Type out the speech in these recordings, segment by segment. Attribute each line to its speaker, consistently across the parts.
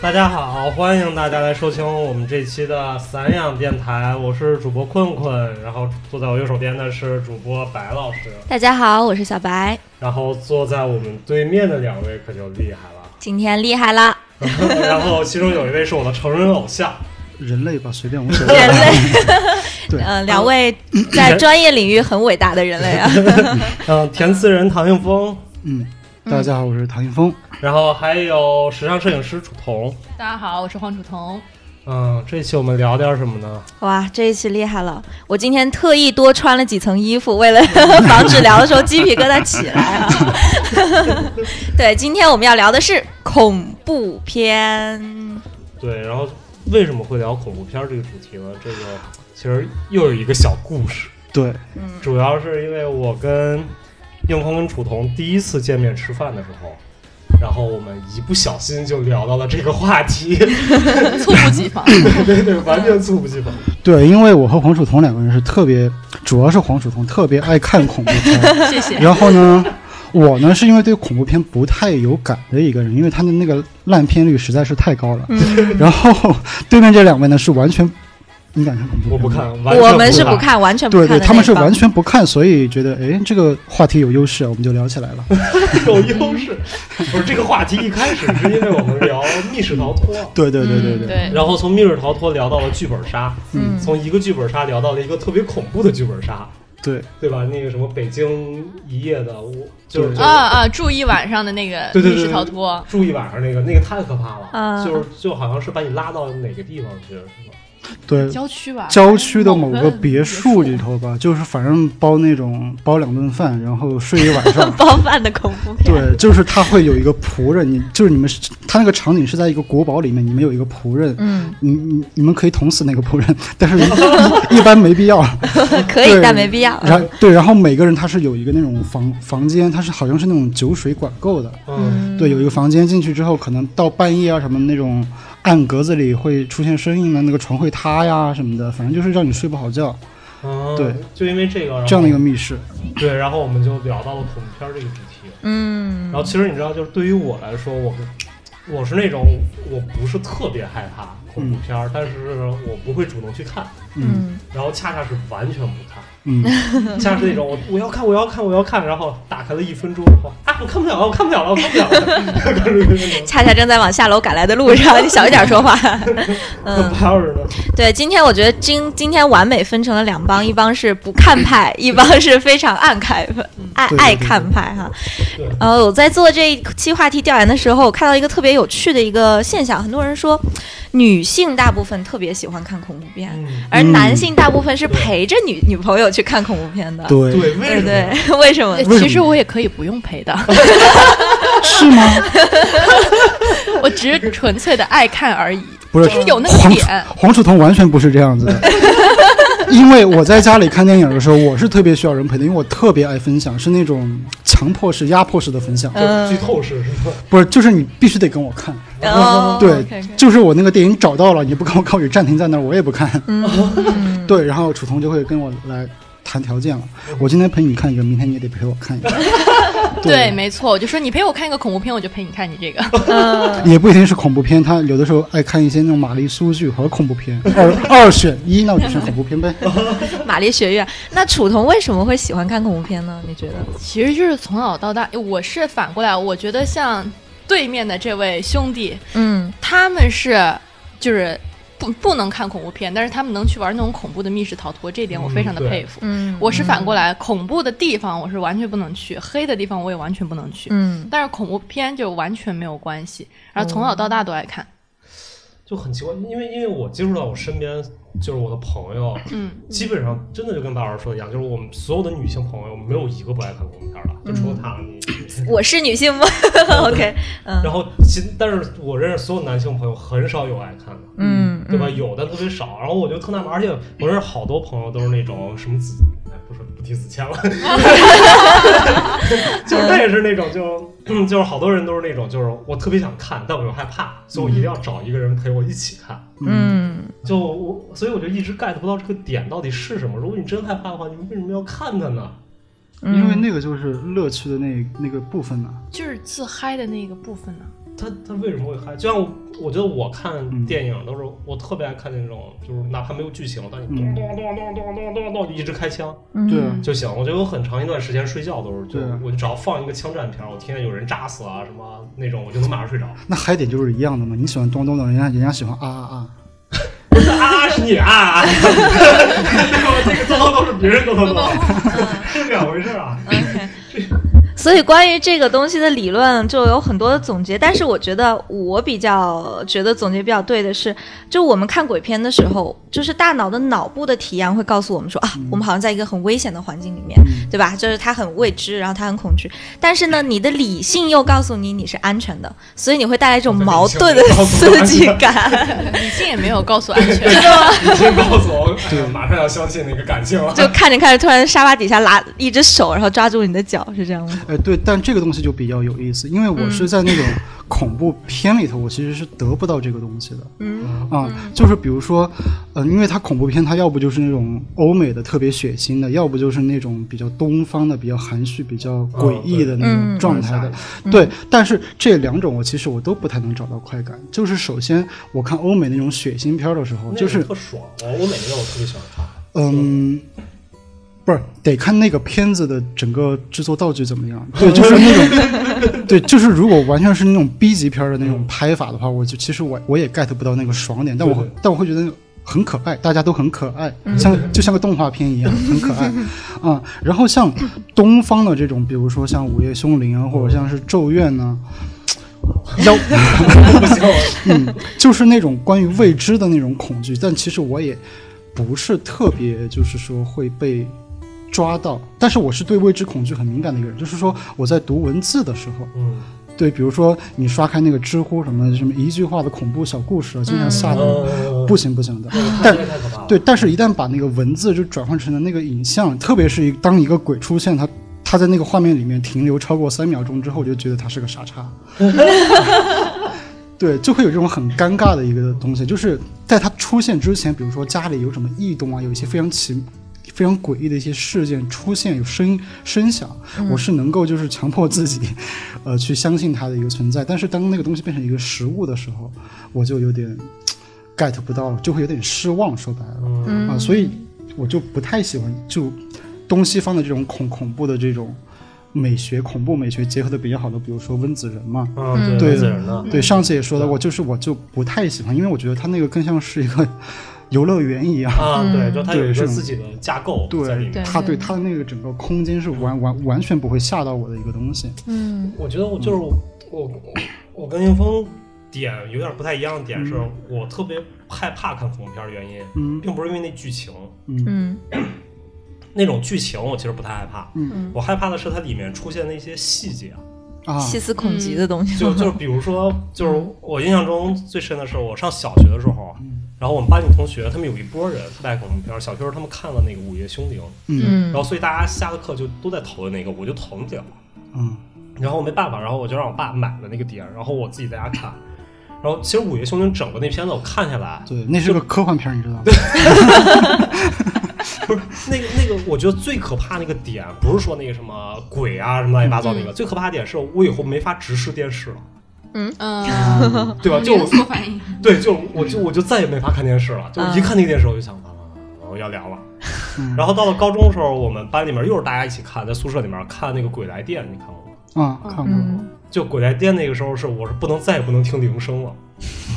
Speaker 1: 大家好，欢迎大家来收听我们这期的散养电台，我是主播困困，然后坐在我右手边的是主播白老师，
Speaker 2: 大家好，我是小白，
Speaker 1: 然后坐在我们对面的两位可就厉害了，
Speaker 2: 今天厉害啦！
Speaker 1: 然后其中有一位是我的成人偶像，
Speaker 3: 人类吧，随便无所谓。
Speaker 2: 人类，
Speaker 3: 对 嗯
Speaker 2: 呃，两位在专业领域很伟大的人类 啊，
Speaker 1: 嗯，填词人唐映枫，
Speaker 3: 嗯，大家好，我是唐一峰。
Speaker 1: 然后还有时尚摄影师楚彤，
Speaker 4: 大家好，我是黄楚彤。
Speaker 1: 嗯，这期我们聊点什么呢？
Speaker 2: 哇，这一期厉害了！我今天特意多穿了几层衣服，为了 防止聊的时候鸡皮疙瘩起来啊。 对，今天我们要聊的是恐怖片，
Speaker 1: 对，然后为什么会聊恐怖片儿这个主题呢？这个其实又有一个小故事，
Speaker 3: 对，
Speaker 1: 主要是因为我跟映峰跟楚彤第一次见面吃饭的时候，然后我们一不小心就聊到了这个话题，
Speaker 4: 猝不及防，
Speaker 1: 对对，完全猝不及防。
Speaker 3: 对，因为我和黄楚彤两个人是特别，主要是黄楚彤特别爱看恐怖片。
Speaker 4: 谢谢。
Speaker 3: 然后呢，我呢是因为对恐怖片不太有感的一个人，因为他的那个烂片率实在是太高了。
Speaker 2: 嗯，
Speaker 3: 然后对面这两位呢是完全，你敢看恐怖片吗
Speaker 1: 我不，看，完全
Speaker 2: 我们是
Speaker 1: 不
Speaker 2: 不。看，完全不
Speaker 3: 对
Speaker 2: 看的
Speaker 3: 对，他们是
Speaker 2: 那一
Speaker 3: 完
Speaker 2: 帮
Speaker 3: 全不看，所以觉得哎这个话题有优势，我们就聊起来了。
Speaker 1: 有优势，不是这个话题一开始是因为我们聊密室逃 脱，
Speaker 3: 对对对对
Speaker 2: 嗯
Speaker 3: 对，
Speaker 4: 对，
Speaker 1: 然后从密室逃脱聊到了剧本杀，
Speaker 2: 嗯
Speaker 1: 从一个剧本杀聊到了一个特别恐怖的剧本杀，
Speaker 3: 对
Speaker 1: 对吧？那个什么北京一夜的，我就是
Speaker 3: 对
Speaker 1: 就是
Speaker 4: 啊啊，住一晚上的那个
Speaker 1: 对对对
Speaker 4: 密室逃脱，
Speaker 1: 住一晚上那个，那个太可怕了，
Speaker 2: 啊。
Speaker 1: 就是就好像是把你拉到哪个地方去，是吧？
Speaker 3: 对，
Speaker 4: 郊区吧，
Speaker 3: 郊区的某个别墅里头吧，就是反正包那种包两顿饭，然后睡一晚上
Speaker 2: 包饭的恐怖片，
Speaker 3: 对，就是他会有一个仆人，你就是你们是，他那个场景是在一个国堡里面，你们有一个仆人，
Speaker 2: 嗯，
Speaker 3: 你你你们可以捅死那个仆人， 但是一一般没必要。
Speaker 2: 可以，
Speaker 3: 对
Speaker 2: 但没必要。
Speaker 3: 然对，然后每个人他是有一个那种房房间，他是好像是那种酒水管够的，
Speaker 1: 嗯，
Speaker 3: 对，有一个房间进去之后，可能到半夜啊什么那种暗格子里会出现声音的，那个床会塌呀什么的，反正就是让你睡不好觉
Speaker 2: 嗯
Speaker 1: 啊
Speaker 3: 对，
Speaker 1: 就因为这个，然后
Speaker 3: 这样的一个密室。
Speaker 1: 对，然后我们就聊到了恐怖片儿这个主题。
Speaker 2: 嗯，
Speaker 1: 然后其实你知道，就是对于我来说，我我是那种我不是特别害怕恐怖片儿，但是我不会主动去看，
Speaker 3: 嗯
Speaker 2: 嗯
Speaker 1: 然后恰恰是完全不 看，
Speaker 3: 嗯，
Speaker 1: 恰恰是那种我我要看我要看我要看，然后打开了一分钟，哇啊，我看不了了，我看不了了，我看不了了，就是那种
Speaker 2: 恰恰正在往下楼赶来的路上，你 小一点说话。 嗯，
Speaker 1: 还有人呢，
Speaker 2: 对，今天我觉得今今天完美分成了两帮，一帮是不看派，一帮是非常暗看爱
Speaker 3: 嗯对对
Speaker 2: 爱
Speaker 3: 对
Speaker 2: 看派哈。
Speaker 1: 对，
Speaker 2: 呃，我在做这一期话题调研的时候，我看到一个特别有趣的一个现象，很多人说女性大部分特别喜欢看恐怖片，
Speaker 1: 嗯，
Speaker 2: 而男
Speaker 3: 嗯
Speaker 2: 性大部分是
Speaker 1: 对
Speaker 2: 陪着女女朋友去看恐怖片的。
Speaker 3: 对，
Speaker 1: 对，为什
Speaker 2: 对
Speaker 1: 么？
Speaker 2: 对，为什么呢？
Speaker 3: 为什
Speaker 4: 呃其实
Speaker 3: 么
Speaker 4: 我也可以不用陪的，
Speaker 3: 是吗？
Speaker 4: 我只是纯粹的爱看而已，
Speaker 3: 不是
Speaker 4: 就是有那个
Speaker 3: 黄楚
Speaker 4: 点。
Speaker 3: 黄楚彤完全不是这样子的。因为我在家里看电影的时候，我是特别需要人陪的，因为我特别爱分享，是那种强迫式、压迫式的分享，
Speaker 2: 嗯
Speaker 1: 就剧透式是吧？
Speaker 3: 不是，就是你必须得跟我看。
Speaker 2: 哦，
Speaker 3: 对
Speaker 2: OK，OK
Speaker 3: 就是我那个电影找到了，你不跟我看，我就暂停在那儿，我也不看。 对，然后楚彤就会跟我来谈条件了。我今天陪你看一个，明天你也得陪我看一个。
Speaker 4: 对，没错，我就说你陪我看一个恐怖片，我就陪你看你这个。
Speaker 2: 嗯
Speaker 3: 也不一定是恐怖片，他有的时候爱看一些那种玛丽苏剧和恐怖 片，二二选一，那我就选恐怖片呗。
Speaker 2: 玛丽学院。那楚彤为什么会喜欢看恐怖片呢？你觉得？
Speaker 4: 其实就是从小到大，我是反过来，我觉得像对面的这位兄弟，
Speaker 2: 嗯
Speaker 4: 他们是就是不不能看恐怖片，但是他们能去玩那种恐怖的密室逃脱，这一点我非常的
Speaker 1: 嗯对
Speaker 4: 佩服。
Speaker 2: 嗯，
Speaker 4: 我是反过来，恐怖的地方我是完全不能去，黑的地方我也完全不能去。
Speaker 2: 嗯，
Speaker 4: 但是恐怖片就完全没有关系，然后从小到大都爱看。
Speaker 1: 就很奇怪，因为因为我接触到我身边就是我的朋友，
Speaker 4: 嗯，
Speaker 1: 基本上真的就跟白老师说的一样，就是我们所有的女性朋友没有一个不爱看恐怖片的，就除
Speaker 2: 嗯
Speaker 1: 了他。你
Speaker 2: 我是女性吗 ？OK，嗯
Speaker 1: 然后其但是我认识所有男性朋友很少有爱看的，
Speaker 2: 嗯，
Speaker 1: 对吧？有但特别少。然后我就特纳闷，而且我认识好多朋友都是那种什么子，哎，不说不提子谦了， 就是他也是那种就嗯就是好多人都是那种就是我特别想看，但我又害怕，所以我一定要找一个人陪我一起看。
Speaker 2: 嗯，
Speaker 1: 就我，所以我就一直 get 不到这个点到底是什么。如果你真害怕的话，你为什么要看它呢？
Speaker 2: 嗯
Speaker 3: 因为那个就是乐趣的那那个部分嘛、
Speaker 4: 就是自嗨的那个部分呢、
Speaker 1: 他他为什么会嗨？就像我觉得我看电影都是我特别爱看那种，就是哪怕没有剧情，但你咚
Speaker 3: 嗯
Speaker 1: 咚咚咚咚咚咚咚一直开枪
Speaker 2: 嗯
Speaker 3: 对啊
Speaker 1: 就行。我觉得我很长一段时间睡觉都是就
Speaker 3: 对啊
Speaker 1: 我只要放一个枪战片，我听见有人炸死啊什么那种，我就能马上睡着。
Speaker 3: 那嗨点就是一样的嘛，你喜欢咚咚咚，人家人家喜欢啊啊啊，
Speaker 1: 啊，是你啊！对吧？这个咚咚咚是别人咚咚咚，啊 这是两回事儿啊。
Speaker 2: OK，所以关于这个东西的理论就有很多的总结，但是我觉得我比较觉得总结比较对的是，就我们看鬼片的时候，就是大脑的脑部的体验会告诉我们说啊，
Speaker 1: 嗯
Speaker 2: 我们好像在一个很危险的环境里面，对吧？就是它很未知，然后它很恐惧，但是呢，
Speaker 1: 嗯
Speaker 2: 你的理性又告诉你你是安全的，所以你会带来一种矛盾的 刺激感，
Speaker 4: 理性也没有告诉安全，
Speaker 1: 已经告诉我，哎呀 马上要相信那个感情了。
Speaker 2: 就看着看着，突然沙发底下拉一只手，然后抓住你的脚，是这样吗？
Speaker 3: 哎，对，但这个东西就比较有意思，因为我
Speaker 2: 嗯
Speaker 3: 是在那种恐怖片里头，我其实是得不到这个东西的。
Speaker 2: 嗯
Speaker 3: 啊，就是比如说，嗯、因为它恐怖片，它要不就是那种欧美的特别血腥的，要不就是那种比较东方的、比较含蓄、比较诡异的那
Speaker 2: 嗯
Speaker 3: 种状态的。
Speaker 1: 嗯
Speaker 3: 对，但是这两种我其实我都不太能找到快感。就是首先，我看欧美那种血腥片儿的时候，
Speaker 1: 那
Speaker 3: 就
Speaker 1: 个
Speaker 3: 是
Speaker 1: 特爽，我我每一个我特别喜欢看。
Speaker 3: 嗯，不是得看那个片子的整个制作道具怎么样。对，就是那种，对，就是如果完全是那种 B 级片儿的那种拍法的话，我就其实我我也 get 不到那个爽点，但我会
Speaker 1: 对对
Speaker 3: 但我会觉得。很可爱，大家都很可爱，像就像个动画片一样，很可爱啊、然后像东方的这种，比如说像《午夜凶铃》啊，或者像是《咒怨》呢，妖
Speaker 1: 不行，
Speaker 3: 嗯，就是那种关于未知的那种恐惧，但其实我也不是特别，就是说会被抓到。但是我是对未知恐惧很敏感的一个人，就是说我在读文字的时候，
Speaker 1: 嗯，
Speaker 3: 对，比如说你刷开那个知乎什么什么一句话的恐怖小故事啊，经常吓得我、
Speaker 1: 呃
Speaker 3: 不，行不行的。
Speaker 1: 但太可怕了。
Speaker 3: 对，但是一旦把那个文字就转换成了那个影像，特别是一当一个鬼出现，它它在那个画面里面停留超过三秒钟之后，我就觉得他是个傻叉。对，就会有这种很尴尬的一个东西，就是在他出现之前，比如说家里有什么异动啊，有一些非常奇、非常诡异的一些事件出现，有声声响，我是能够就是强迫自己，呃，去相信它的一个存在。但是当那个东西变成一个实物的时候，我就有点 get 不到了，就会有点失望。说白了，
Speaker 2: 嗯
Speaker 3: 啊，所以我就不太喜欢就东西方的这种恐恐怖的这种美学，恐怖美学结合的比较好的，比如说温子仁嘛。
Speaker 1: 嗯，
Speaker 3: 对
Speaker 1: 死人的。
Speaker 3: 对，上次也说
Speaker 1: 啊
Speaker 3: 到过，就是我就不太喜欢，因为我觉得他那个更像是一个游乐园一样。
Speaker 1: 啊，对，就它有一
Speaker 3: 对
Speaker 1: 个
Speaker 3: 是
Speaker 1: 自己的架构 在里
Speaker 3: 对，
Speaker 1: 面。
Speaker 3: 他对他的那个整个空间是完完完全不会吓到我的一个东西。
Speaker 2: 嗯
Speaker 1: 我觉得我就是我，我我跟英峰点有点不太一样的点是，我特别害怕看恐怖片的原因，
Speaker 3: 嗯
Speaker 1: 并不是因为那剧情，
Speaker 2: 嗯
Speaker 1: 那种剧情我其实不太害怕，
Speaker 3: 嗯
Speaker 1: 我害怕的是它里面出现的一些细节，
Speaker 3: 啊，
Speaker 2: 细思恐极的东西，
Speaker 1: 就就是比如说，就是我印象中最深的是我上小学的时候，啊然后我们班里同学他们有一波人特别爱看恐怖片儿，小学时候他们看了那个《午夜凶铃》，
Speaker 3: 嗯
Speaker 2: 嗯
Speaker 1: 然后所以大家下了课就都在讨论那个，我就讨论不了。
Speaker 3: 嗯
Speaker 1: 然后我没办法，然后我就让我爸买了那个碟儿，然后我自己在家看。然后其实《午夜凶铃》整个那片子我看下来，
Speaker 3: 对，那是个科幻片儿，你知道吗？
Speaker 1: 不是那个那个，我觉得最可怕那个点不是说那个什么鬼啊什么乱七八糟那个，最可怕的点是我以后没法直视电视了，
Speaker 4: 嗯，
Speaker 1: 对吧？就
Speaker 4: 连锁反应，
Speaker 1: 对，就我就我就再也没法看电视了，就一看那个电视我就想完了，完了我要凉了。
Speaker 3: 嗯
Speaker 1: 然后到了高中的时候，我们班里面又是大家一起看，在宿舍里面看那个《鬼来电》，你看过吗？
Speaker 3: 啊，看过。
Speaker 2: 嗯
Speaker 1: 就《鬼来电》那个时候是我是不能再也不能听铃声了，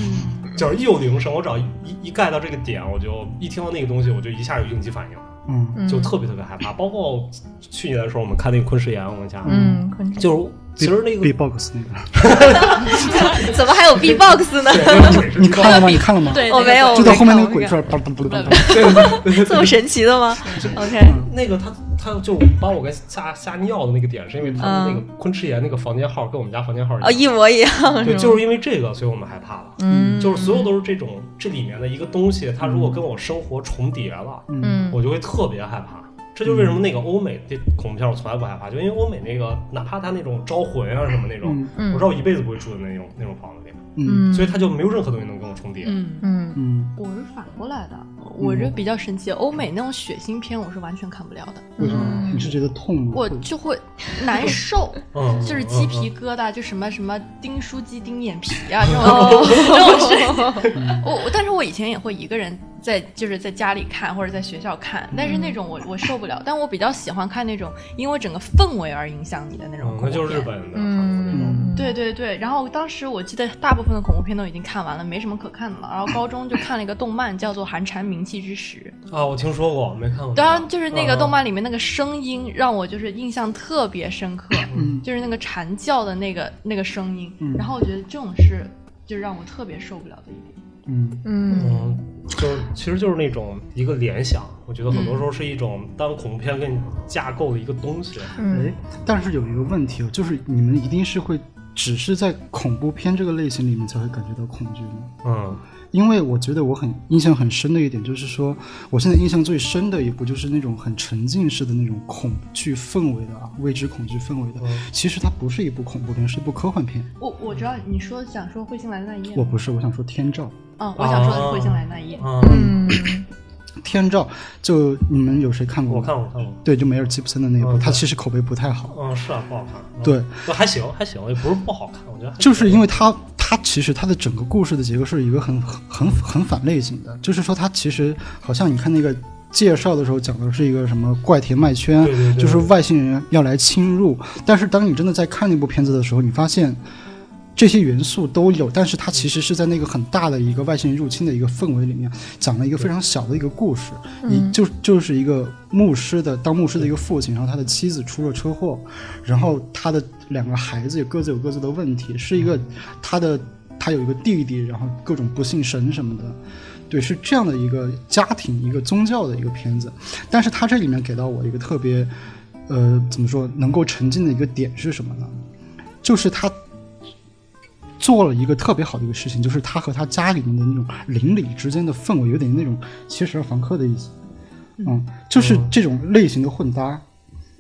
Speaker 2: 嗯
Speaker 1: 就是一有铃声，我只要一一 get 到这个点，我就一听到那个东西，我就一下有应激反应，
Speaker 3: 嗯
Speaker 2: 嗯
Speaker 1: 就特别特别害怕。包括去年的时候，我们看那个昆池岩，我们家、
Speaker 2: 嗯，昆虫
Speaker 1: 就是其实那个
Speaker 3: ，B-box 那个，
Speaker 2: 怎么还有 B-box 呢？
Speaker 3: 你看了吗？你看了 吗？
Speaker 4: 对，
Speaker 2: 我没有
Speaker 3: 就在后面那
Speaker 2: 我
Speaker 3: 个
Speaker 2: 没
Speaker 3: 鬼
Speaker 2: 看
Speaker 3: 出来，叭叭叭叭叭。
Speaker 2: 这么神奇的吗？OK，
Speaker 1: 那个他他就把我给吓吓尿的那个点，是因为他们那个昆池岩那个房间号跟我们家房间号一样
Speaker 2: 嗯哦，一模一样，
Speaker 1: 对，
Speaker 2: 吗
Speaker 1: 就是因为这个，所以我们害怕了。
Speaker 2: 嗯，
Speaker 1: 就是所有都是这种这里面的一个东西，它如果跟我生活重叠了，
Speaker 2: 嗯
Speaker 1: 我就会特别害怕。这就是为什
Speaker 3: 嗯
Speaker 1: 么那个欧美的恐怖片我从来不害怕，就因为欧美那个哪怕他那种招魂啊什么那种，
Speaker 3: 嗯
Speaker 2: 嗯
Speaker 1: 我知道我一辈子不会住的那种那种房子里，
Speaker 3: 嗯
Speaker 1: 所以他就没有任何东西能跟我重叠。
Speaker 4: 嗯，
Speaker 2: 嗯
Speaker 3: 嗯，
Speaker 4: 我是反过来的，我这比较神奇，欧美那种血腥片我是完全看不了的，
Speaker 3: 为什么？你是觉得痛吗？
Speaker 4: 我
Speaker 3: 会
Speaker 4: 就会难受，
Speaker 1: 嗯，
Speaker 4: 就是
Speaker 1: 嗯
Speaker 4: 鸡皮
Speaker 1: 嗯
Speaker 4: 疙瘩，就什么什么钉书机、钉眼皮啊这种这种事情。我我但是我以前也会一个人在就是在家里看或者在学校看，但是那种我我受不了。但我比较喜欢看那种因为整个氛围而影响你的那种
Speaker 1: 嗯
Speaker 4: 恐怖
Speaker 1: 那就
Speaker 4: 片。
Speaker 1: 是日本的、韩国那种。
Speaker 2: 嗯，
Speaker 4: 对对对，然后当时我记得大部分的恐怖片都已经看完了，没什么可看的了。然后高中就看了一个动漫，叫做《寒蝉鸣泣 之时》。
Speaker 1: 啊，我听说过，没看过。
Speaker 4: 当然，就是那个
Speaker 1: 嗯
Speaker 4: 动漫里面那个声音让我就是印象特别深刻，
Speaker 3: 嗯
Speaker 4: 就是那个蝉叫的那个那个声音，
Speaker 3: 嗯
Speaker 4: 然后我觉得这种是就让我特别受不了的一点。
Speaker 3: 嗯
Speaker 2: 嗯
Speaker 1: 嗯，就是其实就是那种一个联想，我觉得很
Speaker 4: 嗯
Speaker 1: 多时候是一种当恐怖片给你架构的一个东西。
Speaker 2: 嗯
Speaker 3: 哎，但是有一个问题哦，就是你们一定是会只是在恐怖片这个类型里面才会感觉到恐惧吗？
Speaker 1: 嗯
Speaker 3: 因为我觉得我很印象很深的一点就是说，我现在印象最深的一部就是那种很沉浸式的那种恐惧氛围的啊，未知恐惧氛围的。
Speaker 1: 嗯
Speaker 3: 其实它不是一部恐怖片，是一部科幻片。
Speaker 4: 我我知道你说想说彗星来的那一夜
Speaker 3: 我啊
Speaker 4: 吗，
Speaker 3: 不是，我想说《天照》。
Speaker 4: 嗯，我想说彗星来的那一夜，
Speaker 1: 嗯，
Speaker 2: 嗯
Speaker 3: 《天照》就你们有谁看过
Speaker 1: 我
Speaker 3: 吗？
Speaker 1: 看过，看过。
Speaker 3: 对，就梅尔吉普森的那一部，
Speaker 1: 嗯
Speaker 3: 它
Speaker 1: 对
Speaker 3: 其实口碑不太好。
Speaker 1: 嗯，是啊，不好看。嗯
Speaker 3: 对，
Speaker 1: 不还行，还行，也不是不好看，我觉得还
Speaker 3: 就是因为它它其实它的整个故事的结构是一个很很很反类型的，就是说它其实好像你看那个介绍的时候讲的是一个什么怪田麦圈，
Speaker 1: 对对对
Speaker 3: 就是外星人要来侵入，但是当你真的在看那部片子的时候，你发现。这些元素都有，但是它其实是在那个很大的一个外星人入侵的一个氛围里面，讲了一个非常小的一个故事，一就就是一个牧师的当牧师的一个父亲，然后他的妻子出了车祸，然后他的两个孩子也各自有各自的问题，是一个他的他有一个弟弟，然后各种不信神什么的，对，是这样的一个家庭一个宗教的一个片子，但是他这里面给到我一个特别，呃，怎么说能够沉浸的一个点是什么呢？就是他做了一个特别好的一个事情，就是他和他家里面的那种邻里之间的氛围，有点那种七十二房客的意思。嗯，就是这种类型的混搭，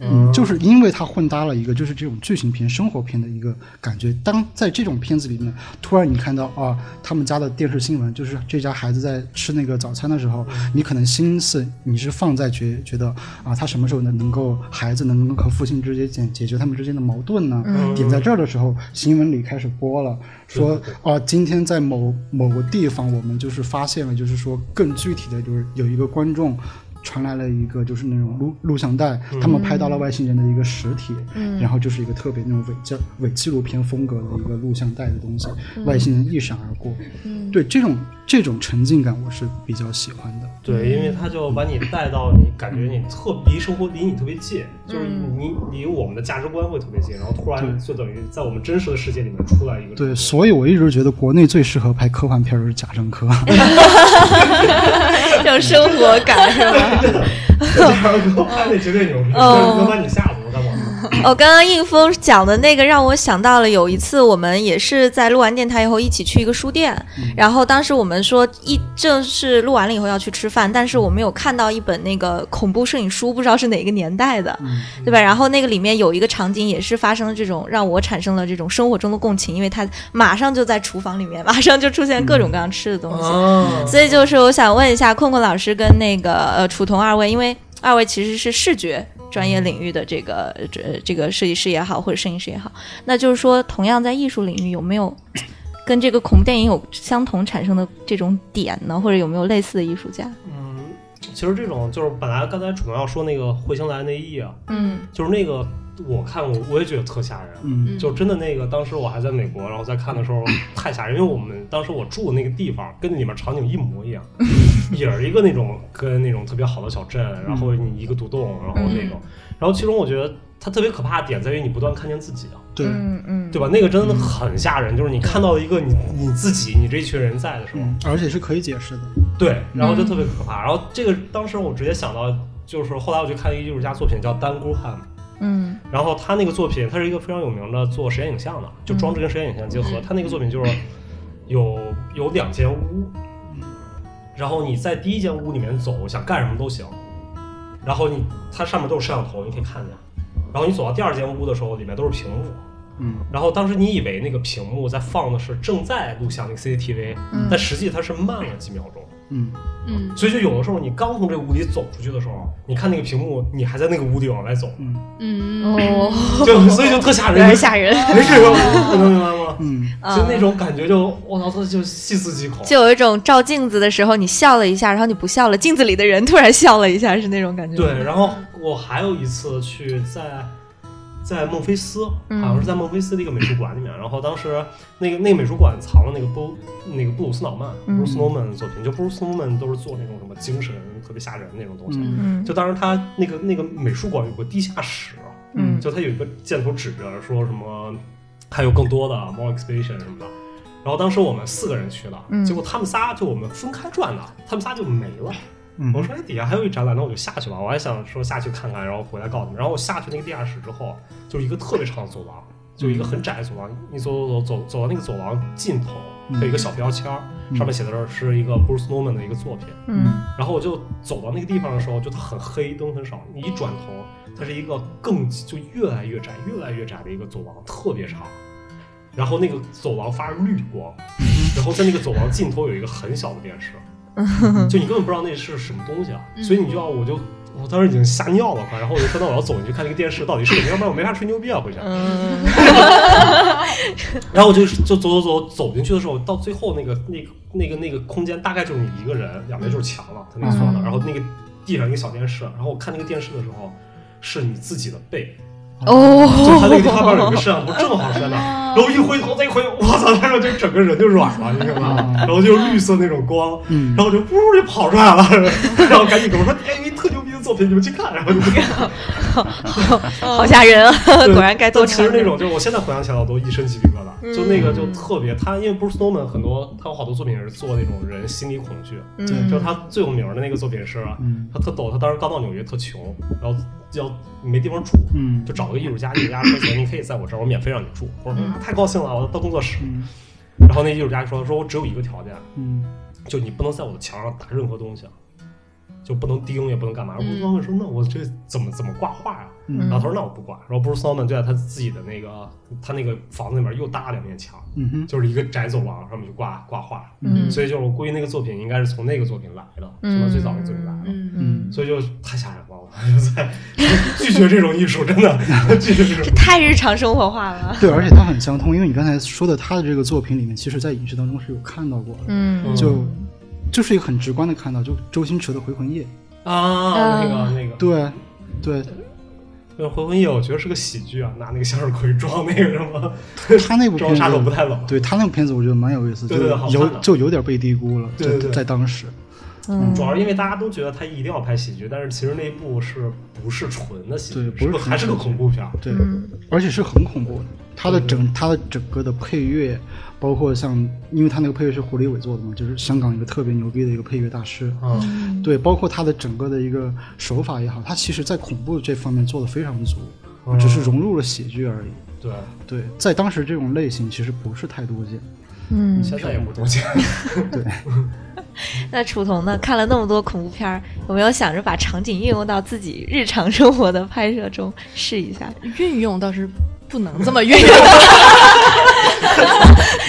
Speaker 3: 嗯，就是因为它混搭了一个就是这种剧情片、生活片的一个感觉。当在这种片子里面，突然你看到啊，他们家的电视新闻，就是这家孩子在吃那个早餐的时候，你可能心思你是放在觉觉得啊，他什么时候能能够孩子能够和父亲之间解解决他们之间的矛盾呢？点在这儿的时候，新闻里开始播了，说啊，今天在某某个地方，我们就是发现了，就是说更具体的，就是有一个观众。传来了一个就是那种录录像带，他们拍到了外星人的一个实体，然后就是一个特别那种伪纪伪纪录片风格的一个录像带的东西，外星人一闪而过。对这种这种沉浸感，我是比较喜欢的。
Speaker 1: 对，因为他就把你带到你感觉你特离生活离你特别近，就是你离我们的价值观会特别近，然后突然就等于在我们真实的世界里面出来一个
Speaker 3: 对，所以我一直觉得国内最适合拍科幻片儿是贾樟柯。
Speaker 2: 有生活感是吧？
Speaker 1: 以拍那绝对牛逼，能能把你吓死，我干嘛？
Speaker 2: 哦，刚刚应峰讲的那个让我想到了，有一次我们也是在录完电台以后一起去一个书店，然后当时我们说一正是录完了以后要去吃饭，但是我们有看到一本那个恐怖摄影书，不知道是哪个年代的，
Speaker 3: 嗯
Speaker 2: 对吧？然后那个里面有一个场景也是发生了这种让我产生了这种生活中的共情，因为它马上就在厨房里面， 马上就出现各种各样吃的东西，
Speaker 1: 啊，
Speaker 2: 所以就是我想问一下困困老师跟那个呃楚彤二位，因为二位其实是视觉专业领域的这个呃这这个设计师也好，或者摄影师也好，那就是说同样在艺术领域有没有跟这个恐怖电影有相同产生的这种点呢？或者有没有类似的艺术家？
Speaker 1: 嗯，其实这种就是本来刚才主要说那个彗星来的那一夜啊，
Speaker 2: 嗯
Speaker 1: 就是那个我看我我也觉得特吓人，啊
Speaker 3: 嗯
Speaker 1: 就真的那个，当时我还在美国，然后在看的时候太吓人，因为我们当时我住的那个地方跟里面场景一模一样， 也是一个那种跟那种特别好的小镇，然后你一个独栋，然后那种，然后其中我觉得它特别可怕的点在于你不断看见自己啊，
Speaker 3: 对，
Speaker 2: 嗯嗯，
Speaker 1: 对吧？那个真的很吓人，就是你看到一个你你自己，你这一群人在的时候，
Speaker 3: 嗯，而且是可以解释的。
Speaker 1: 对，然后就特别可怕。然后这个当时我直接想到，就是后来我去看一个艺术家作品叫丹姑汉姆。
Speaker 2: 嗯
Speaker 1: 然后他那个作品，他是一个非常有名的做实验影像的，就装置跟实验影像结合。他那个作品就是有有两间屋，然后你在第一间屋里面走，想干什么都行。然后你它上面都有摄像头，你可以看见。然后你走到第二间屋的时候，里面都是屏幕。
Speaker 3: 嗯，
Speaker 1: 然后当时你以为那个屏幕在放的是正在录像那个 CCTV，、
Speaker 2: 嗯
Speaker 1: 但实际它是慢了几秒钟。
Speaker 3: 嗯，
Speaker 4: 嗯，
Speaker 1: 所以就有的时候你刚从这个屋里走出去的时候，你看那个屏幕，你还在那个屋里往外走，
Speaker 3: 嗯，
Speaker 4: 嗯，
Speaker 2: 哦，
Speaker 1: 就所以就特吓
Speaker 2: 有
Speaker 1: 人，
Speaker 2: 点吓人，
Speaker 1: 没 水吗？能明白吗？
Speaker 3: 嗯，
Speaker 1: 就那种感觉就，我操，就细思极恐。
Speaker 2: 就有一种照镜子的时候你笑了一下，然后你不笑了，镜子里的人突然笑了一下，是那种感觉。
Speaker 1: 对，，然后我还有一次去在在孟菲斯，
Speaker 2: 嗯
Speaker 1: 好像是在孟菲斯的一个美术馆里面，然后当时那个那个美术馆藏了那个布那个布鲁斯瑙曼、
Speaker 2: 嗯
Speaker 1: 布鲁斯诺曼的作品，就布鲁斯诺曼都是做那种什么精神特别吓人那种东西。
Speaker 3: 嗯
Speaker 2: 嗯
Speaker 1: 就当时他那个那个美术馆有个地下室，啊
Speaker 2: 嗯
Speaker 1: 就他有一个箭头指着说什么还有更多的啊 more exhibition 什么的。然后当时我们四个人去的，
Speaker 2: 嗯
Speaker 1: 结果他们仨就我们分开转的，他们仨就没了。
Speaker 3: 嗯
Speaker 1: 我说哎，底下还有一展览，那我就下去吧。我还想说下去看看，然后回来告诉你们。然后我下去那个地下室之后，就是一个特别长的走廊，就一个很窄的走廊。你走走走走走到那个走廊尽头，
Speaker 3: 嗯
Speaker 1: 有一个小标签儿，
Speaker 3: 嗯
Speaker 1: 上面写的是是一个 Bruce Norman 的一个作品。
Speaker 2: 嗯
Speaker 1: 然后我就走到那个地方的时候，就它很黑，灯很少。你一转头，它是一个更就越来越窄、越来越窄的一个走廊，特别长。然后那个走廊发着绿 光，然后在那个走廊尽头有一个很小的电视，就你根本不知道那是什么东西啊，
Speaker 4: 嗯
Speaker 1: 所以你就要我就我当时已经吓尿了，快，然后我就说那我要走进去看那个电视到底是什么，要不然我没法吹牛逼啊回去。
Speaker 2: 嗯
Speaker 1: 然后我就就走走走走进去的时候，到最后那个那个那个那个空间大概就是你一个人，两边就是墙了，他那个做的，
Speaker 2: 嗯
Speaker 1: 然后那个地上一个小电视，然后我看那个电视的时候，是你自己的背，就他那个地方边有一个
Speaker 2: 哦，
Speaker 1: 摄像头正好是在那儿，然后一回头再一回，我操，那时候就整个人就软了，你知道吗？然后就是绿色那种光，
Speaker 3: 嗯
Speaker 1: 然后我就呜就跑出来了， 然后赶紧跟我说，哎，有一特牛逼的作品，你们去看，然后就去看。
Speaker 2: 好吓人啊！果然该多
Speaker 1: 但其
Speaker 2: 吃
Speaker 1: 实那种，就是我现在回想起来，我都一身鸡皮疙瘩。就那个就特别，他因为 Bruce Norman 很多，他有好多作品也是做那种人心理恐惧。
Speaker 2: 嗯
Speaker 1: 就是他最有名的那个作品是，啊
Speaker 3: 嗯
Speaker 1: 他特逗，他当时刚到纽约特穷，然后要没地方住，
Speaker 3: 嗯
Speaker 1: 就找个艺术家，艺术家说行，你可以在我这儿，我免费让你住。我说啊太高兴了，我到工作室。
Speaker 3: 嗯
Speaker 1: 然后那艺术家说，说我只有一个条件，
Speaker 3: 嗯
Speaker 1: 就你不能在我的墙上打任何东西，啊就不能钉，也不能干嘛。
Speaker 4: 嗯
Speaker 1: Bruce Norman 说，那我这怎么怎么挂画啊？
Speaker 3: 嗯
Speaker 1: 然后他说那我不管，然后布鲁斯·诺曼就在他自己的那个他那个房子里面又搭了两面墙，
Speaker 3: 嗯哼，
Speaker 1: 就是一个窄走廊上面就挂挂画，
Speaker 2: 嗯
Speaker 1: 所以就是我估计那个作品应该是从那个作品来的，
Speaker 2: 嗯
Speaker 1: 从他最早的作品来的，
Speaker 4: 嗯
Speaker 3: 嗯
Speaker 1: 所以就太吓人了，我就在拒绝这种艺术，真的拒绝这种
Speaker 2: 这。太日常生活化了。
Speaker 3: 对，而且它很相通，因为你刚才说的他的这个作品里面，其实在影视当中是有看到过的，
Speaker 2: 嗯
Speaker 3: 就就是一个很直观的看到，就周星驰的《回魂夜》，
Speaker 1: 啊，那个那个，
Speaker 3: 对，对
Speaker 1: 那《回魂夜》我觉得是个喜剧啊，拿那个向日葵装那个什么，
Speaker 3: 他那部片
Speaker 1: 装
Speaker 3: 子
Speaker 1: 杀手不太冷，
Speaker 3: 对他那部片子，我觉得蛮有意思，
Speaker 1: 对对对好
Speaker 3: 就有
Speaker 1: 看的
Speaker 3: 就有点被低估了，
Speaker 1: 对对
Speaker 3: 在
Speaker 1: 对
Speaker 3: 在当时，
Speaker 2: 嗯
Speaker 1: 主要是因为大家都觉得他一定要拍喜剧，但是其实那一部是不是纯的喜剧
Speaker 3: 对，不是
Speaker 1: 个
Speaker 3: 纯
Speaker 1: 还是个
Speaker 3: 喜剧
Speaker 1: 恐怖片儿。
Speaker 3: 对，而且是很恐怖的。它的整它的整个的配乐，包括像，因为它那个配乐是胡立伟做的嘛，就是香港一个特别牛逼的一个配乐大师，啊
Speaker 1: 嗯
Speaker 3: 对，包括它的整个的一个手法也好，它其实在恐怖这方面做的非常足
Speaker 1: 哦，
Speaker 3: 只是融入了喜剧而已。，
Speaker 1: 对，
Speaker 3: 对，在当时这种类型其实不是太多见。
Speaker 2: 嗯，
Speaker 1: 现在也不多见。
Speaker 2: 那楚彤呢？看了那么多恐怖片儿，有没有想着把场景运用到自己日常生活的拍摄中试 一下？
Speaker 4: 运用倒是不能 这么运用，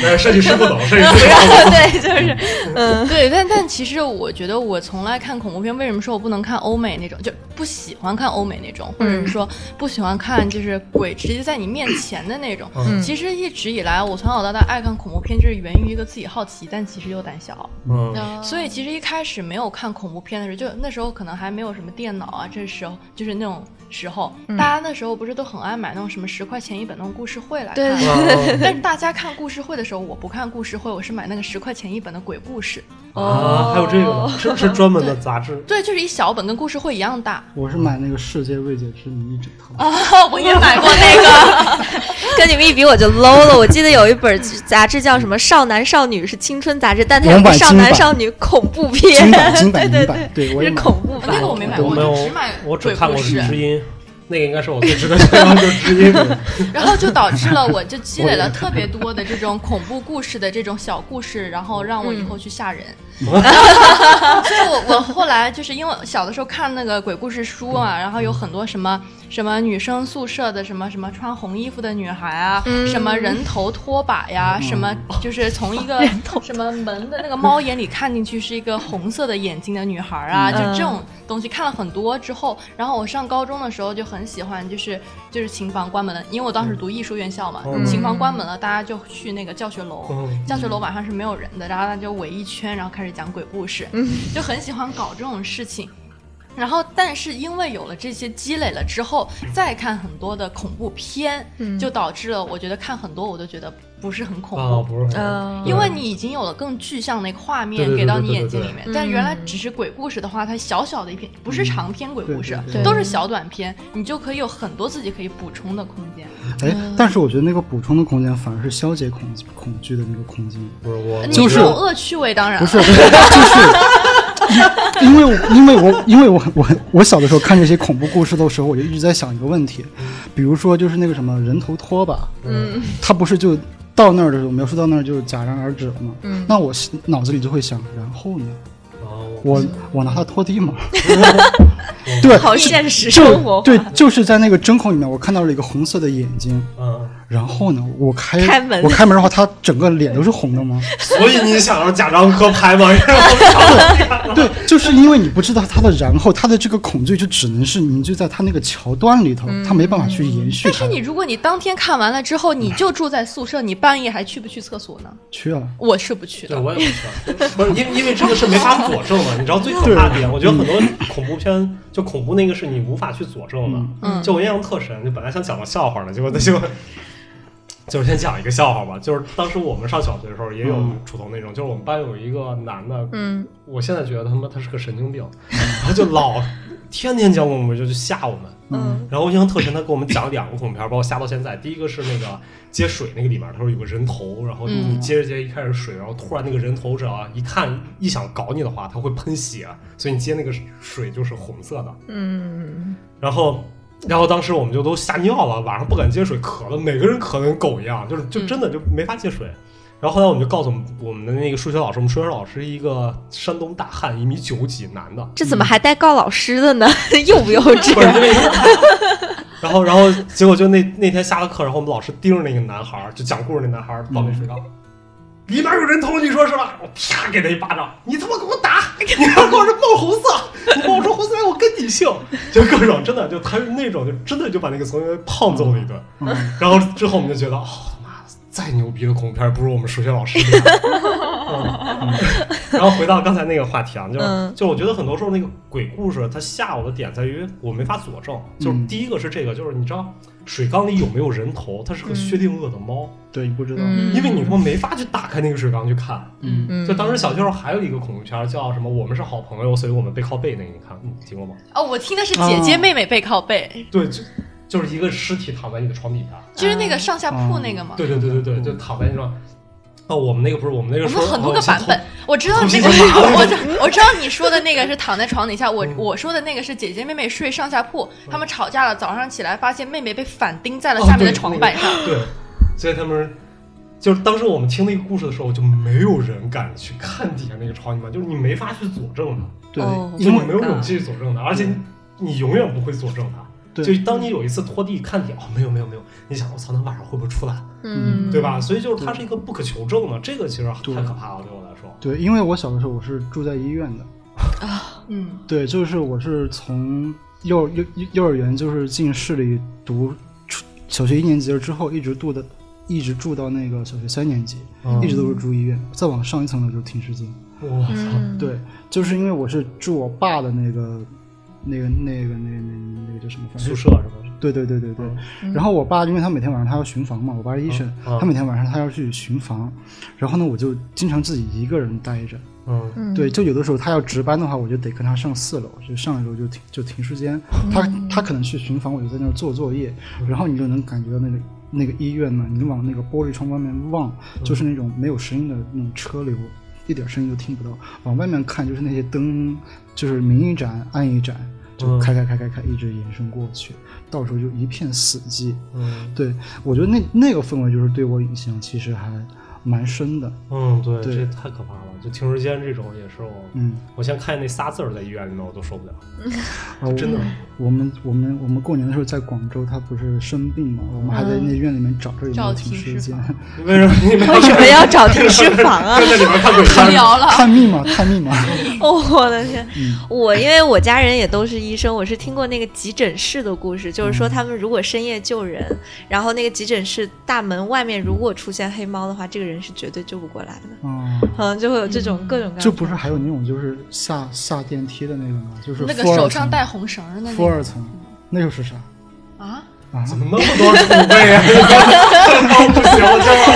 Speaker 1: 呃，设计师不懂，设计师不懂。
Speaker 2: 对，就是嗯
Speaker 4: 对，但但其实我觉得我从来看恐怖片，为什么说我不能看欧美那种，就不喜欢看欧美那种，或者是说不喜欢看就是鬼直接在你面前的那种。
Speaker 2: 嗯
Speaker 4: 其实一直以来，我从小到大爱看恐怖片，就是源于一个自己好奇，但其实又胆小。
Speaker 1: 嗯
Speaker 4: 所以其实一开始没有看恐怖片的时候，就那时候可能还没有什么电脑啊，这时候就是那种时候，大家那时候不是都很爱买那种什么十块钱一本那种故事会来看。
Speaker 2: 对对
Speaker 1: 嗯
Speaker 4: 但是大家看故事会的时候，我不看故事会，我是买那个十块钱一本的鬼故事。
Speaker 1: 啊，还有这个呢，是不是专门的杂志？
Speaker 4: 对，就是一小本，跟故事会一样大。
Speaker 3: 我是买那个《世界未解之谜》一整套，
Speaker 4: 哦我也买过那个，
Speaker 2: 跟你们一比我就 low 了。我记得有一本杂志叫什么《少男少女》，是青春杂志，但它有
Speaker 3: 两
Speaker 2: 个
Speaker 3: 版
Speaker 2: 少
Speaker 3: 金
Speaker 2: 男
Speaker 3: 版
Speaker 2: 少女恐怖片
Speaker 3: 金，版、金版、
Speaker 2: 对
Speaker 3: 银
Speaker 2: 对
Speaker 3: 版，对我
Speaker 2: 对，
Speaker 3: 也
Speaker 2: 是
Speaker 3: 买。
Speaker 2: 恐怖
Speaker 4: 那
Speaker 2: 版。
Speaker 4: 个我没买
Speaker 1: 哎我
Speaker 4: 过，
Speaker 1: 没有
Speaker 4: 只买，
Speaker 1: 我只
Speaker 4: 鬼
Speaker 1: 看
Speaker 4: 故
Speaker 1: 过《
Speaker 4: 事。
Speaker 1: 知音》。那个应该是我最值得炫耀的之一。
Speaker 4: 然后就导致了我就积累了特别多的这种恐怖故事的这种小故事，然后让我以后去吓人。所以我我后来就是因为小的时候看那个鬼故事书啊，然后有很多什么什么女生宿舍的什么什么穿红衣服的女孩啊，什么人头拖把呀，什么就是从一个什么门的那个猫眼里看进去是一个红色的眼睛的女孩啊，就这种东西看了很多之后，然后我上高中的时候就很喜欢，就是就是琴房关门了，因为我当时读艺术院校嘛，
Speaker 1: 嗯
Speaker 4: 琴房关门了，大家就去那个教学楼，
Speaker 1: 嗯
Speaker 4: 教学楼晚上是没有人的，然后大家就围一圈，然后开始讲鬼故事，就很喜欢搞这种事情。然后，但是因为有了这些积累了之后，再看很多的恐怖片，就导致了我觉得看很多我都觉得不是很 恐
Speaker 1: 啊，
Speaker 4: 怖，
Speaker 1: 不是很
Speaker 2: 嗯
Speaker 1: 对
Speaker 4: 因为你已经有了更具象的一个画面
Speaker 1: 对对对
Speaker 4: 给到你
Speaker 1: 对对
Speaker 4: 眼睛
Speaker 1: 对
Speaker 4: 里面。但原来只是鬼故事的话，它小小的一篇，不是长篇鬼故事
Speaker 3: 对，
Speaker 2: 对对
Speaker 4: 都是小短篇，你就可以有很多自己可以补充的空间。
Speaker 1: 嗯
Speaker 3: 哎，但是我觉得那个补充的空间反而是消解恐恐惧的那个空间。
Speaker 1: 不是我，
Speaker 4: 你
Speaker 3: 就
Speaker 4: 这
Speaker 3: 是
Speaker 4: 种恶趣味当然
Speaker 3: 不
Speaker 4: 了
Speaker 3: 是，不是，就是因因为我因为我因为我很我很我小的时候看这些恐怖故事的时候，我就一直在想一个问题，比如说就是那个什么人头拖把，
Speaker 1: 嗯，
Speaker 3: 他不是就到那儿的时候描述到那儿就是戛然而止了吗？嗯，那我心脑子里就会想，然后呢？
Speaker 1: 啊
Speaker 3: 我我拿它拖 地吗？
Speaker 1: 嗯
Speaker 3: 对，
Speaker 2: 嗯好现实生活化，
Speaker 3: 就对，就是在那个针孔里面，我看到了一个红色的眼睛。
Speaker 1: 嗯，
Speaker 3: 然后呢，我开
Speaker 2: 开门
Speaker 3: 我开门的话，他整个脸都是红的吗？
Speaker 1: 所以你想要假装科拍吗？
Speaker 3: 对，就是因为你不知道他的然后，他的这个恐惧就只能是凝聚在他那个桥段里头，他没办法去延续
Speaker 4: 嗯但
Speaker 3: 它
Speaker 4: 是。你如果你当天看完了之后，你就住在宿舍，你半夜还去不去厕所呢？
Speaker 3: 去了，
Speaker 4: 我是不去
Speaker 1: 对，
Speaker 4: 的。
Speaker 1: 我也不 是，不是因为因为这个是没法佐证的，你知道最可怕的点，我觉得很多恐怖片就恐怖那个是你无法去佐证的。
Speaker 4: 嗯
Speaker 1: 就我印象特深，就本来想讲个笑话的，结果结果就是先讲一个笑话吧。就是当时我们上小学的时候也有
Speaker 3: 嗯
Speaker 1: 楚童那种，就是我们班有一个男的，
Speaker 2: 嗯，
Speaker 1: 我现在觉得他妈他是个神经病，然后就老天天讲我们就去吓我们。
Speaker 2: 嗯
Speaker 1: 然后我印象特深，他给我们讲了两个恐怖片儿，把我吓到现在。第一个是那个接水那个里面，他说有个人头，然后你接着接一开始水，然后突然那个人头只要一看一想搞你的话，他会喷血，所以你接那个水就是红色的。
Speaker 2: 嗯，
Speaker 1: 然后，然后当时我们就都吓尿了，晚上不敢接水，渴了，每个人渴得跟狗一样，就是就真的就没法接水。然后后来我们就告诉我们我们的那个数学老师，我们数学老师一个山东大汉，一米九几，男的，
Speaker 2: 这怎么还带告老师的呢？ 幼不幼
Speaker 1: 不是
Speaker 2: 稚？
Speaker 1: 因为。 然后，然后结果就那那天下了课，然后我们老师盯着那个男孩儿，就讲故事那男孩儿倒那水缸，里面有人头，你说是吧？我啪给他一巴掌，你他妈给我打！你他妈给我这冒红色，你冒出红色来，哎我跟你姓！就各种真的，就他是那种就真的就把那个同学胖揍了一顿。
Speaker 3: 嗯，
Speaker 1: 然后之后我们就觉得，哦他妈的，再牛逼的恐怖片儿不如我们数学老师厉害。嗯然后回到刚才那个话题啊，就是、
Speaker 2: 嗯
Speaker 1: 就是我觉得很多时候那个鬼故事它吓我的点在于我没法佐证，就是
Speaker 3: 嗯
Speaker 1: 第一个是这个，就是你知道水缸里有没有人头，它是个薛定谔的猫，
Speaker 3: 对，不知道，
Speaker 2: 嗯
Speaker 1: 因为你他妈没法去打开那个水缸去看。
Speaker 3: 嗯，
Speaker 2: 嗯
Speaker 1: 就当时小时候还有一个恐怖片儿叫什么“我们是好朋友，所以我们背靠背”那个，你看，你嗯听过吗？
Speaker 4: 哦，我听的是姐姐
Speaker 1: 嗯
Speaker 3: 哦
Speaker 4: 妹妹背靠
Speaker 2: 嗯
Speaker 4: 背，
Speaker 1: 对，就就是一个尸体躺在你的床底下。
Speaker 4: 就是那个上下铺那个吗？
Speaker 1: 对对对对对，就躺在那床。哦，我们那个不是我们那个
Speaker 4: 嗯我
Speaker 1: 说
Speaker 4: 们很多
Speaker 1: 哦
Speaker 4: 个
Speaker 1: 先
Speaker 4: 版
Speaker 1: 偷
Speaker 4: 本，我知道
Speaker 1: 重
Speaker 4: 那
Speaker 1: 新
Speaker 4: 个，
Speaker 1: 再来
Speaker 4: 我知我知道你说的那个是躺在床底下，我
Speaker 1: 嗯
Speaker 4: 我说的那个是姐姐妹妹睡上下铺，她们吵架了，早上起来发现妹妹被反钉在了
Speaker 1: 哦
Speaker 4: 下面
Speaker 1: 对
Speaker 4: 的床
Speaker 1: 那
Speaker 4: 板
Speaker 1: 个
Speaker 4: 上。
Speaker 1: 对，所以他们就是当时我们听那个故事的时候，就没有人敢去看底下那个床底板，就是你没法去佐证它，
Speaker 3: 对
Speaker 2: 哦，
Speaker 1: 就
Speaker 3: 因
Speaker 1: 你
Speaker 3: 为
Speaker 1: 没有
Speaker 4: 嗯
Speaker 1: 勇气去佐证它，而且你永远不会佐证它。
Speaker 3: 对
Speaker 1: 就当你有一次拖地看底，哦，没有没有没有，你想我操，那晚上会不会出来，
Speaker 2: 嗯，
Speaker 1: 对吧？所以就是它是一个不可求证的，这个其实太
Speaker 3: 对
Speaker 1: 可怕了，对我来说。
Speaker 3: 对，因为我小的时候我是住在医院的，
Speaker 4: 嗯，
Speaker 3: 对，就是我是从幼幼幼幼儿园就是进市里读初小学一年级了之后，一直住的，一直住到那个小学三年级，
Speaker 4: 哦
Speaker 1: 嗯
Speaker 3: 一直都是住医院，再往上一层楼就停尸间。
Speaker 1: 我操，
Speaker 2: 嗯，
Speaker 3: 对，就是因为我是住我爸的那个、那个、那个、那个、那个、那个叫什么
Speaker 1: 宿？舍是吧？
Speaker 3: 对对对对对。嗯然后我爸，因为他每天晚上他要巡房嘛，我爸是医生，
Speaker 1: 嗯嗯
Speaker 3: 他每天晚上他要去巡房，然后呢，我就经常自己一个人待着。
Speaker 1: 嗯，
Speaker 2: 嗯
Speaker 3: 对，就有的时候他要值班的话，我就得跟他上四楼，就上一楼就停就停时间。他他可能去巡房，我就在那儿做作业，然后你就能感觉到那个那个医院呢，你往那个玻璃窗外面望，就是那种没有声音的那种车流，一点声音都听不到。往外面看就是那些灯，就是明一盏暗一盏，就开开开开开，一直延伸过去，到时候就一片死寂。
Speaker 1: 嗯
Speaker 3: 对我觉得那那个氛围就是对我影响其实还蛮深的。
Speaker 1: 嗯，对，
Speaker 3: 对
Speaker 1: 这太可怕了。就停尸间这种也是我，
Speaker 3: 嗯，
Speaker 1: 我现在看见那仨字儿在医院里面我都受不了，
Speaker 3: 啊，
Speaker 1: 真的。
Speaker 3: 我们我们我们过年的时候在广州，他不是生病嘛，我们还在那院里面找这有没有
Speaker 4: 嗯找
Speaker 3: 停
Speaker 4: 停
Speaker 3: 尸
Speaker 4: 尸 啊
Speaker 3: 间，
Speaker 1: 你为什么你们
Speaker 2: 为什么要找停尸房 啊？
Speaker 1: 在里面 看鬼
Speaker 4: 无
Speaker 1: 片？
Speaker 4: 聊了。
Speaker 3: 探秘嘛，探 秘嘛。
Speaker 2: 哦，我的天！
Speaker 3: 嗯
Speaker 2: 我因为我家人也都是医生，我是听过那个急诊室的故事，就是
Speaker 3: 嗯
Speaker 2: 说他们如果深夜救人，然后那个急诊室大门外面如果出现黑猫的话，这个人是绝对救不过来的，
Speaker 3: 啊，
Speaker 2: 可能就会有这种各种各样的。
Speaker 3: 嗯就不是还有那种就是下下电梯的那个吗？就是
Speaker 4: 那个
Speaker 3: 负二
Speaker 4: 手上
Speaker 3: 层
Speaker 4: 带红绳儿的那
Speaker 3: 负二
Speaker 4: 个
Speaker 3: 层，那又是啥
Speaker 4: 啊，
Speaker 3: 啊？
Speaker 1: 怎么那么多储备啊？ 哦不行，我今晚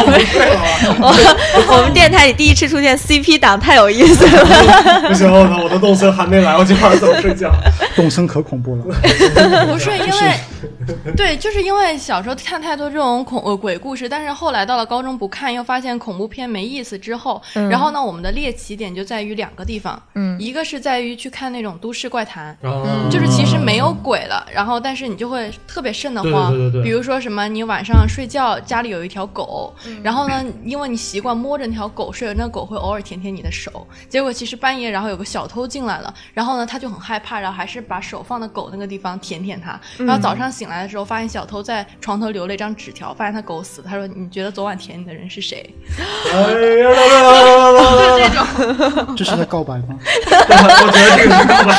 Speaker 1: 我不睡了，
Speaker 2: 我我们电台里第一次出现 CP 党，太有意思了。
Speaker 1: 不行，我操，我的动森还没来，我今晚怎么睡 觉？
Speaker 3: 动森可恐 怖了，
Speaker 4: 不是因为， 对，就是因为小时候看太多这种恐呃鬼故事，但是后来到了高中不看，又发现恐怖片没意思之后，
Speaker 2: 嗯
Speaker 4: 然后呢，我们的猎奇点就在于两个地方，
Speaker 2: 嗯
Speaker 4: 一个是在于去看那种都市怪谈。
Speaker 1: 啊
Speaker 4: 嗯就是其实没有鬼了，然后但是你就会特别瘆得
Speaker 1: 对
Speaker 4: 慌。
Speaker 1: 对对对对
Speaker 4: 比如说什么，你晚上睡觉家里有一条狗，然后呢，因为你习惯摸着那条狗睡，那狗会偶尔舔舔你的手。结果其实半夜，然后有个小偷进来了，然后呢，他就很害怕，然后还是把手放到狗那个地方舔舔它。然后早上醒来的时候，发现小偷在床头留了一张纸条，发现他狗死了。他说：“你觉得昨晚舔你的人是谁
Speaker 1: 哎呀，来来来来来来，？”
Speaker 3: 这是在告白吗？
Speaker 1: 我觉得这个是干嘛？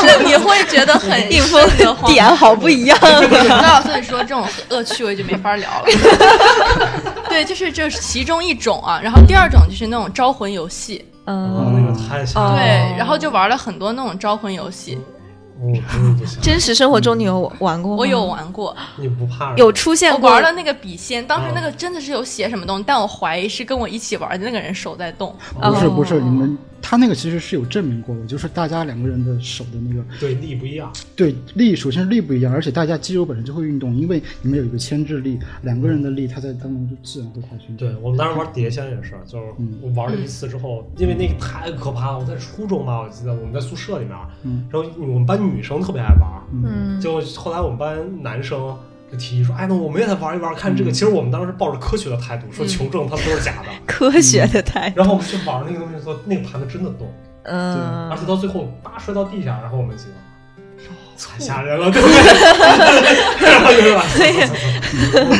Speaker 4: 就是 你会觉得很
Speaker 2: 一副
Speaker 4: 瘆得慌
Speaker 2: 点好不一样。
Speaker 4: 那所以说这种恶趣味就没法 聊了。对，就是这是其中一种啊，然后第二种就是那种招魂游戏，
Speaker 2: 嗯，
Speaker 1: 哦那个太吓人
Speaker 4: 对
Speaker 1: 了，
Speaker 2: 哦，
Speaker 4: 然后就玩了很多那种招魂游戏，
Speaker 1: 我哦真的不行，
Speaker 2: 真实生活中你有玩过吗？
Speaker 4: 我有玩过，
Speaker 1: 你不怕
Speaker 2: 有出现
Speaker 4: 我
Speaker 2: 过
Speaker 4: 玩了那个笔仙，当时那个真的是有写什么东西，但我怀疑是跟我一起玩的那个人手在 动，
Speaker 2: 哦
Speaker 3: 不是不是，你们他那个其实是有证明过的，就是大家两个人的手的那个
Speaker 1: 对力不一样？
Speaker 3: 对力，首先是力不一样，而且大家肌肉本身就会运动，因为你们有一个牵制力，两个人的力，它在当中就自然会划圈。
Speaker 1: 对，我们当时玩碟仙也是，就是
Speaker 3: 嗯
Speaker 1: 我玩了一次之后，因为那个太可怕了。我在初中吧，我记得我们在宿舍里面，
Speaker 3: 嗯
Speaker 1: 然后我们班女生特别爱玩，
Speaker 3: 嗯
Speaker 2: 嗯
Speaker 1: 结果后来我们班男生就提议说：“哎，那我们也来玩一玩，看这
Speaker 3: 嗯
Speaker 1: 个。”其实我们当时抱着科学的态度，说
Speaker 2: 嗯
Speaker 1: 求证它都是假的。
Speaker 2: 科学的态度，
Speaker 1: 然后我们去玩那个东西的时候，那个盘子真的动，
Speaker 2: 嗯
Speaker 1: 而且到最后叭摔到地下，然后我们几个。太
Speaker 2: 啊
Speaker 1: 吓人了，对不对？ 然后就是哎 吧，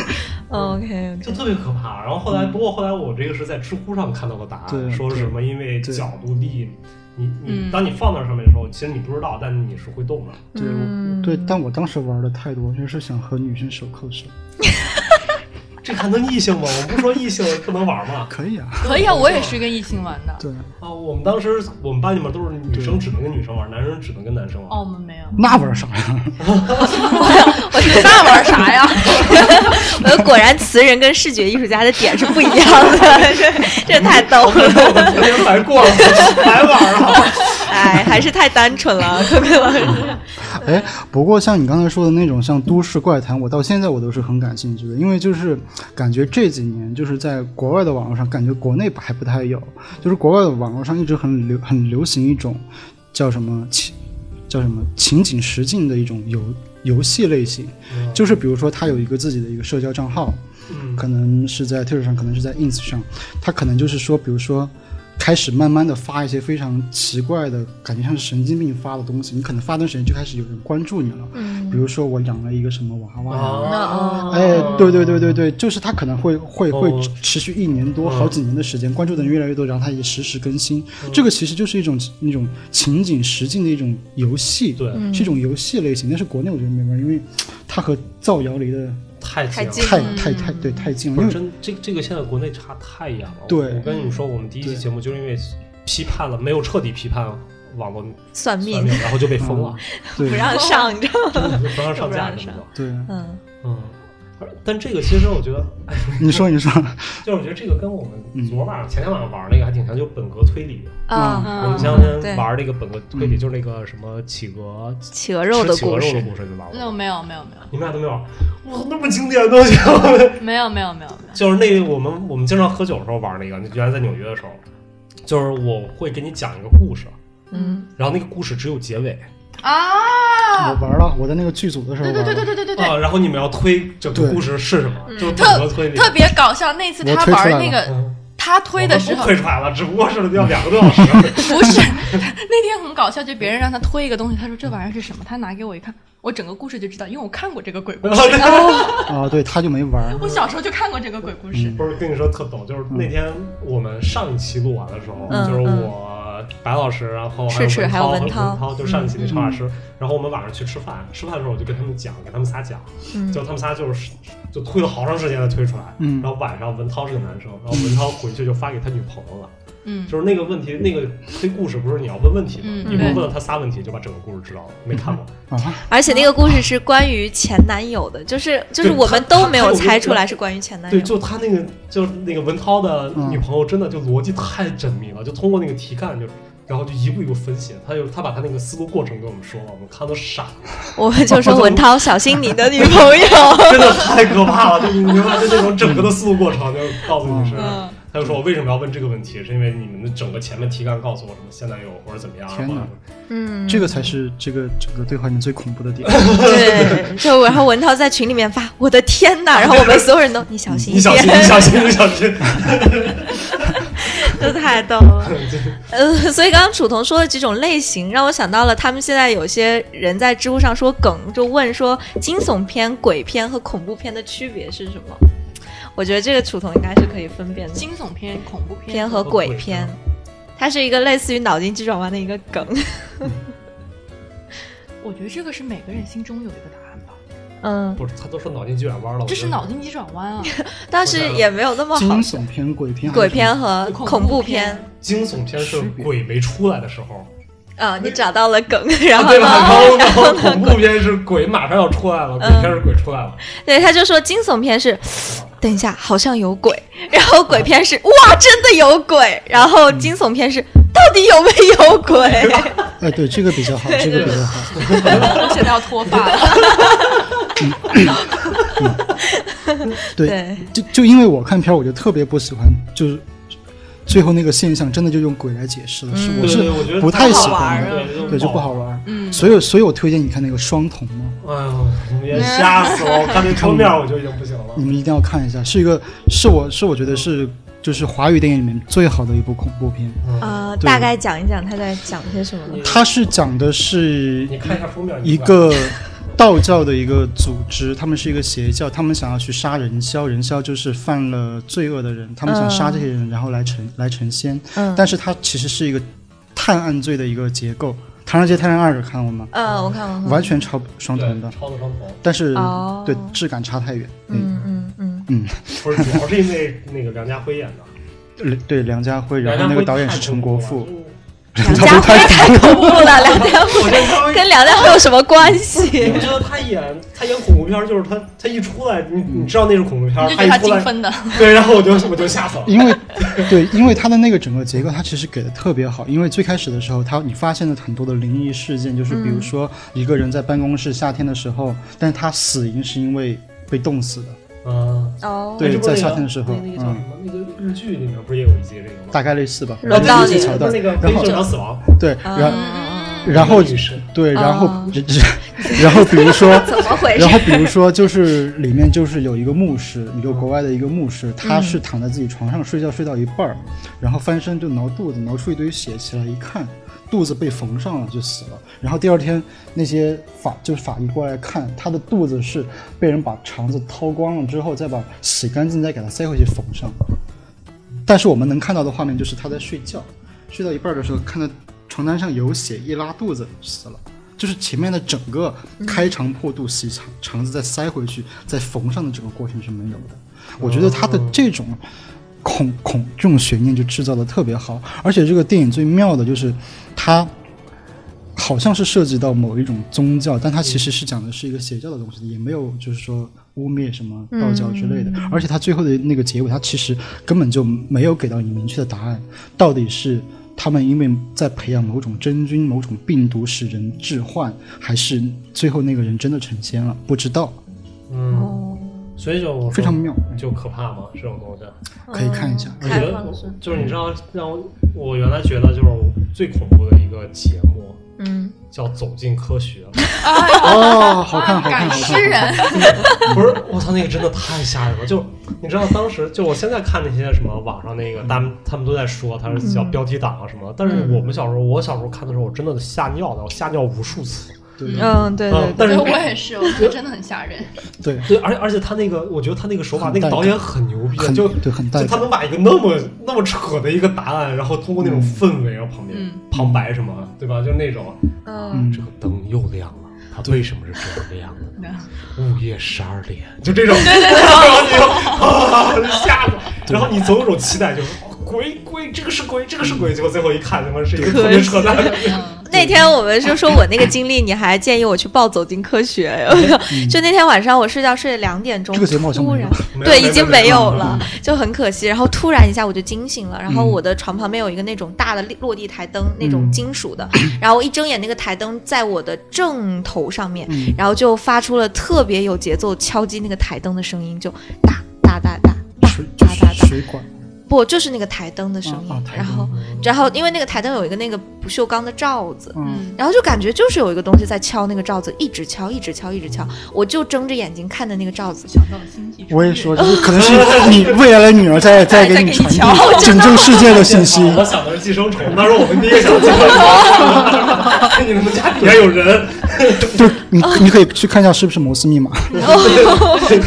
Speaker 2: ，OK
Speaker 1: 就
Speaker 2: OK，
Speaker 1: 特别可怕。然后后来，不过后来我这个是在知乎上看到的答案，
Speaker 3: 嗯对
Speaker 1: 说是什么因为
Speaker 3: 对
Speaker 1: 角度力，你你
Speaker 4: 嗯
Speaker 1: 当你放到上面的时候，其实你不知道，但你是会动的。
Speaker 3: 对，我对，但我当时玩的态度完全是想和女生手扣手，
Speaker 1: 这还能异性吗？我们不说异性不能玩吗？
Speaker 3: 可以啊，
Speaker 4: 可以啊，我也是跟异性玩的，
Speaker 3: 对，
Speaker 1: 啊，我们当时我们班里面都是女生只能跟女生玩，男生只能跟男生玩。
Speaker 4: 哦，我们没有，
Speaker 3: 那玩啥呀？
Speaker 4: 我你那玩啥呀？
Speaker 2: 我果然词人跟视觉艺术家的点是不一样的，这这太逗了，
Speaker 1: 我的童年白过了，白玩了。
Speaker 2: 哎，还是太单纯了，可可老师，
Speaker 3: 哎，不过像你刚才说的那种像都市怪谈，我到现在我都是很感兴趣的，因为就是感觉这几年就是在国外的网络上，感觉国内还不太有，就是国外的网络上一直很流很流行一种叫什么情叫什么情景实境的一种游游戏类型，就是比如说他有一个自己的一个社交账号，
Speaker 1: 嗯，
Speaker 3: 可能是在 Twitter 上，可能是在 Ins 上，他可能就是说，比如说开始慢慢的发一些非常奇怪的感觉，像是神经病发的东西，你可能发段时间就开始有人关注你了，比如说我养了一个什么娃娃呀。
Speaker 2: 哦
Speaker 1: 啊
Speaker 3: 哎，对对对对对，就是他可能会会会
Speaker 1: 哦
Speaker 3: 持续一年多、
Speaker 1: 嗯
Speaker 3: 好几年的时间，关注的人越来越多，然后他也实时更新。这个其实就是一种那种情景实境的一种游戏，
Speaker 1: 对，
Speaker 3: 是一种游戏类型。但是国内我觉得没玩，因为它和造谣离得
Speaker 1: 太
Speaker 2: 太
Speaker 1: 近
Speaker 2: 近
Speaker 1: 了。
Speaker 3: 太
Speaker 2: 嗯
Speaker 3: 太太对太近了，
Speaker 1: 不
Speaker 3: 因
Speaker 1: 是
Speaker 3: 为
Speaker 1: 真，这这个现在国内差太远了。
Speaker 3: 对
Speaker 1: 我跟你们说，我们第一期
Speaker 3: 对
Speaker 1: 节目就是因为批判了，没有彻底批判网络算
Speaker 2: 算命
Speaker 1: 命，然后就被封了，
Speaker 3: 对
Speaker 2: 不让上，你知道吗？
Speaker 1: 真的就不让上架
Speaker 2: 不让
Speaker 1: 什么的。
Speaker 3: 对，
Speaker 2: 嗯
Speaker 1: 嗯，而但这个其实我觉得，哎，
Speaker 3: 你说你说，
Speaker 1: 就是我觉得这个跟我们
Speaker 3: 嗯
Speaker 1: 昨晚上、前天晚上玩那个还挺像，就本格推理。
Speaker 2: 啊，
Speaker 1: 我们
Speaker 4: 嗯，
Speaker 1: 前两
Speaker 2: 对
Speaker 1: 天玩那个本格推
Speaker 3: 嗯
Speaker 1: 理，就是那个什么企鹅
Speaker 2: 企鹅肉的
Speaker 1: 吃企鹅
Speaker 2: 故
Speaker 1: 肉的
Speaker 2: 事，
Speaker 1: 故事，对吧？
Speaker 4: 那我没有没有没有
Speaker 1: 你们俩都没有玩，哇，那么经典的东西，我们
Speaker 4: 没有没有没有没有，
Speaker 1: 就是那个我们我们经常喝酒的时候玩那个，原来在纽约的时候，就是我会给你讲一个故事，
Speaker 2: 嗯
Speaker 1: 然后那个故事只有结尾，
Speaker 4: 啊
Speaker 3: 我！玩了，我在那个剧组的时候
Speaker 4: 对
Speaker 3: 玩
Speaker 4: 对
Speaker 3: 了，
Speaker 4: 对对对对对对，
Speaker 1: 啊，然后你们要推整个
Speaker 3: 对
Speaker 1: 故事是什么，就是怎么
Speaker 4: 特
Speaker 1: 推理。
Speaker 4: 特别搞笑。那次
Speaker 3: 我
Speaker 4: 他
Speaker 3: 推出
Speaker 4: 玩
Speaker 3: 来
Speaker 4: 那
Speaker 3: 了
Speaker 4: 个，
Speaker 1: 嗯
Speaker 4: 他推的时
Speaker 1: 我们
Speaker 4: 候
Speaker 1: 推出来了，只不过是要两个多小 时。
Speaker 4: 不是那天很搞笑，就别人让他推一个东西，他说这玩意儿是什么？他拿给我一看，我整个故事就知道，因为我看过这个鬼故事，
Speaker 3: 啊，对，他就没玩儿。
Speaker 4: 我小时候就看过这个鬼故事。
Speaker 1: 不是跟你说特逗，就是那天我们上一期录完的时候，
Speaker 2: 嗯
Speaker 1: 就是我白老师，然后
Speaker 2: 赤赤还有文
Speaker 1: 文
Speaker 2: 涛嗯
Speaker 1: 涛，就上一期那超法师，然后我们晚上去吃饭，吃饭的时候我就跟他们讲，给他们仨讲，
Speaker 2: 嗯
Speaker 1: 就他们仨就是就推了好长时间才推出来，
Speaker 3: 嗯
Speaker 1: 然后晚上文涛是个男
Speaker 2: 嗯
Speaker 1: 生，然后文涛回去就发给他女朋友了。
Speaker 4: 嗯，
Speaker 1: 就是那个问题，那个推故事不是你要问问题吗？
Speaker 4: 嗯
Speaker 1: 一共
Speaker 4: 对
Speaker 1: 问了他仨问题，就把整个故事知道了。没看过，
Speaker 3: 啊，
Speaker 2: 而且那个故事是关于前男友的，就是就是
Speaker 1: 对
Speaker 2: 我们
Speaker 1: 他
Speaker 2: 都
Speaker 1: 他
Speaker 2: 没
Speaker 1: 他
Speaker 2: 有
Speaker 1: 有一
Speaker 2: 猜
Speaker 1: 个
Speaker 2: 出来是关于前男
Speaker 1: 对，
Speaker 2: 友。
Speaker 1: 就他那个，就是那个文涛的
Speaker 3: 嗯
Speaker 1: 女朋友，真的就逻辑太缜密了，就通过那个题干就，然后就一步一步分析，他就他把他那个思路过程跟我们说了，我们看都傻了，
Speaker 2: 我们就说文涛小心你的女朋 友。
Speaker 1: 真的太可怕了，就你明白，就那种整个
Speaker 3: 嗯
Speaker 1: 的思路过程，就告诉你是，
Speaker 4: 嗯
Speaker 1: 他就说我为什么要问这个问题，是因为你们的整个前面题干告诉我什么现男友或者怎么样，啊
Speaker 3: 天
Speaker 1: 或者
Speaker 3: 哪
Speaker 2: 嗯，
Speaker 3: 这个才是这个整个对话里面最恐怖的地方。
Speaker 2: 对，就然后文涛在群里面发，我的天 呐！然后我们所有人都你小心
Speaker 1: 你
Speaker 2: 一
Speaker 1: 小心，你
Speaker 2: 点，
Speaker 1: 小心，你小 心，
Speaker 2: 这太 逗了。呃，所以刚刚楚彤说的几种类型，让我想到了他们现在有些人在知乎上说梗，就问说惊悚片、鬼片和恐怖片的区别是什么？我觉得这个楚彤应该是可以分辨的，惊
Speaker 4: 惊悚片、恐怖片
Speaker 2: 片和
Speaker 1: 和
Speaker 2: 鬼
Speaker 1: 鬼
Speaker 2: 片
Speaker 1: 片，
Speaker 2: 它是一个类似于脑筋急转弯的一个梗。
Speaker 4: 我觉得这个是每个人心中有一个答案吧，
Speaker 2: 嗯，
Speaker 1: 不是，他都说脑筋急转弯了，
Speaker 4: 这是
Speaker 1: 我觉得
Speaker 4: 脑筋急转弯 啊。
Speaker 2: 但是也没有那么
Speaker 3: 惊
Speaker 2: 好。
Speaker 3: 悚片、鬼片、
Speaker 2: 鬼片和恐怖
Speaker 4: 恐
Speaker 2: 片，
Speaker 1: 惊悚片是
Speaker 3: 区别
Speaker 1: 鬼没出来的时候，
Speaker 2: 啊，你找到了梗，然
Speaker 1: 啊
Speaker 2: 后
Speaker 1: 对
Speaker 2: 呢
Speaker 1: 吧？？然后然后恐怖片是鬼马上要出来了，鬼片是鬼出来了，
Speaker 2: 对，他就说惊悚片是，等一下好像有鬼，然后鬼片是哇真的有鬼，然后惊悚片是到底有没有鬼？
Speaker 3: 哎，对，这个比较好，这个比较好。
Speaker 4: 我现在要脱发了，
Speaker 3: 对，
Speaker 2: 对，
Speaker 3: 就就因为我看片儿，我就特别不喜欢，就是最后那个现象真的就用鬼来解释了，是
Speaker 2: 嗯
Speaker 3: 我
Speaker 1: 对
Speaker 3: 是
Speaker 1: 对我觉得
Speaker 3: 不太喜欢
Speaker 4: 不好玩
Speaker 3: 的
Speaker 4: 啊，
Speaker 3: 对，就不好。玩儿。
Speaker 4: 嗯，
Speaker 3: 所以，所以我推荐你看那个《双瞳》嘛，
Speaker 1: 哎呦，你
Speaker 4: 嗯
Speaker 1: 们也吓死了！我看那封面我就已经不行了
Speaker 3: 你。们一定要看一下，是一个是我是我觉得是就是华语电影里面最好的一部恐怖片。
Speaker 1: 嗯
Speaker 2: 呃，
Speaker 3: 对
Speaker 2: 大概讲一讲他在讲些什么呢？
Speaker 3: 它是讲的是
Speaker 1: 你看一下封面，你
Speaker 3: 一
Speaker 1: 就知道
Speaker 3: 个道教的一个组织，他们是一个邪教，他们想要去杀人枭，人枭就是犯了罪恶的人，他们想杀这些人，然后来成来成仙。
Speaker 2: 嗯，
Speaker 3: 但是它其实是一个探案罪的一个结构，《唐人街探案二》有看过吗？
Speaker 2: 呃，我看我
Speaker 3: 完
Speaker 2: 看，
Speaker 3: 全超双
Speaker 1: 对
Speaker 3: 瞳的，
Speaker 1: 超的双瞳，
Speaker 3: 但是、
Speaker 2: 哦
Speaker 3: 对质感差太远。
Speaker 2: 嗯嗯嗯，
Speaker 3: 嗯，
Speaker 1: 不是主要是因为那个梁家辉演的，
Speaker 3: 嗯对梁家辉，然
Speaker 1: 梁
Speaker 3: 后
Speaker 1: 家
Speaker 3: 那
Speaker 1: 辉
Speaker 3: 个导演
Speaker 1: 太
Speaker 3: 是
Speaker 1: 恐
Speaker 3: 陈国
Speaker 1: 怖了嗯
Speaker 3: 富。。
Speaker 2: 梁 家辉太恐怖了，梁家辉
Speaker 1: 我觉得 他
Speaker 2: 跟梁家辉有什么关系
Speaker 1: 我？觉得他演他演恐怖片儿，就是他他一出来，你你知道那是恐怖片
Speaker 3: 啊
Speaker 1: 儿，
Speaker 4: 你就觉得他
Speaker 1: 一出
Speaker 4: 精
Speaker 1: 来，
Speaker 4: 分的。
Speaker 1: 对，然后我就我就吓死了。
Speaker 3: 因为 对，因为它的那个整个结构，它其实给的特别好。因为最开始的时候，它你发现了很多的灵异事件，就是
Speaker 2: 嗯
Speaker 3: 比如说一个人在办公室夏天的时候，但是他死因是因为被冻死的，
Speaker 1: 啊，
Speaker 2: 哦，
Speaker 3: 对
Speaker 1: 这不是
Speaker 3: 在夏
Speaker 1: 那个
Speaker 3: 天的时候嗯
Speaker 1: 那那个叫什么？那个日剧里面不是也有一集这个吗？
Speaker 3: 大概类似吧。
Speaker 2: 轮
Speaker 1: 啊
Speaker 2: 到
Speaker 1: 对
Speaker 2: 你
Speaker 1: 对
Speaker 3: 桥
Speaker 1: 对
Speaker 3: 段，
Speaker 1: 那个
Speaker 3: 然
Speaker 1: 非
Speaker 3: 后
Speaker 1: 正常死亡，
Speaker 3: 对，然后
Speaker 2: 嗯，
Speaker 3: 然后
Speaker 1: 女生
Speaker 3: 对，然后
Speaker 2: 哦
Speaker 3: 然后比 如说。
Speaker 2: 怎么回事
Speaker 3: 然？后比如说，就是里面就是有一个牧师，一个国外的一个牧师，他是躺在自己床上睡觉，睡到一半儿，然后翻身就挠肚子，挠出一堆血，起来一看，肚子被缝上了，就死了。然后第二天那些法就是法医过来看，他的肚子是被人把肠子掏光了之后，再把洗干净，再给他塞回去缝上。但是我们能看到的画面就是他在睡觉，睡到一半儿的时候，看到床单上有血，一拉肚子死了。就是前面的整个开肠破肚、洗肠肠子再塞回去、再缝上的整个过程是没有的。我觉得他的这种恐恐这种悬念就制造的特别好，而且这个电影最妙的就是它好像是涉及到某一种宗教，但它其实是讲的是一个邪教的东西，也没有就是说污蔑什么道教之类的。
Speaker 2: 嗯
Speaker 3: 而且它最后的那个结尾，它其实根本就没有给到你明确的答案，到底是。他们因为在培养某种真菌、某种病毒使人
Speaker 4: 哦
Speaker 3: 致幻，还是最后那个人真的成仙了？不知道。
Speaker 1: 嗯，所所以就
Speaker 3: 非常妙，
Speaker 1: 就可怕嘛，这种东西。
Speaker 2: 哦
Speaker 3: 可以看一下。
Speaker 1: 我
Speaker 4: 嗯
Speaker 1: 觉
Speaker 4: 开
Speaker 1: 得
Speaker 4: 放式
Speaker 1: 就是你知道，让我我原来觉得就是我最恐怖的一个节目
Speaker 2: 嗯，
Speaker 1: 叫《走进科学》，
Speaker 3: 哦， 好看，好看，
Speaker 4: 啊赶
Speaker 3: 好
Speaker 4: 尸
Speaker 3: 看。
Speaker 4: 人，
Speaker 1: 不是我操，那个真的太吓人了。就你知道当时，就我现在看那些什么网上那个，他们他们都在说它是叫标题党啊什么的，但是我们小时候，我小时候看的时候，我真的吓尿的，我吓尿无数次。
Speaker 3: 对
Speaker 2: 嗯，对对
Speaker 1: 嗯，但是
Speaker 4: 我也是，我觉得真的很吓人。
Speaker 3: 对，
Speaker 1: 对，而且而且他那个，我觉得他那个手法，
Speaker 3: 很
Speaker 1: 那个
Speaker 3: 带感
Speaker 1: 导演很牛逼啊，
Speaker 3: 很
Speaker 1: 就
Speaker 3: 对，很带
Speaker 1: 就他
Speaker 3: 感。
Speaker 1: 能把一个那么那么扯的一个答案，然后通过那种氛围，然啊后旁边、
Speaker 4: 嗯
Speaker 1: 旁白什么，对吧？就那种，
Speaker 2: 嗯，
Speaker 3: 嗯
Speaker 1: 这，个灯又亮了，它为什么是这样亮的？
Speaker 4: 嗯
Speaker 1: 午夜十二点，就这种，对对对，然后你就啊就 吓死，然后你总有种期待，就是、哦鬼鬼，这个是鬼，这个是
Speaker 3: 嗯
Speaker 1: 鬼，结果最后一看，他妈是一个特别扯淡的。
Speaker 2: 那天我们就说我那个经历，你还建议我去报《走进科学》 就那天晚上我睡觉睡了两点钟，
Speaker 3: 这个节目好像
Speaker 2: 突
Speaker 3: 没有
Speaker 2: 然。
Speaker 1: 没有
Speaker 2: 对，已经没有
Speaker 1: 没
Speaker 2: 了，就很可惜。然后突然一下我就惊醒了，然后
Speaker 3: 嗯
Speaker 2: 我的床旁边有一个那种大的落地台灯，那种
Speaker 3: 嗯
Speaker 2: 金属的，然后我一睁眼，那个台灯在我的正头上面，
Speaker 3: 嗯
Speaker 2: 然后就发出了特别有节奏敲击那个台灯的声音，就哒哒哒哒哒
Speaker 3: 水就
Speaker 2: 哒哒
Speaker 3: 是
Speaker 2: 哒，
Speaker 3: 水管，
Speaker 2: 不，就是那个哦台灯的声音。
Speaker 3: 啊啊台
Speaker 2: 然
Speaker 3: 灯
Speaker 2: 后，然后因为那个台灯有一个那个不锈钢的罩子，
Speaker 3: 嗯，
Speaker 2: 然后就感觉就是有一个东西在敲那个罩子，一直敲，一直敲，一直敲。我就睁着眼睛看着那个罩子，
Speaker 4: 想到了星际穿越，
Speaker 3: 我也说，就是可能是你未来的女儿在在给你传递拯救世界的信息。
Speaker 1: 我想的是寄生虫，但是我们第一个想到寄生虫。 你们家底下有人，
Speaker 3: 就你你可以去看一下是不是摩斯密码。
Speaker 2: 对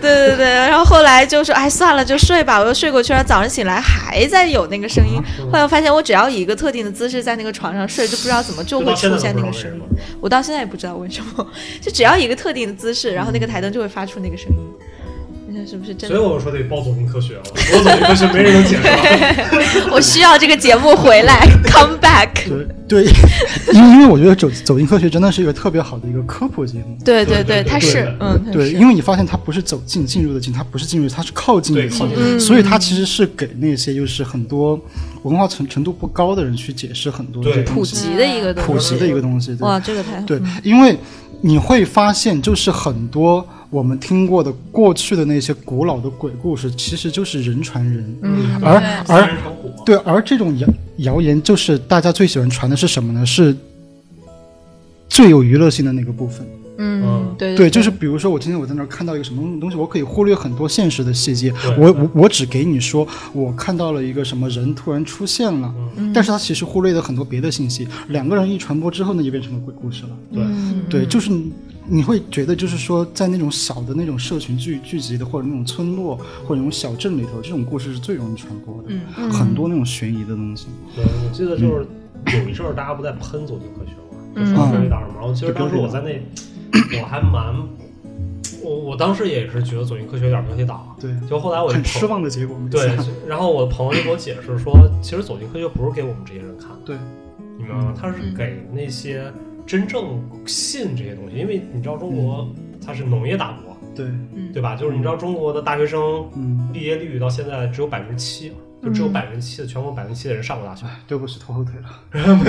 Speaker 2: 对对，然后后来就说，哎，算了，就睡吧。我又睡过去了，早上醒来还在有那个声音。后来我发现，我只要以一个特定的姿势在那个床上睡，就不知道怎么就
Speaker 1: 就
Speaker 2: 会
Speaker 1: 到现
Speaker 2: 出
Speaker 1: 在
Speaker 2: 现
Speaker 1: 都
Speaker 2: 那
Speaker 1: 不
Speaker 2: 个
Speaker 1: 知道
Speaker 2: 声
Speaker 1: 为什
Speaker 2: 音
Speaker 1: 么。
Speaker 2: 我到现在也不知道为什么，就只要以一个特定的姿势，然后那个台灯就会发出那个声音。你看是不是真
Speaker 1: 所以
Speaker 2: 的？
Speaker 1: 我说得报走进科学啊，我走进科学没人能解释。啊
Speaker 2: 我需要这个节目回来，come back。
Speaker 3: 对对，因因为我觉得走走进科学真的是一个特别好的一个科普节目。
Speaker 2: 对
Speaker 1: 对对
Speaker 2: 对，它
Speaker 1: 对
Speaker 2: 是
Speaker 1: 对，
Speaker 2: 嗯，它
Speaker 3: 对，
Speaker 2: 是
Speaker 3: 因为你发现它不是走进进入的进，它不是进入，它是靠近的
Speaker 1: 对靠近
Speaker 2: 嗯
Speaker 3: 进，所以它其实是给那些就是很多文化程程度不高的人去解释很多这些
Speaker 1: 对
Speaker 2: 普
Speaker 3: 东西，
Speaker 2: 及的一个东西，
Speaker 3: 普及的一个东西。对
Speaker 2: 哇，这个太好。
Speaker 3: 对，因为你会发现，就是很多我们听过的过去的那些古老的鬼故事，其实就是人传人，
Speaker 2: 嗯
Speaker 3: 而
Speaker 4: 对
Speaker 3: 而
Speaker 1: 三人成虎
Speaker 3: 对，而这种谣谣言，就是大家最喜欢传的是什么呢？是最有娱乐性的那个部分。
Speaker 2: 嗯
Speaker 1: 嗯，
Speaker 2: 对
Speaker 3: 对，就是比如说，我今天我在那儿看到一个什么东西，我可以忽略很多现实的细节，
Speaker 1: 对
Speaker 3: 我我我只给你说，我看到了一个什么人突然出现
Speaker 1: 嗯
Speaker 3: 了，
Speaker 2: 嗯
Speaker 3: 但是他其实忽略了很多别的信息。两个人一传播之后呢，就变成了鬼故事了。
Speaker 1: 对
Speaker 2: 嗯
Speaker 3: 对，就是你你会觉得，就是说，在那种小的那种社群聚聚集的，或者那种村落或者那种小镇里头，这种故事是最容易传播的。
Speaker 4: 嗯
Speaker 3: 很多那种悬疑的东西，
Speaker 1: 对，我记得就是有一阵儿大家不在喷走进科学吗？就说
Speaker 3: 嗯
Speaker 1: 标题党什么，然后其实当时我在那，我还蛮，我我当时也是觉得走进科学有点标题党，
Speaker 3: 对，
Speaker 1: 就后来我一
Speaker 3: 很
Speaker 1: 朋
Speaker 3: 失望的结果。每次
Speaker 1: 对，然后我的朋友就给我解释说，其实走进科学不是给我们这些人看，
Speaker 3: 对，
Speaker 1: 你明白吗？它是给那些真正信这些东西，因为你知道中国它是农业大国，
Speaker 3: 对，
Speaker 4: 嗯，
Speaker 1: 对吧？就是你知道中国的大学生
Speaker 3: 嗯，
Speaker 1: 毕业率到现在只有百分之七，就只有百分之七的全国百分之七的人上过大学，
Speaker 3: 对不起，拖后腿了。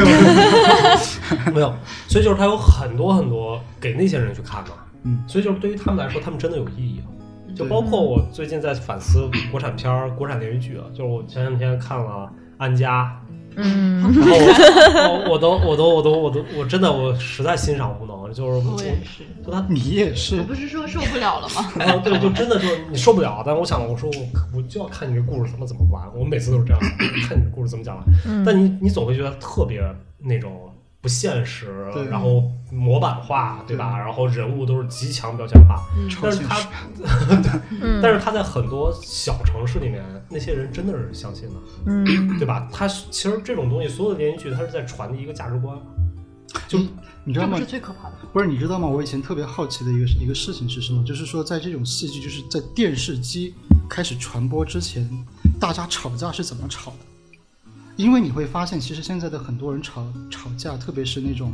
Speaker 1: 没有，所以就是他有很多很多给那些人去看嘛，
Speaker 3: 嗯，
Speaker 1: 所以就是对于他们来说，他们真的有意义啊。就
Speaker 3: 对
Speaker 1: 包括我最近在反思国产片儿、国产连续剧啊，就是我前两天看了《安家》，
Speaker 2: 嗯，
Speaker 1: 然后我我我都我都我都我都我真的我实在欣赏无能，就是我
Speaker 4: 我也是，
Speaker 1: 就他
Speaker 3: 你也
Speaker 4: 我
Speaker 3: 是，
Speaker 4: 不是说受不了了吗？
Speaker 1: 然后对，就真的就是你受不了。但我想，我说我我就要看你这故事他妈怎么完。我每次都是这样，看你这故事怎么讲完。
Speaker 2: 嗯
Speaker 1: 但你你总会觉得特别那种不现实
Speaker 3: 对，
Speaker 1: 然后模板化，对吧？
Speaker 3: 对
Speaker 1: 然后人物都是极强标签化。
Speaker 3: 超
Speaker 1: 但是
Speaker 3: 现
Speaker 1: 他
Speaker 3: 实，
Speaker 2: 嗯
Speaker 1: 但是他在很多小城市里面，那些人真的是相信的，
Speaker 2: 嗯
Speaker 1: 对吧？他其实这种东西，所有的连续剧，它是在传递一个价值观。就
Speaker 3: 你知
Speaker 4: 这
Speaker 3: 道
Speaker 4: 不
Speaker 3: 吗
Speaker 4: 是？最可怕的，
Speaker 3: 不是，你知道吗？我以前特别好奇的一个一个事情是什么？就是说，在这种戏剧，就是在电视机开始传播之前，大家吵架是怎么吵的？因为你会发现，其实现在的很多人吵吵架，特别是那种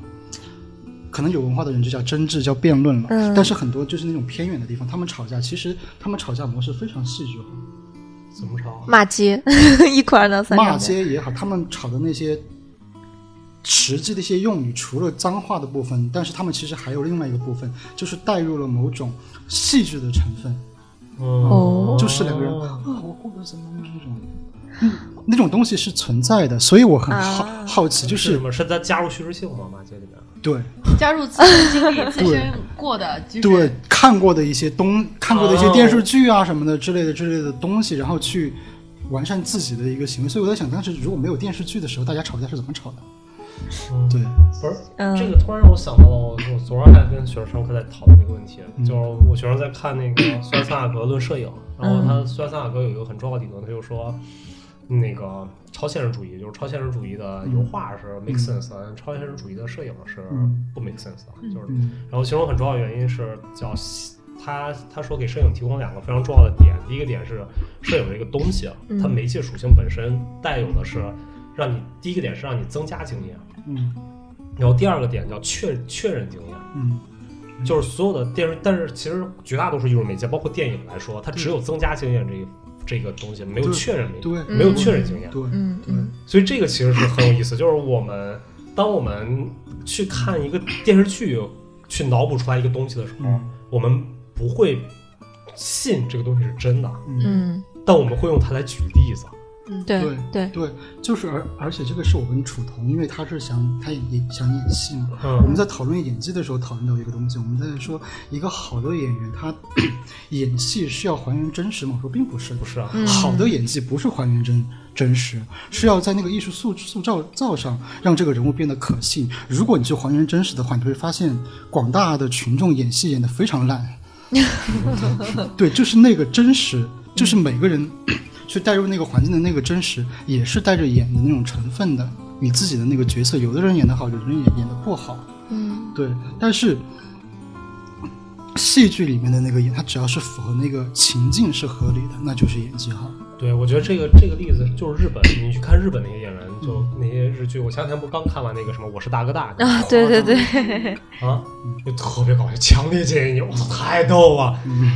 Speaker 3: 可能有文化的人，就叫争执，叫辩论了。
Speaker 2: 嗯
Speaker 3: 但是很多就是那种偏远的地方，他们吵架，其实他们吵架模式非常戏剧化。
Speaker 1: 怎么着？
Speaker 2: 骂街，一哭二闹三上
Speaker 3: 骂
Speaker 2: 吊。
Speaker 3: 街也好，他们吵的那些实际的一些用语，除了脏话的部分，但是他们其实还有另外一个部分，就是带入了某种戏剧的成分，
Speaker 1: 嗯
Speaker 2: 哦
Speaker 3: 就是两个人啊，我过得怎么样那种。嗯那种东西是存在的，所以我很好、
Speaker 2: 啊
Speaker 3: 好奇，就是
Speaker 1: 什
Speaker 3: 是
Speaker 1: 么？是在加入叙事性吗？马街里面？
Speaker 3: 对
Speaker 4: 加入自身经历、自身过的，就是
Speaker 3: 对看过的一些东看过的一些
Speaker 1: 哦
Speaker 3: 电视剧啊什么的之类的之类的东西，然后去完善自己的一个行为。所以我在想，当时如果没有电视剧的时候，大家吵架是怎么吵的？
Speaker 1: 嗯
Speaker 3: 对，
Speaker 1: 不是，
Speaker 2: 嗯
Speaker 1: 这个突然让我想到了，我我昨儿还跟学生上课在讨论这个问题，
Speaker 3: 嗯
Speaker 1: 就是我学生在看那个 《酸萨格论摄影》，然后他《酸萨格》有一个很重要的理论，他就说。那个超现实主义就是超现实主义的油画是 make sense，的、超现实主义的摄影是
Speaker 3: 嗯
Speaker 1: 不 make sense 的，就是
Speaker 3: 嗯
Speaker 1: 然后其中很重要的原因是叫他他说给摄影提供两个非常重要的点，第一个点是摄影这个东西，
Speaker 2: 嗯
Speaker 1: 它媒介属性本身带有的是让你第一个点是让你增加经验，
Speaker 3: 嗯
Speaker 1: 然后第二个点叫确确认经验，
Speaker 3: 嗯
Speaker 1: 就是所有的电视，但是其实绝大多数艺术媒介，包括电影来说，它只有增加经验这一这个东西，没有
Speaker 3: 嗯对
Speaker 1: 确认，经
Speaker 3: 对
Speaker 1: 验，没有
Speaker 2: 嗯
Speaker 1: 确认经验。
Speaker 3: 对，
Speaker 2: 嗯嗯
Speaker 1: 所以这个其实是很有意思，就是我们当我们去看一个电视剧，去脑补出来一个东西的时候，
Speaker 3: 嗯
Speaker 1: 我们不会信这个东西是真的，
Speaker 3: 嗯
Speaker 2: 嗯，
Speaker 1: 但我们会用它来举例子。
Speaker 2: 对
Speaker 3: 对
Speaker 2: 对，
Speaker 3: 对，就是而而且这个是我跟楚彤，因为他是想他也也想演戏嘛，我
Speaker 1: 嗯
Speaker 3: 们在讨论演技的时候，讨论到一个东西，我们在说一个好的演员，他 演戏是要还原真实吗？我说并不是，
Speaker 1: 不是啊，
Speaker 2: 嗯
Speaker 3: 好的演技不是还原真真实，是要在那个艺术塑塑造造上让这个人物变得可信。如果你去还原真实的话，你会发现广大的群众演戏演得非 常烂。对，就是那个真实，就是每个人 去带入那个环境的那个真实，也是带着演的那种成分的。你自己的那个角色，有的人演得好，有的人演演得不好。
Speaker 2: 嗯
Speaker 3: 对，但是戏剧里面的那个演，它只要是符合那个情境是合理的，那就是演技好。
Speaker 1: 对，我觉得这个这个例子就是日本，你去看日本那些演员，就那些日剧，我前两天不刚看完那个什么《我是大哥大》
Speaker 2: 啊，对对对，
Speaker 1: 啊，就特别搞笑，强烈建议你，我操，太逗了！
Speaker 2: 嗯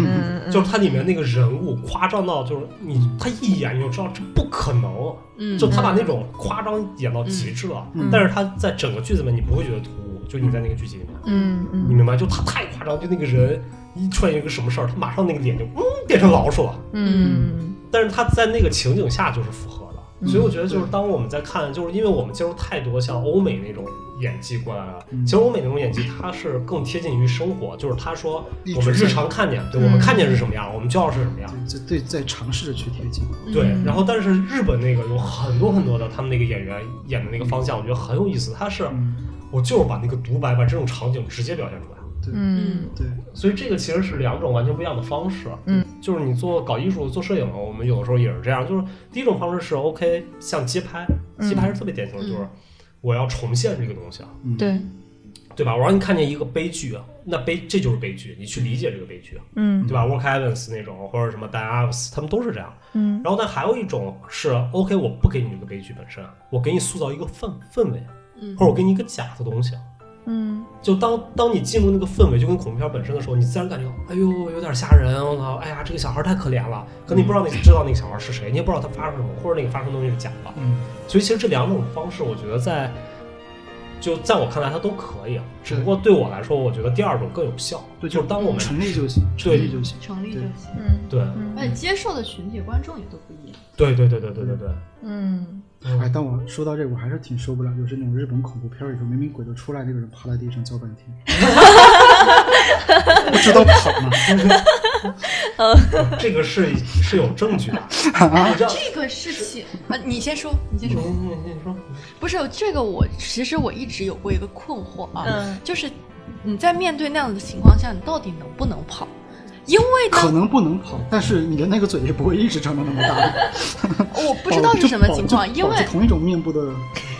Speaker 2: 嗯
Speaker 1: 就是它里面那个人物夸张到，就是你他一眼你就知道这不可能，
Speaker 4: 嗯，
Speaker 1: 就他把那种夸张演到极致了，
Speaker 2: 嗯
Speaker 1: 但是他在整个剧子里面你不会觉得突兀，就你在那个剧集里面，
Speaker 2: 嗯
Speaker 1: 你
Speaker 2: 嗯
Speaker 1: 明白？就他太夸张，就那个人一出现一个什么事儿，他马上那个脸就嗯变成老鼠了，
Speaker 2: 嗯
Speaker 1: 但是他在那个情景下就是符合的，
Speaker 2: 嗯
Speaker 1: 所以我觉得就是当我们在看，就是因为我们接触太多像欧美那种演技过来了，
Speaker 3: 嗯
Speaker 1: 其实欧美那种演技它是更贴近于生活，就是他说
Speaker 3: 一直
Speaker 1: 我们日
Speaker 3: 在
Speaker 1: 常看见，对
Speaker 2: 嗯
Speaker 1: 我们看见是什么样，我们就要是什么样。
Speaker 3: 对，对，在尝试着去贴近。
Speaker 1: 对
Speaker 2: 嗯，
Speaker 1: 然后但是日本那个有很多很多的，他们那个演员演的那个方向，我觉得很有意思。他是
Speaker 3: 嗯，
Speaker 1: 我就是把那个独白，把这种场景直接表现出来，
Speaker 3: 对，
Speaker 2: 嗯
Speaker 3: 对，
Speaker 1: 所以这个其实是两种完全不一样的方式。
Speaker 2: 嗯，
Speaker 1: 就是你做搞艺术、做摄影，我们有的时候也是这样。就是第一种方式是 OK，像街拍，
Speaker 2: 嗯
Speaker 1: 街拍是特别典型的，就是我要重现这个东西，啊
Speaker 3: 嗯，
Speaker 2: 对，
Speaker 1: 对吧？我让你看见一个悲剧，啊那悲这就是悲剧，你去理解这个悲剧，啊
Speaker 2: 嗯
Speaker 1: 对吧？Work Evans 那种或者什么 Dan Evans，他们都是这样。
Speaker 2: 嗯
Speaker 1: 然后，但还有一种是 OK，我不给你这个悲剧本身，我给你塑造一个氛氛围，
Speaker 4: 嗯
Speaker 1: 或者我给你一个假的东西。
Speaker 2: 嗯
Speaker 1: 就当当你进入那个氛围，就跟恐怖片本身的时候，你自然感觉到，哎呦，有点吓人，我操，哎呀，这个小孩太可怜了。可你不知
Speaker 3: 嗯
Speaker 1: 道那知道那个小孩是谁，你也不知道他发生什么，或者那个发生的东西是假的。
Speaker 3: 嗯，
Speaker 1: 所以其实这两种方式，我觉得在就在我看来，它都可以。只不过对我来说，我觉得第二种更有效。
Speaker 3: 对，
Speaker 1: 就是当我们
Speaker 3: 成立就行，成立就行。
Speaker 4: 成立就行。
Speaker 2: 嗯
Speaker 1: 对
Speaker 4: 而且接受的群体观众也都不一样。
Speaker 1: 对对对对对对对。
Speaker 2: 嗯
Speaker 3: 哎，但我说到这个，我还是挺受不了，就是那种日本恐怖片里头，明明鬼都出来，那个人趴在地上叫半天，不知道跑 吗？
Speaker 2: 哦
Speaker 1: 这个是是有证据的。你知道？
Speaker 4: 这个事情啊，你先说，你先
Speaker 1: 你嗯
Speaker 4: 说。
Speaker 1: 你你你说。
Speaker 4: 不是这个我，其实我一直有过一个困惑啊，
Speaker 2: 嗯
Speaker 4: 就是你在面对那样的情况下，你到底能不能跑？因为
Speaker 3: 可
Speaker 4: 呢，
Speaker 3: 能不能跑，但是你的那个嘴是不会一直张得那么大的。
Speaker 4: 我 不知道是什么情况，
Speaker 3: 保
Speaker 4: 因
Speaker 3: 保持
Speaker 4: 为
Speaker 3: 同一种面部的，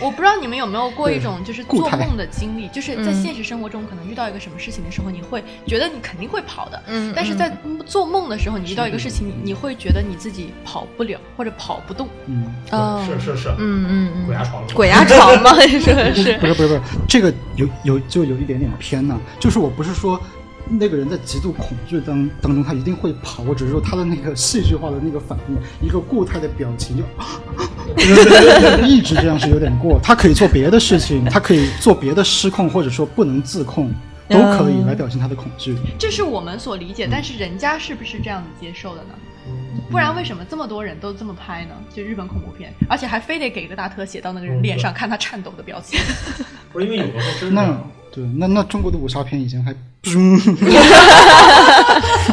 Speaker 4: 我不知道你们有没有过一种就是做
Speaker 3: 固态
Speaker 4: 梦的经历，就是在
Speaker 2: 嗯
Speaker 4: 现实生活中可能遇到一个什么事情的时候，你会觉得你肯定会跑的，
Speaker 2: 嗯，
Speaker 4: 但是在做梦的时候，你遇到一个事情，你你会觉得你自己跑不了或者跑不动。
Speaker 3: 嗯，
Speaker 2: 哦
Speaker 1: 是是是。
Speaker 2: 嗯嗯
Speaker 1: 鬼
Speaker 2: 嗯
Speaker 1: 压床。
Speaker 2: 鬼压床吗？说是
Speaker 3: 不是不是不是，这个有有就有一点点偏呢、就是我不是说那个人在极度恐惧当当中，他一定会跑，我只是说他的那个戏剧化的那个反应，一个固态的表情就， 一直这样是有点过。他可以做别的事情，他可以做别的失控，或者说不能自控，都可以来表现他的恐惧。
Speaker 4: 这是我们所理解，但是人家是不是这样子接受的呢？
Speaker 1: 嗯
Speaker 4: 不然为什么这么多人都这么拍呢？就日本恐怖片，而且还非得给一个大特写到那个人脸上，看他颤抖的表情。
Speaker 1: 不是因为有的时候真是
Speaker 3: 那对，那那中国的武侠片以前还，嗯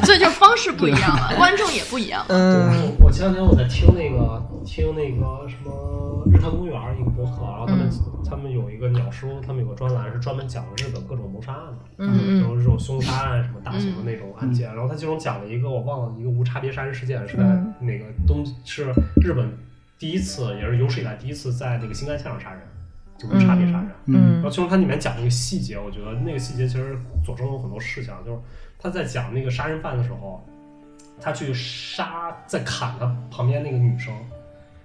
Speaker 4: 所以就方式不一样了，观众也不一样。
Speaker 2: 嗯，
Speaker 1: 我我前两天我在听那个听那个什么日坛公园一个博客，然后他们、
Speaker 2: 嗯
Speaker 1: 他们有一个鸟叔，他们有个专栏是专门讲日本各种谋杀案的，
Speaker 2: 嗯
Speaker 1: 然后这种凶杀案什么大型的那种案件，然后他其中讲了一个我忘了一个无差别杀人事件是在
Speaker 2: 嗯
Speaker 1: 那个东是日本第一次也是有史以来第一次在那个新干线上杀人，就无差别杀人。然
Speaker 2: 嗯
Speaker 1: 后其中它里面讲了一个细节，我觉得那个细节其实佐证了我很多事情，就是他在讲那个杀人犯的时候，他去杀在砍他旁边那个女生，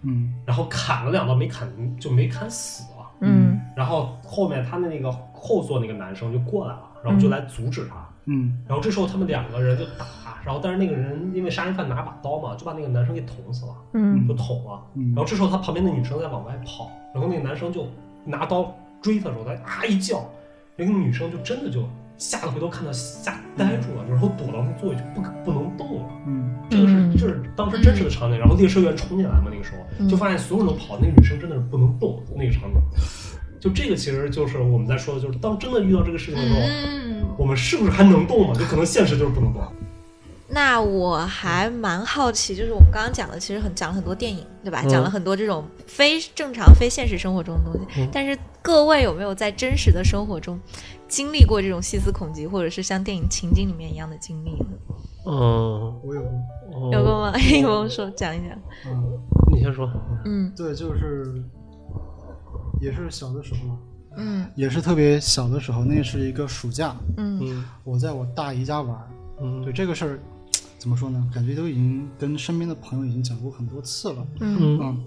Speaker 3: 嗯
Speaker 1: 然后砍了两刀没砍就没砍死啊，
Speaker 2: 嗯
Speaker 1: 然后后面他的那个后座那个男生就过来了，然后就来阻止他，
Speaker 3: 嗯
Speaker 1: 然后这时候他们两个人就打，然后但是那个人因为杀人犯拿把刀嘛，就把那个男生给捅死了，
Speaker 2: 嗯
Speaker 1: 就捅了。然后
Speaker 3: 嗯
Speaker 1: 这时候他旁边的女生在往外跑，然后那个男生就拿刀追她的时候，他啊一叫，那个女生就真的就吓得回头看到吓
Speaker 2: 嗯
Speaker 1: 呆住了，然后躲到那座位就不可不能动了。
Speaker 3: 嗯
Speaker 1: 这个是
Speaker 2: 嗯
Speaker 1: 这是当时真实的场景，然后列车员冲进来嘛，那个时候就发现所有人都跑，那个女生真的是不能动那个场景。就这个其实就是我们在说的，就是当真的遇到这个事情的时候，
Speaker 4: 嗯，
Speaker 1: 我们是不是还能动嘛？就可能现实就是不能动。
Speaker 2: 那我还蛮好奇，就是我们刚刚讲的，其实很讲了很多电影，对吧？
Speaker 1: 嗯
Speaker 2: 讲了很多这种非正常、非现实生活中的东西。
Speaker 1: 嗯
Speaker 2: 但是各位有没有在真实的生活中经历过这种细思恐极，或者是像电影情景里面一样的经历呢？
Speaker 1: 嗯，
Speaker 3: 我有
Speaker 2: 有过
Speaker 1: 哦
Speaker 2: 吗？有没有说讲一讲？
Speaker 3: 嗯。
Speaker 1: 你先说。
Speaker 2: 嗯
Speaker 3: 对，就是也是小的时候嘛，
Speaker 2: 嗯
Speaker 3: 也是特别小的时候，那是一个暑假，
Speaker 2: 嗯
Speaker 1: 嗯
Speaker 3: 我在我大姨家玩儿。
Speaker 1: 嗯
Speaker 3: 对这个事儿，怎么说呢？感觉都已经跟身边的朋友已经讲过很多次了。
Speaker 2: 嗯
Speaker 1: 嗯
Speaker 3: 嗯，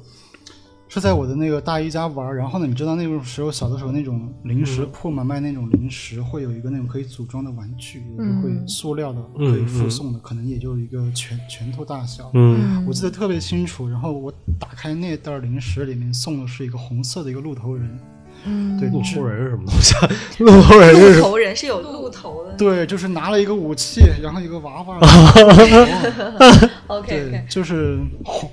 Speaker 3: 是在我的那个大姨家玩儿，然后呢，你知道那种时候小的时候那种零食
Speaker 1: 嗯
Speaker 3: 铺嘛，卖那种零食会有一个那种可以组装的玩具，有一个会塑料的，
Speaker 1: 嗯
Speaker 3: 可以附送的，可能也就一个拳拳头大小。
Speaker 1: 嗯
Speaker 2: 嗯
Speaker 3: 我记得特别清楚，然后我打开那袋儿零食，里面送的是一个红色的一个鹿头人，
Speaker 2: 嗯，
Speaker 3: 对，只
Speaker 1: 人是什么东西？ 路头人
Speaker 2: 鹿头人是有鹿头的。
Speaker 3: 对，就是拿了一个武器，然后一个 娃娃然后，
Speaker 2: OK
Speaker 3: 对
Speaker 2: OK，，
Speaker 3: 就是红，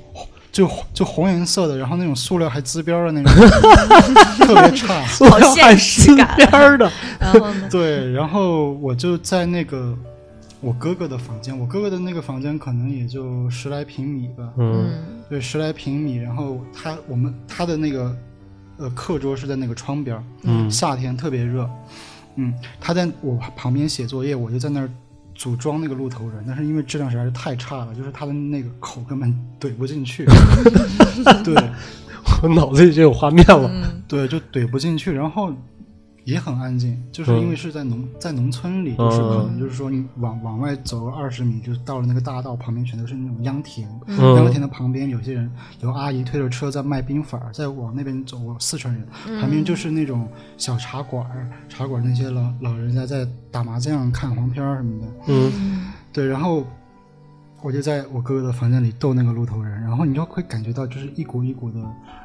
Speaker 3: 就就红颜色的，然后那种塑料还滋边儿的 那种，特别差。
Speaker 2: 好现实感。
Speaker 1: 边的。
Speaker 2: 然后呢？
Speaker 3: 对，然后我就在那个我哥哥的房间，我哥哥的那个房间可能也就十来平米吧，
Speaker 1: 嗯
Speaker 2: 嗯
Speaker 3: 对，十来平米。然后他我们他的那个呃课桌是在那个窗边儿，
Speaker 1: 嗯
Speaker 3: 夏天特别热，嗯，他在我旁边写作业，我就在那儿组装那个鹿头人，但是因为质量实在是太差了，就是他的那个口根本怼不进去， 对
Speaker 1: 我
Speaker 3: 嗯
Speaker 1: 脑子里就有画面了。
Speaker 2: 嗯
Speaker 3: 对，就怼不进去，然后。也很安静，就是因为是在农、在农村里，就是可能就是说你往往外走二十米，就到了那个大道旁边，全都是那种秧田，
Speaker 1: 嗯
Speaker 3: 秧田的旁边有些人有阿姨推着车在卖冰粉儿，在往那边走，我四川人，旁边就是那种小茶馆儿，茶馆儿那些老老人家在打麻将、看黄片儿什么的。
Speaker 1: 嗯
Speaker 3: 对，然后我就在我哥哥的房间里逗那个鹿头人，然后你就会感觉到就是一股一股的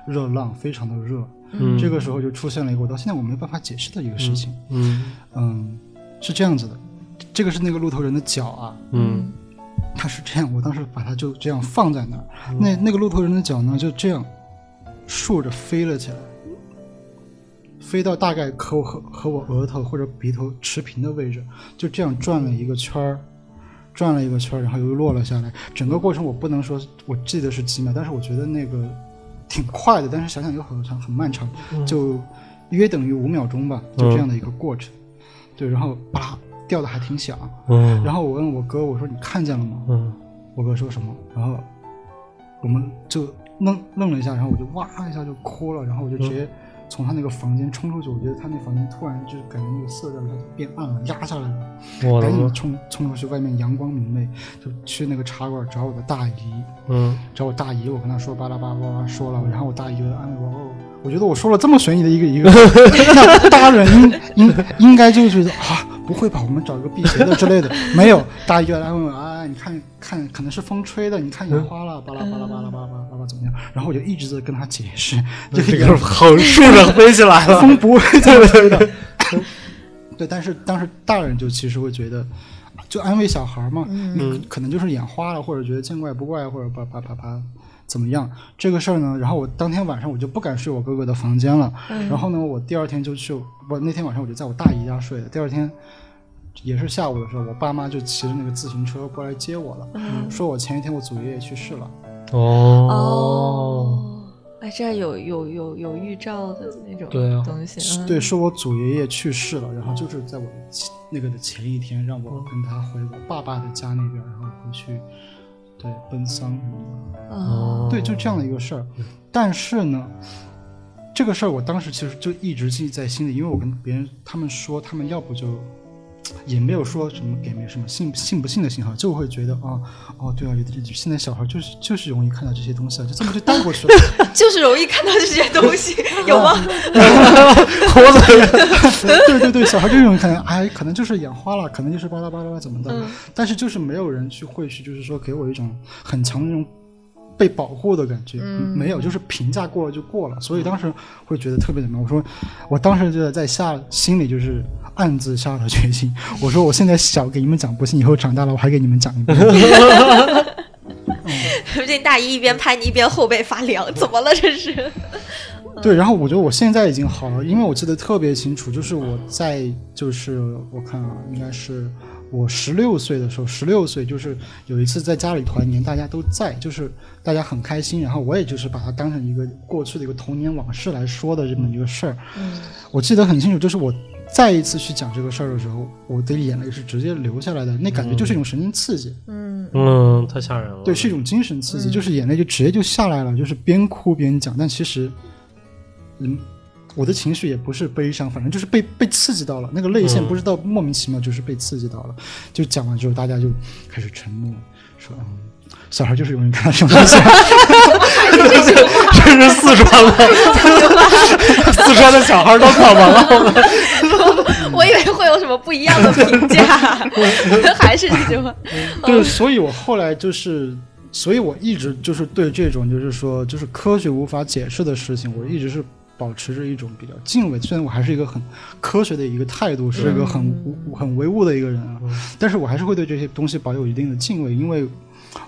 Speaker 3: 热浪，非常的热。
Speaker 1: 嗯
Speaker 3: 这个时候就出现了一个我到现在我没办法解释的一个事情，
Speaker 1: 嗯
Speaker 3: 嗯，是这样子的，这个是那个鹿头人的脚啊，
Speaker 1: 嗯
Speaker 3: 他是这样，我当时把它就这样放在那儿，那那个鹿头人的脚呢就这样竖着飞了起来，飞到大概和我和和我额头或者鼻头持平的位置，就这样转了一个圈儿，转了一个圈儿，然后又落了下来。整个过程我不能说我记得是几秒，但是我觉得那个挺快的，但是想想又好像很漫长，就约等于五秒钟吧，就这样的一个过程。对，然后啪掉的还挺响，
Speaker 1: 嗯
Speaker 3: 然后我问我哥，我说你看见了吗？
Speaker 1: 嗯
Speaker 3: 我哥说什么，然后我们就愣愣了一下，然后我就哇一下就哭了，然后我就直接从他那个房间冲出去，我觉得他那房间突然就感觉那个色调一下就变暗了，压下来了，
Speaker 1: 我的
Speaker 3: 赶紧
Speaker 1: 妈！
Speaker 3: 冲冲出去，外面阳光明媚，就去那个茶馆找我的大姨，
Speaker 1: 嗯
Speaker 3: 找我大姨，我跟她说巴拉巴拉巴拉说了，然后我大姨就安慰我，哦，我觉得我说了这么悬疑的一个一个，那大人应应应该就觉得啊，不会吧，我们找一个辟邪的之类的，没有，大家就来问问啊，你看看，可能是风吹的，你看眼花了，巴拉巴拉巴拉巴拉巴拉巴拉怎么样？然后我就一直在跟他解释，嗯这个
Speaker 1: 个横竖着飞起来
Speaker 3: 风不会这么吹的。对，但是当时大人就其实会觉得，就安慰小孩嘛，你可能就是眼花了，或者觉得见怪不怪，或者叭叭叭叭怎么样这个事儿呢？然后我当天晚上我就不敢睡我哥哥的房间了，然后呢，我第二天就去，我那天晚上我就在我大姨家睡的，第二天。也是下午的时候，我爸妈就骑着那个自行车过来接我了，说我前一天我祖爷爷去世了，
Speaker 1: 哦，
Speaker 2: 哦，哎，这有有有有预兆的那种
Speaker 1: 对啊
Speaker 2: 东西，嗯
Speaker 3: 对，是我祖爷爷去世了，然后就是在我的前那个的前一天，让我跟他回我爸爸的家那边，然后回去对奔丧什么的，
Speaker 2: 哦
Speaker 3: 对，就这样的一个事儿。但是呢，这个事儿我当时其实就一直记在心里，因为我跟别人他们说，他们要不就。也没有说什么给没什么信信不信的信号，就会觉得啊，哦，对啊，有的现在小孩就是就是容易看到这些东西啊，就这么就带过去了。
Speaker 2: 就是容易看到这些 东西，有吗？
Speaker 3: 对对对，小孩这种可能，哎，可能就是眼花了，可能就是巴拉巴拉巴拉怎么的，但是就是没有人去会去，就是说给我一种很强的那种被保护的感觉，没有，就是评价过了就过了，所以当时会觉得特别怎么样。我说，我当时就在下心里就是暗自下了决心，我说我现在小给你们讲不信，以后长大了我还给你们讲一遍。
Speaker 2: 说不定大姨一边拍你一边后背发 凉，怎么了这是？
Speaker 3: 对，然后我觉得我现在已经好了，因为我记得特别清楚，就是我在就是我看啊，应该是我十六岁的时候，十六岁就是有一次在家里团年，大家都在，就是大家很开心，然后我也就是把它当成一个过去的一个童年往事来说的这么一个事儿。我记得很清楚，就是我再一次去讲这个事儿的时候，我的眼泪是直接流下来的，那感觉就是一种神经刺激。
Speaker 1: 嗯，太吓人了。
Speaker 3: 对，是一种精神刺激，就是眼泪就直接就下来了，就是边哭边讲。但其实，嗯，我的情绪也不是悲伤，反正就是被被刺激到了，那个泪腺
Speaker 1: 嗯
Speaker 3: 不知道莫名其妙就是被刺激到了。就讲完之后，大家就开始沉默，说：“嗯，小孩就是容易看到什么东西。
Speaker 1: 这是四川吗？ 四川的小孩都看完了。
Speaker 2: 我以为会有什么不一样的评 价，还是这句话。”
Speaker 3: 对，所以我后来就是。所以我一直就是对这种就是说就是科学无法解释的事情，我一直是保持着一种比较敬畏。虽然我还是一个很科学的一个态度，是一个很无很唯物的一个人啊，但是我还是会对这些东西保有一定的敬畏，因为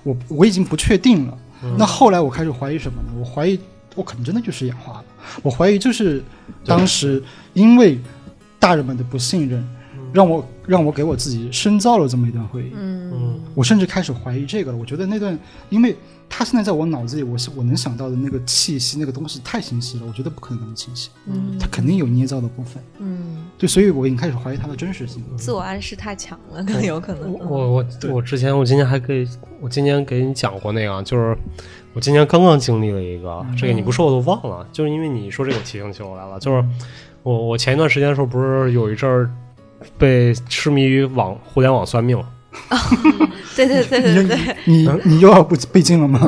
Speaker 3: 我我已经不确定了。那后来我开始怀疑什么呢？我怀疑我可能真的就是眼花了，我怀疑就是当时因为大人们的不信任，让我让我给我自己深造了这么一段回忆。
Speaker 1: 嗯
Speaker 3: 我甚至开始怀疑这个了。我觉得那段，因为他现在在我脑子里，我是我能想到的那个气息，那个东西太清晰了，我觉得不可能那么清晰，
Speaker 2: 嗯
Speaker 3: 他肯定有捏造的部分。
Speaker 2: 嗯，
Speaker 3: 对，所以我已经开始怀疑它的真实性。
Speaker 2: 自我暗示太强了，可能有可能。
Speaker 1: 我我我之前我今年还给我今年给你讲过那个，啊就是我今年刚刚经历了一个，这个你不说我都忘了，就是因为你说这个提醒起我来了，就是我我前一段时间的时候不是有一阵儿被痴迷于网互联网算命，
Speaker 2: 对对对对对，
Speaker 3: 你
Speaker 1: 嗯
Speaker 3: 你又要不被禁了吗？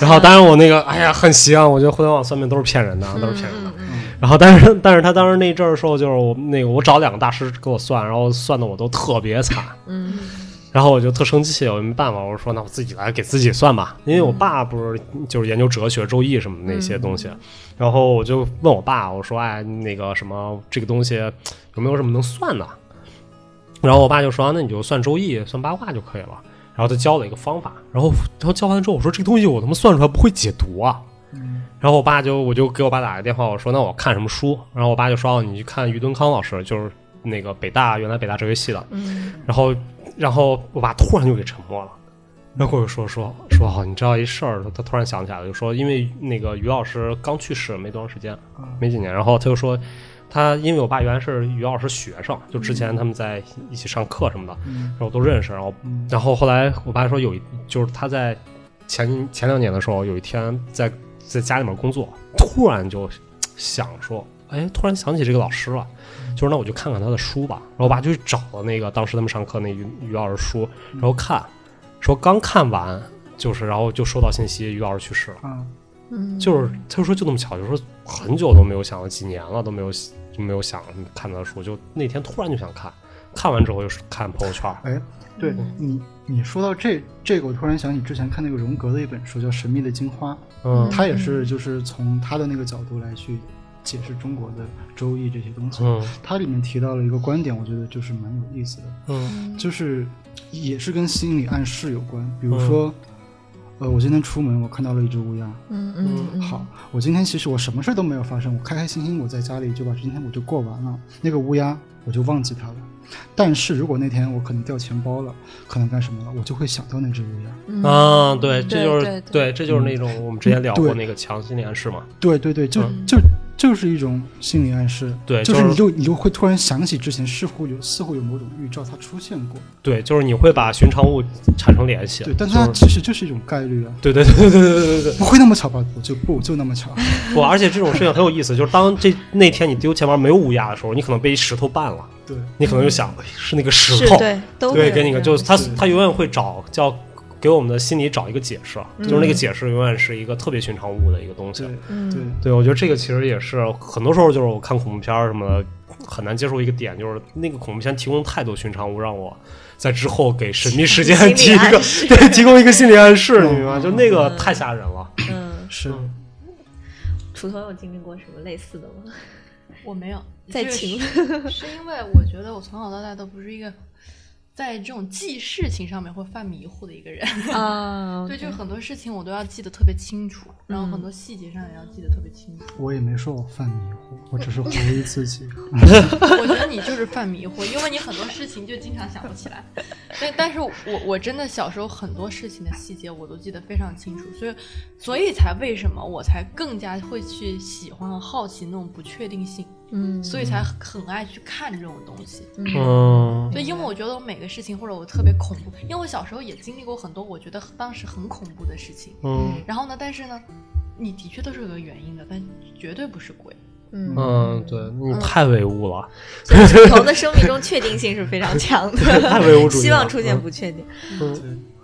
Speaker 1: 然后当然我那个哎呀很邪啊，我觉得互联网算命都是骗人的啊，都是骗人的。然后但是但是他当时那阵儿的时候，就是我那个我找两个大师给我算，然后算的我都特别惨，
Speaker 2: 嗯
Speaker 1: 然后我就特生气，我没办法，我说那我自己来给自己算吧，因为我爸不是就是研究哲学、周易什么那些东西，然后我就问我爸，我说哎那个什么这个东西有没有什么能算的？然后我爸就说、啊那你就算周易、算八卦就可以了。然后他教了一个方法，然后然后教完之后我说这个东西我他妈算出来不会解读啊。然后我爸就我就给我爸打个电话，我说那我看什么书？然后我爸就说哦你去看于敦康老师，就是那个北大原来北大哲学系的。
Speaker 2: 嗯
Speaker 1: 然后然后我爸突然就给沉默了，然后我就说说说好，你知道一事儿，他突然想起来了，就说因为那个于老师刚去世没多长时间，
Speaker 3: 啊
Speaker 1: 没几年，然后他就说。他因为我爸原来是于老师学生，就之前他们在一起上课什么的，
Speaker 3: 嗯
Speaker 1: 然后都认识。然后，然后后来我爸说有一，就是他在前前两年的时候，有一天在在家里面工作，突然就想说，哎，突然想起这个老师了，就是那我就看看他的书吧。然后我爸就去找了那个当时他们上课那于于老师书，然后看，说刚看完，就是然后就收到信息于老师去世了。
Speaker 3: 啊，
Speaker 2: 嗯，
Speaker 1: 就是他就说就那么巧，就说很久都没有想到几年了都没有就没有想看他的书，就那天突然就想看，看完之后就看朋友圈儿。
Speaker 3: 哎，对你，你说到这这个，我突然想起之前看那个荣格的一本书，叫《神秘的金花》，
Speaker 1: 嗯
Speaker 3: 他也是就是从他的那个角度来去解释中国的周易这些东西。
Speaker 1: 嗯
Speaker 3: 他里面提到了一个观点，我觉得就是蛮有意思的，
Speaker 1: 嗯
Speaker 3: 就是也是跟心理暗示有关。比
Speaker 1: 嗯
Speaker 3: 如说，呃，我今天出门，我看到了一只乌鸦。
Speaker 2: 嗯嗯嗯，
Speaker 3: 好，我今天其实我什么事都没有发生，我开开心心我在家里就把今天我就过完了。那个乌鸦我就忘记它了，但是如果那天我可能掉钱包了，可能干什么了，我就会想到那只乌鸦。
Speaker 2: 嗯
Speaker 1: 啊，对，这就是
Speaker 2: 对对
Speaker 1: 这就是那种我们之前聊过
Speaker 3: 嗯对
Speaker 1: 那个强心理暗示嘛。
Speaker 3: 对对对，就、就就是一种心理暗示。
Speaker 1: 对
Speaker 3: 就
Speaker 1: 就是是
Speaker 3: 你就你就会突然想起之前似乎有似乎有某种预兆它出现过，
Speaker 1: 对，就是你会把寻常物产生联系。
Speaker 3: 对，但它
Speaker 1: 就是
Speaker 3: 其实就是一种概率啊。
Speaker 1: 对对 对对对对对对
Speaker 3: 不会那么巧吧？我就不就那么巧，
Speaker 1: 对，不，而且这种事情很有意思，就是当这那天你丢钱包没有乌鸦的时候，你可能被一石头绊了，
Speaker 3: 对，
Speaker 1: 你可能就想、哎是那个石
Speaker 2: 嗯是
Speaker 1: 头，
Speaker 2: 对，都会
Speaker 1: 对，
Speaker 2: 有
Speaker 1: 给你
Speaker 2: 这
Speaker 1: 个
Speaker 2: 样
Speaker 1: 就是他
Speaker 3: 对
Speaker 1: 他永远会找叫给我们的心理找一个解释，啊就是那个解释永远是一个特别寻常物的一个东西啊
Speaker 3: 对。
Speaker 2: 嗯
Speaker 3: 对，
Speaker 1: 对，我觉得这个其实也是很多时候就是我看恐怖片儿什么的很难接受一个点，就是那个恐怖片提供太多寻常物，让我在之后给神秘事件
Speaker 2: 心理
Speaker 1: 提一个
Speaker 2: 暗 示
Speaker 1: 对提供一个心理暗示，你明白吗？就那个太吓人了。
Speaker 2: 嗯，
Speaker 3: 是
Speaker 1: 嗯
Speaker 2: 楚头有经历过什么类似的吗？
Speaker 4: 我没有
Speaker 2: 在
Speaker 4: 这个
Speaker 2: 情
Speaker 4: 是是因为我觉得我从小到大都不是一个在这种记事情上面会犯迷糊的一个人。
Speaker 2: 啊
Speaker 4: 对，就是很多事情我都要记得特别清楚，然后
Speaker 2: 嗯
Speaker 4: 很多细节上也要记得特别清楚。
Speaker 3: 我也没说我犯迷糊，我只是回忆 自己。
Speaker 4: 我觉得你就是犯迷糊，因为你很多事情就经常想不起来。但但是我我真的小时候很多事情的细节我都记得非常清楚，所以所以才为什么我才更加会去喜欢和好奇那种不确定性，
Speaker 2: 嗯
Speaker 4: 所以才很爱去看这种东西。
Speaker 1: 嗯
Speaker 4: 对，因为我觉得我每个事情或者我特别恐怖，因为我小时候也经历过很多我觉得当时很恐怖的事情。
Speaker 1: 嗯
Speaker 4: 然后呢，但是呢，你的确都是有个原因的，但绝对不是鬼。
Speaker 2: 嗯
Speaker 1: 嗯，对你太唯物 了，
Speaker 2: 所以楚头的生 命中确定性是非常强
Speaker 1: 太唯物
Speaker 2: 的，
Speaker 1: 主义了嗯
Speaker 2: 希望出现不确定。
Speaker 3: 对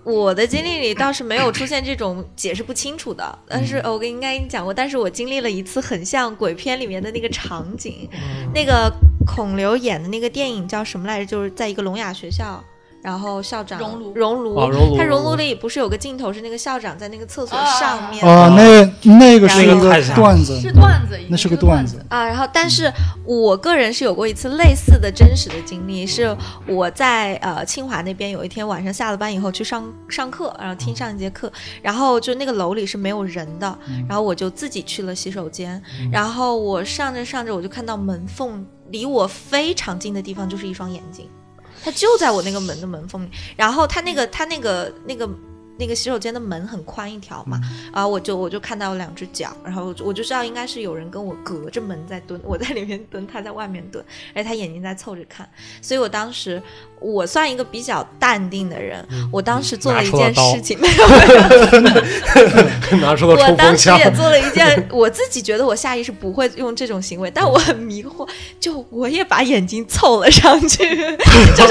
Speaker 2: 我的经历里倒是没有出现这种解释不清楚的，但是呃我跟应该跟你讲过，但是我经历了一次很像鬼片里面的那个场景，那个孔刘演的那个电影叫什么来着？就是在一个聋哑学校。然后校长
Speaker 4: 熔炉
Speaker 2: 熔炉，
Speaker 1: 哦熔炉
Speaker 2: 他熔炉里不是有个镜头是那个校长在那个厕所
Speaker 4: 啊
Speaker 2: 上面
Speaker 3: 啊，那那个是一
Speaker 2: 然后
Speaker 3: 个段子，
Speaker 4: 是段子，已经
Speaker 3: 那
Speaker 4: 是
Speaker 3: 是个
Speaker 4: 段
Speaker 3: 段
Speaker 4: 子
Speaker 3: 子。
Speaker 2: 啊，然后但是我个人是有过一次类似的真实的经历，是我在呃清华那边有一天晚上下了班以后去上上课，然后听上一节课，然后就那个楼里是没有人的，然后我就自己去了洗手间，然后我上着上着我就看到门缝离我非常近的地方就是一双眼睛，它就在我那个门的门缝里，然后它那个它那个那个。那个洗手间的门很宽一条嘛，啊，我就我就看到两只脚，然后我就我就知道应该是有人跟我隔着门在蹲，我在里面蹲，他在外面蹲，而他眼睛在凑着看，所以我当时我算一个比较淡定的人，我当时做了一件事情，没有
Speaker 1: 拿出了
Speaker 2: 我
Speaker 1: 冲锋
Speaker 2: 当时
Speaker 1: 枪，
Speaker 2: 也做了一 件，我自己觉得我下意识不会用这种行为，但我很迷惑，就我也把眼睛凑了上 去，就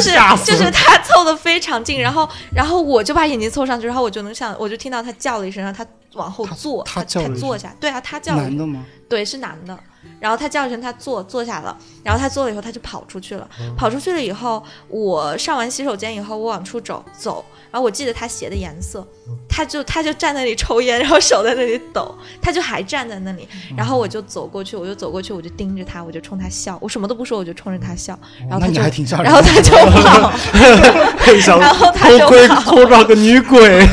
Speaker 2: 是就是他凑的非常近，然后然后我就把眼睛凑上去，然后我就能想，我就听到他叫了一声，然后他往后
Speaker 3: 他
Speaker 2: 坐，
Speaker 3: 他
Speaker 2: 他
Speaker 3: 叫了一
Speaker 2: 坐下，对啊，他叫了一
Speaker 3: 男
Speaker 2: 声，
Speaker 3: 的吗？
Speaker 2: 对，是男的。然后他叫了一声，他坐坐下了，然后他坐了以后，他就跑出去了。
Speaker 3: 嗯
Speaker 2: 跑出去了以后，我上完洗手间以后，我往出走走，然后我记得他鞋的颜色，
Speaker 3: 嗯
Speaker 2: 他就他就站在那里抽烟，然后手在那里抖，他就还站在那里，
Speaker 3: 嗯
Speaker 2: 然后我就走过去，我就走过去，我就盯着他，我就冲他笑，我什么都不说，我就冲着他笑，然后
Speaker 3: 哦
Speaker 2: 他
Speaker 3: 那你
Speaker 2: 就
Speaker 3: 还挺吓人的。
Speaker 2: 然后他就 跑，
Speaker 1: 想
Speaker 2: 然后他
Speaker 1: 偷
Speaker 2: 就
Speaker 1: 窥
Speaker 2: 跑，
Speaker 1: 偷照个女鬼。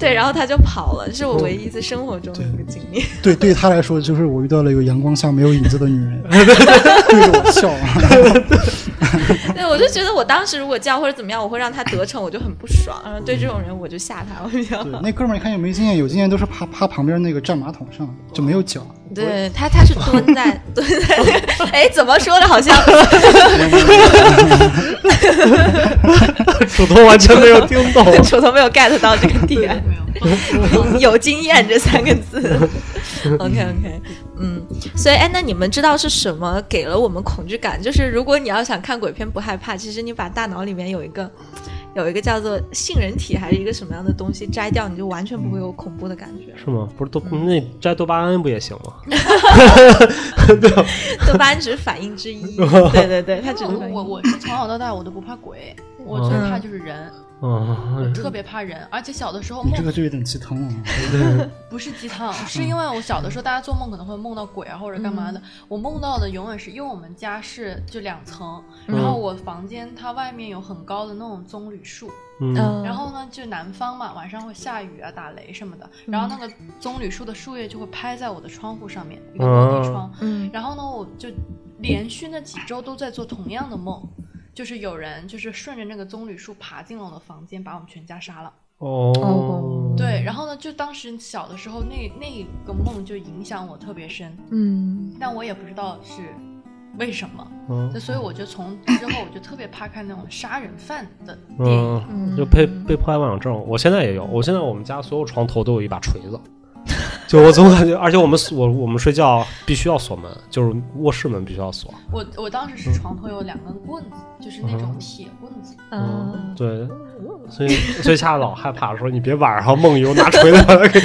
Speaker 2: 对，然后他就跑了，是我唯一在生活中的一个经历。
Speaker 3: 对，对他来说，就是我遇到了一个阳光下没有影子的女 人，对着我笑。啊
Speaker 2: 对，我就觉得我当时如果这样或者怎么样，我会让他得逞，我就很不爽。然后对这种人，我就吓他，我比较
Speaker 3: 对，那哥们儿一看也没经验，有经验都是趴趴旁边那个站马桶上，就没有脚。
Speaker 4: 哦
Speaker 2: 对他，他是蹲在蹲在那个，哎，怎么说的？好像
Speaker 1: 楚头完全没有听懂。
Speaker 2: 手头没有 get 到这个点，
Speaker 4: 没有，
Speaker 2: 有经验这三个字。OK OK，嗯，所以哎，那你们知道是什么给了我们恐惧感？就是如果你要想看鬼片不害怕，其实你把大脑里面有一个。有一个叫做杏仁体还是一个什么样的东西摘掉，你就完全不会有恐怖的感觉。
Speaker 1: 是吗？不是多那摘多巴胺不也行吗？
Speaker 2: 多巴胺只是反应之 一，对对对，它只是
Speaker 4: 我
Speaker 2: 反应嗯
Speaker 4: 我我是从小到大我都不怕鬼，我最怕就是人，
Speaker 1: 嗯，
Speaker 4: 特别怕人，而且小的时候
Speaker 3: 你
Speaker 4: 梦
Speaker 3: 这个嗯就有点鸡汤了。
Speaker 4: 不是鸡汤，是因为我小的时候大家做梦可能会梦到鬼啊或者干
Speaker 2: 嗯
Speaker 4: 嘛的，我梦到的永远是因为我们家是就两层，
Speaker 3: 嗯
Speaker 4: 然后我房间它外面有很高的那种棕榈树，
Speaker 1: 嗯
Speaker 2: 嗯，
Speaker 4: 然后呢就南方嘛，晚上会下雨啊打雷什么的，
Speaker 2: 嗯
Speaker 4: 然后那个棕榈树的树叶就会拍在我的窗户上面，一个落地窗，
Speaker 2: 嗯
Speaker 4: 然后呢我就连续那几周都在做同样的梦，就是有人就是顺着那个棕榈树爬进了我的房间，把我们全家杀了。
Speaker 1: 哦，
Speaker 4: 对，然后呢，就当时小的时候那那个梦就影响我特别深，
Speaker 2: 嗯
Speaker 4: 但我也不知道是为什么，
Speaker 1: 嗯
Speaker 4: 就所以我就从之后我就特别怕看那种杀人犯的电影。
Speaker 1: 嗯，就被被迫害妄想症，我现在也有，我现在我们家所有床头都有一把锤子。就我总感觉，而且我们我我们睡觉必须要锁门，就是卧室门必须要锁。
Speaker 4: 我我当时是床头有两根棍子，就是那种铁棍子，
Speaker 2: 嗯，
Speaker 1: 对，所以所以现在老害怕说你别晚上梦游拿锤子把它给。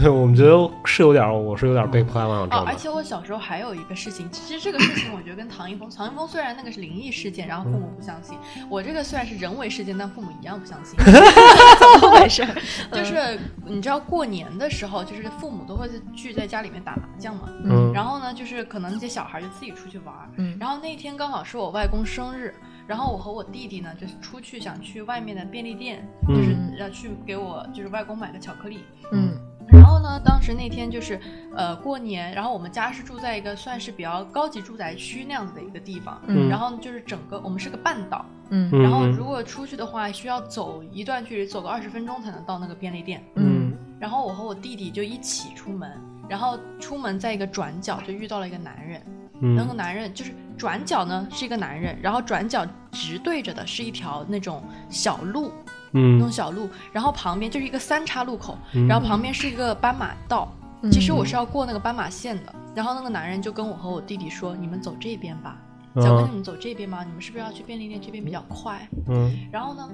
Speaker 1: 对，我们觉得是有点儿，我是有点儿被迫害妄想
Speaker 4: 哦，
Speaker 1: 症
Speaker 4: 而
Speaker 1: 的。
Speaker 4: 且我小时候还有一个事情，其实这个事情我觉得跟唐一峰，唐一峰虽然那个是灵异事件，然后父母不相信，我这个虽然是人为事件，但父母一样不相信。
Speaker 2: 怎么回事？
Speaker 4: 就是你知道过年的时候，就是父母都会聚在家里面打麻将嘛，
Speaker 1: 嗯
Speaker 4: 然后呢，就是可能那些小孩就自己出去玩儿，
Speaker 2: 嗯
Speaker 4: 然后那天刚好是我外公生日，然后我和我弟弟呢，就是出去想去外面的便利店，就是
Speaker 2: 嗯
Speaker 4: 要去给我就是外公买个巧克力，
Speaker 2: 嗯
Speaker 4: 然后呢，当时那天就是呃过年，然后我们家是住在一个算是比较高级住宅区那样子的一个地方，
Speaker 2: 嗯
Speaker 4: 然后就是整个我们是个半岛，
Speaker 2: 嗯
Speaker 4: 然后
Speaker 1: 嗯
Speaker 4: 如果出去的话，需要走一段距离，走个二十分钟才能到那个便利店。
Speaker 1: 嗯
Speaker 4: 然后我和我弟弟就一起出门，然后出门在一个转角就遇到了一个男人，那个
Speaker 1: 嗯
Speaker 4: 男人就是转角呢是一个男人，然后转角直对着的是一条那种小路，那种
Speaker 1: 嗯
Speaker 4: 小路，然后旁边就是一个三岔路口，
Speaker 1: 嗯
Speaker 4: 然后旁边是一个斑马道。
Speaker 2: 嗯
Speaker 4: 其实我是要过那个斑马线的，然后那个男人就跟我和我弟弟说：“你们走这边吧，小哥，你们走这边吧，你们是不是要去便利店？这边比较快。”
Speaker 1: 嗯
Speaker 4: 然后呢，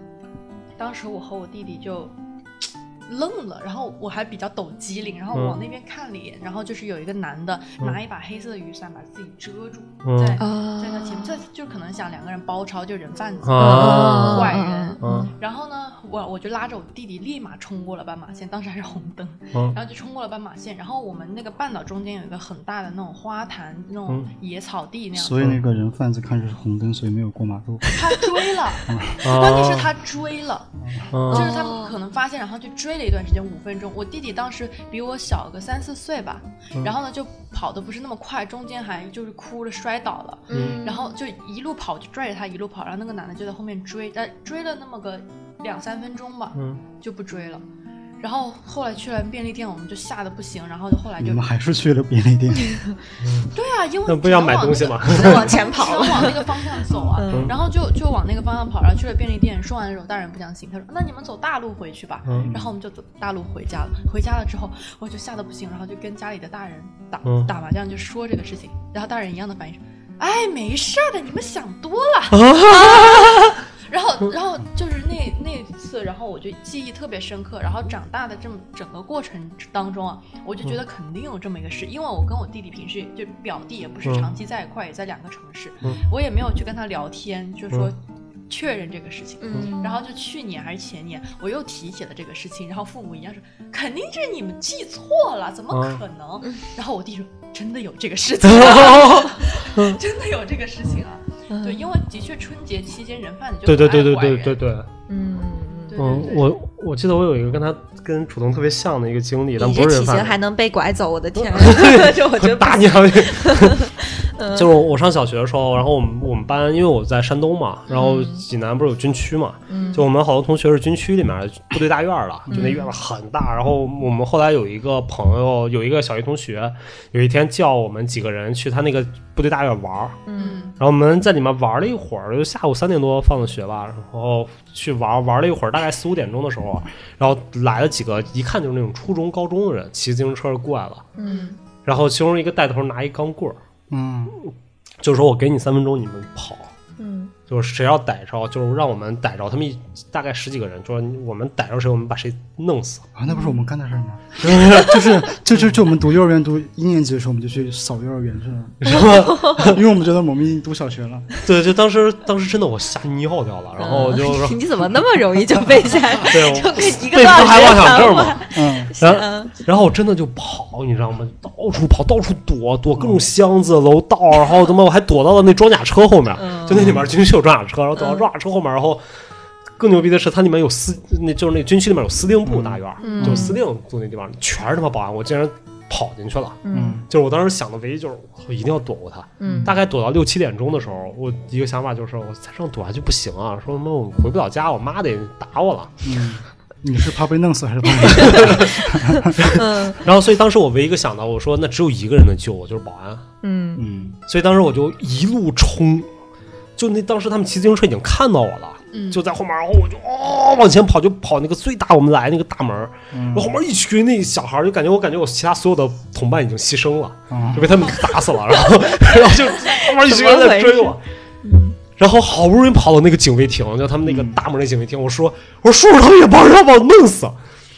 Speaker 4: 当时我和我弟弟就愣了，然后我还比较抖机灵，然后
Speaker 1: 嗯
Speaker 4: 往那边看了一眼，然后就是有一个男的拿一把黑色的雨伞把自己遮住，
Speaker 1: 嗯
Speaker 4: 在
Speaker 2: 啊
Speaker 4: 在他前面，这就可能想两个人包抄，就人贩子、
Speaker 1: 啊
Speaker 4: 怪人。
Speaker 1: 嗯
Speaker 4: 然后呢，我我就拉着我弟弟立马冲过了斑马线，当时还是红灯，
Speaker 1: 嗯
Speaker 4: 然后就冲过了斑马线。然后我们那个半岛中间有一个很大的那种花坛，那种野草地那样。
Speaker 3: 嗯所以那个人贩子看着是红灯，所以没有过马路。
Speaker 4: 他追 了，
Speaker 1: 啊
Speaker 4: 关键是他追了，
Speaker 3: 哦
Speaker 1: 嗯
Speaker 4: 就是他们可能发现，然后就追了一段时间，五分钟。我弟弟当时比我小个三四岁吧，
Speaker 3: 嗯
Speaker 4: 然后呢就跑的不是那么快，中间还就是哭着摔倒了，
Speaker 2: 嗯
Speaker 4: 然后就一路跑，就拽着他一路跑，然后那个男的就在后面追，但追了那么个两三分钟吧，
Speaker 1: 嗯
Speaker 4: 就不追了。然后后来去了便利店，我们就吓得不行，然后就后来
Speaker 3: 你
Speaker 4: 啊就
Speaker 3: 们还是去了便利店，
Speaker 4: 对啊，因为
Speaker 1: 那不要买东西吗
Speaker 2: 只
Speaker 4: 只能往那个
Speaker 2: 能往前跑
Speaker 4: 只能往那个方向走啊。
Speaker 2: 嗯
Speaker 4: 然后就就往那个方向跑，然后去了便利店。说完之后，大人不相信，他说：“那你们走大路回去吧。
Speaker 1: 嗯
Speaker 4: 然后我们就走大路回家了。回家了之后，我就吓得不行，然后就跟家里的大人打、
Speaker 1: 嗯
Speaker 4: 打麻将，就说这个事情。然后大人一样的反应是：“哎，没事儿的，你们想多了。 然后，然后就是那那次，然后我就记忆特别深刻。然后长大的这么整个过程当中啊，我就觉
Speaker 1: 嗯
Speaker 4: 得肯定有这么一个事，因为我跟我弟弟平时也就表弟也不是
Speaker 1: 嗯
Speaker 4: 长期在一块，也在两个城市
Speaker 1: 嗯，
Speaker 4: 我也没有去跟他聊天，就说确认这个事情。
Speaker 2: 嗯
Speaker 4: 然后就去年还是前年，我又提起了这个事情，然后父母一样说，肯定是你们记错了，怎么
Speaker 1: 嗯
Speaker 4: 可能？然后我弟说，真的有这个事情、啊 真的有这个事情啊！对，因为的确春节期间人贩子就
Speaker 1: 对对对
Speaker 4: 很
Speaker 1: 对
Speaker 4: 爱拐
Speaker 1: 对
Speaker 4: 人
Speaker 1: 对对。
Speaker 2: 嗯，
Speaker 4: 对
Speaker 1: 嗯
Speaker 4: 对，对
Speaker 1: 我我记得我有一个跟他跟楚东特别像的一个经历，但
Speaker 2: 你
Speaker 1: 不
Speaker 2: 这
Speaker 1: 是
Speaker 2: 体
Speaker 1: 人贩
Speaker 2: 型
Speaker 1: 子
Speaker 2: 还能被拐走，我的天啊！ 就我觉得不
Speaker 1: 打你啊！就是我我上小学的时候，然后我们我们班，因为我在山东嘛，然后济南不是有军区嘛，就我们好多同学是军区里面的部队大院儿了，就那院子很大。然后我们后来有一个朋友，有一个小学同学，有一天叫我们几个人去他那个部队大院玩儿，
Speaker 4: 嗯，
Speaker 1: 然后我们在里面玩了一会儿，就下午三点多放的学吧，然后去玩玩了一会儿，大概四五点钟的时候，啊然后来了几个一看就是那种初中高中的人，骑自行车过来了，
Speaker 2: 嗯
Speaker 1: 然后其中一个带头拿一钢棍儿，
Speaker 3: 嗯，
Speaker 1: 就说我给你三分钟，你们跑。
Speaker 2: 嗯
Speaker 1: 就是谁要逮着，就是让我们逮着他们一大概十几个人，就是我们逮着谁，我们把谁弄死。
Speaker 3: 啊，那不是我们干的事儿吗？ 就是就就就我们读幼儿园读一年级的时候，我们就去扫幼儿园去了，
Speaker 1: 然后，
Speaker 3: 因为我们觉得我们已经读小学了。
Speaker 1: 对，就当时当时真的我吓尿掉了，然后 就是
Speaker 2: 你怎么那么容易就背下来？
Speaker 1: 对我
Speaker 2: 就跟嗯一个
Speaker 1: 背
Speaker 2: 多
Speaker 1: 后
Speaker 2: 小
Speaker 1: 还
Speaker 2: 时
Speaker 1: 妄想
Speaker 2: 想
Speaker 1: 症
Speaker 2: 法
Speaker 1: 嘛，
Speaker 3: 嗯，
Speaker 1: 然后
Speaker 2: 嗯
Speaker 1: 然后我真的就跑，你知道吗？到处跑，到处躲，躲各种箱子、楼道，然后他妈我还躲到了那装甲车后面，
Speaker 2: 嗯
Speaker 1: 就那里面军区有装甲车，然后躲到装甲车后面，然后更牛逼的是，它里面有司，那就是那军区里面有司令部大院，
Speaker 2: 嗯
Speaker 1: 就司令住那地方，全是他妈保安，我竟然跑进去了。
Speaker 2: 嗯
Speaker 1: 就是我当时想的唯一就是，我一定要躲过他。
Speaker 2: 嗯
Speaker 1: 大概躲到六七点钟的时候，我一个想法就是，我再这样躲下去不行啊！说他妈我回不了家，我妈得打我了。
Speaker 3: 嗯，你是怕被弄死还是 怕被？
Speaker 2: 嗯
Speaker 1: 然后，所以当时我唯一一个想到，我说那只有一个人能救我，就是保安。
Speaker 2: 嗯
Speaker 3: 嗯，
Speaker 1: 所以当时我就一路冲，就那当时他们骑自行车已经看到我了，
Speaker 4: 嗯
Speaker 1: 就在后面，然后我就哦往前跑，就跑那个最大我们来那个大门儿，
Speaker 3: 嗯
Speaker 1: 然后后面一群那小孩儿，就感觉我感觉我其他所有的同伴已经牺牲了，
Speaker 3: 啊
Speaker 1: 就被他们给打死了，然后 然后就后面一群人在追我。然后好不容易跑到那个警卫亭，就他们那个大门那警卫亭，我说我说叔叔他们也帮人要把我弄死，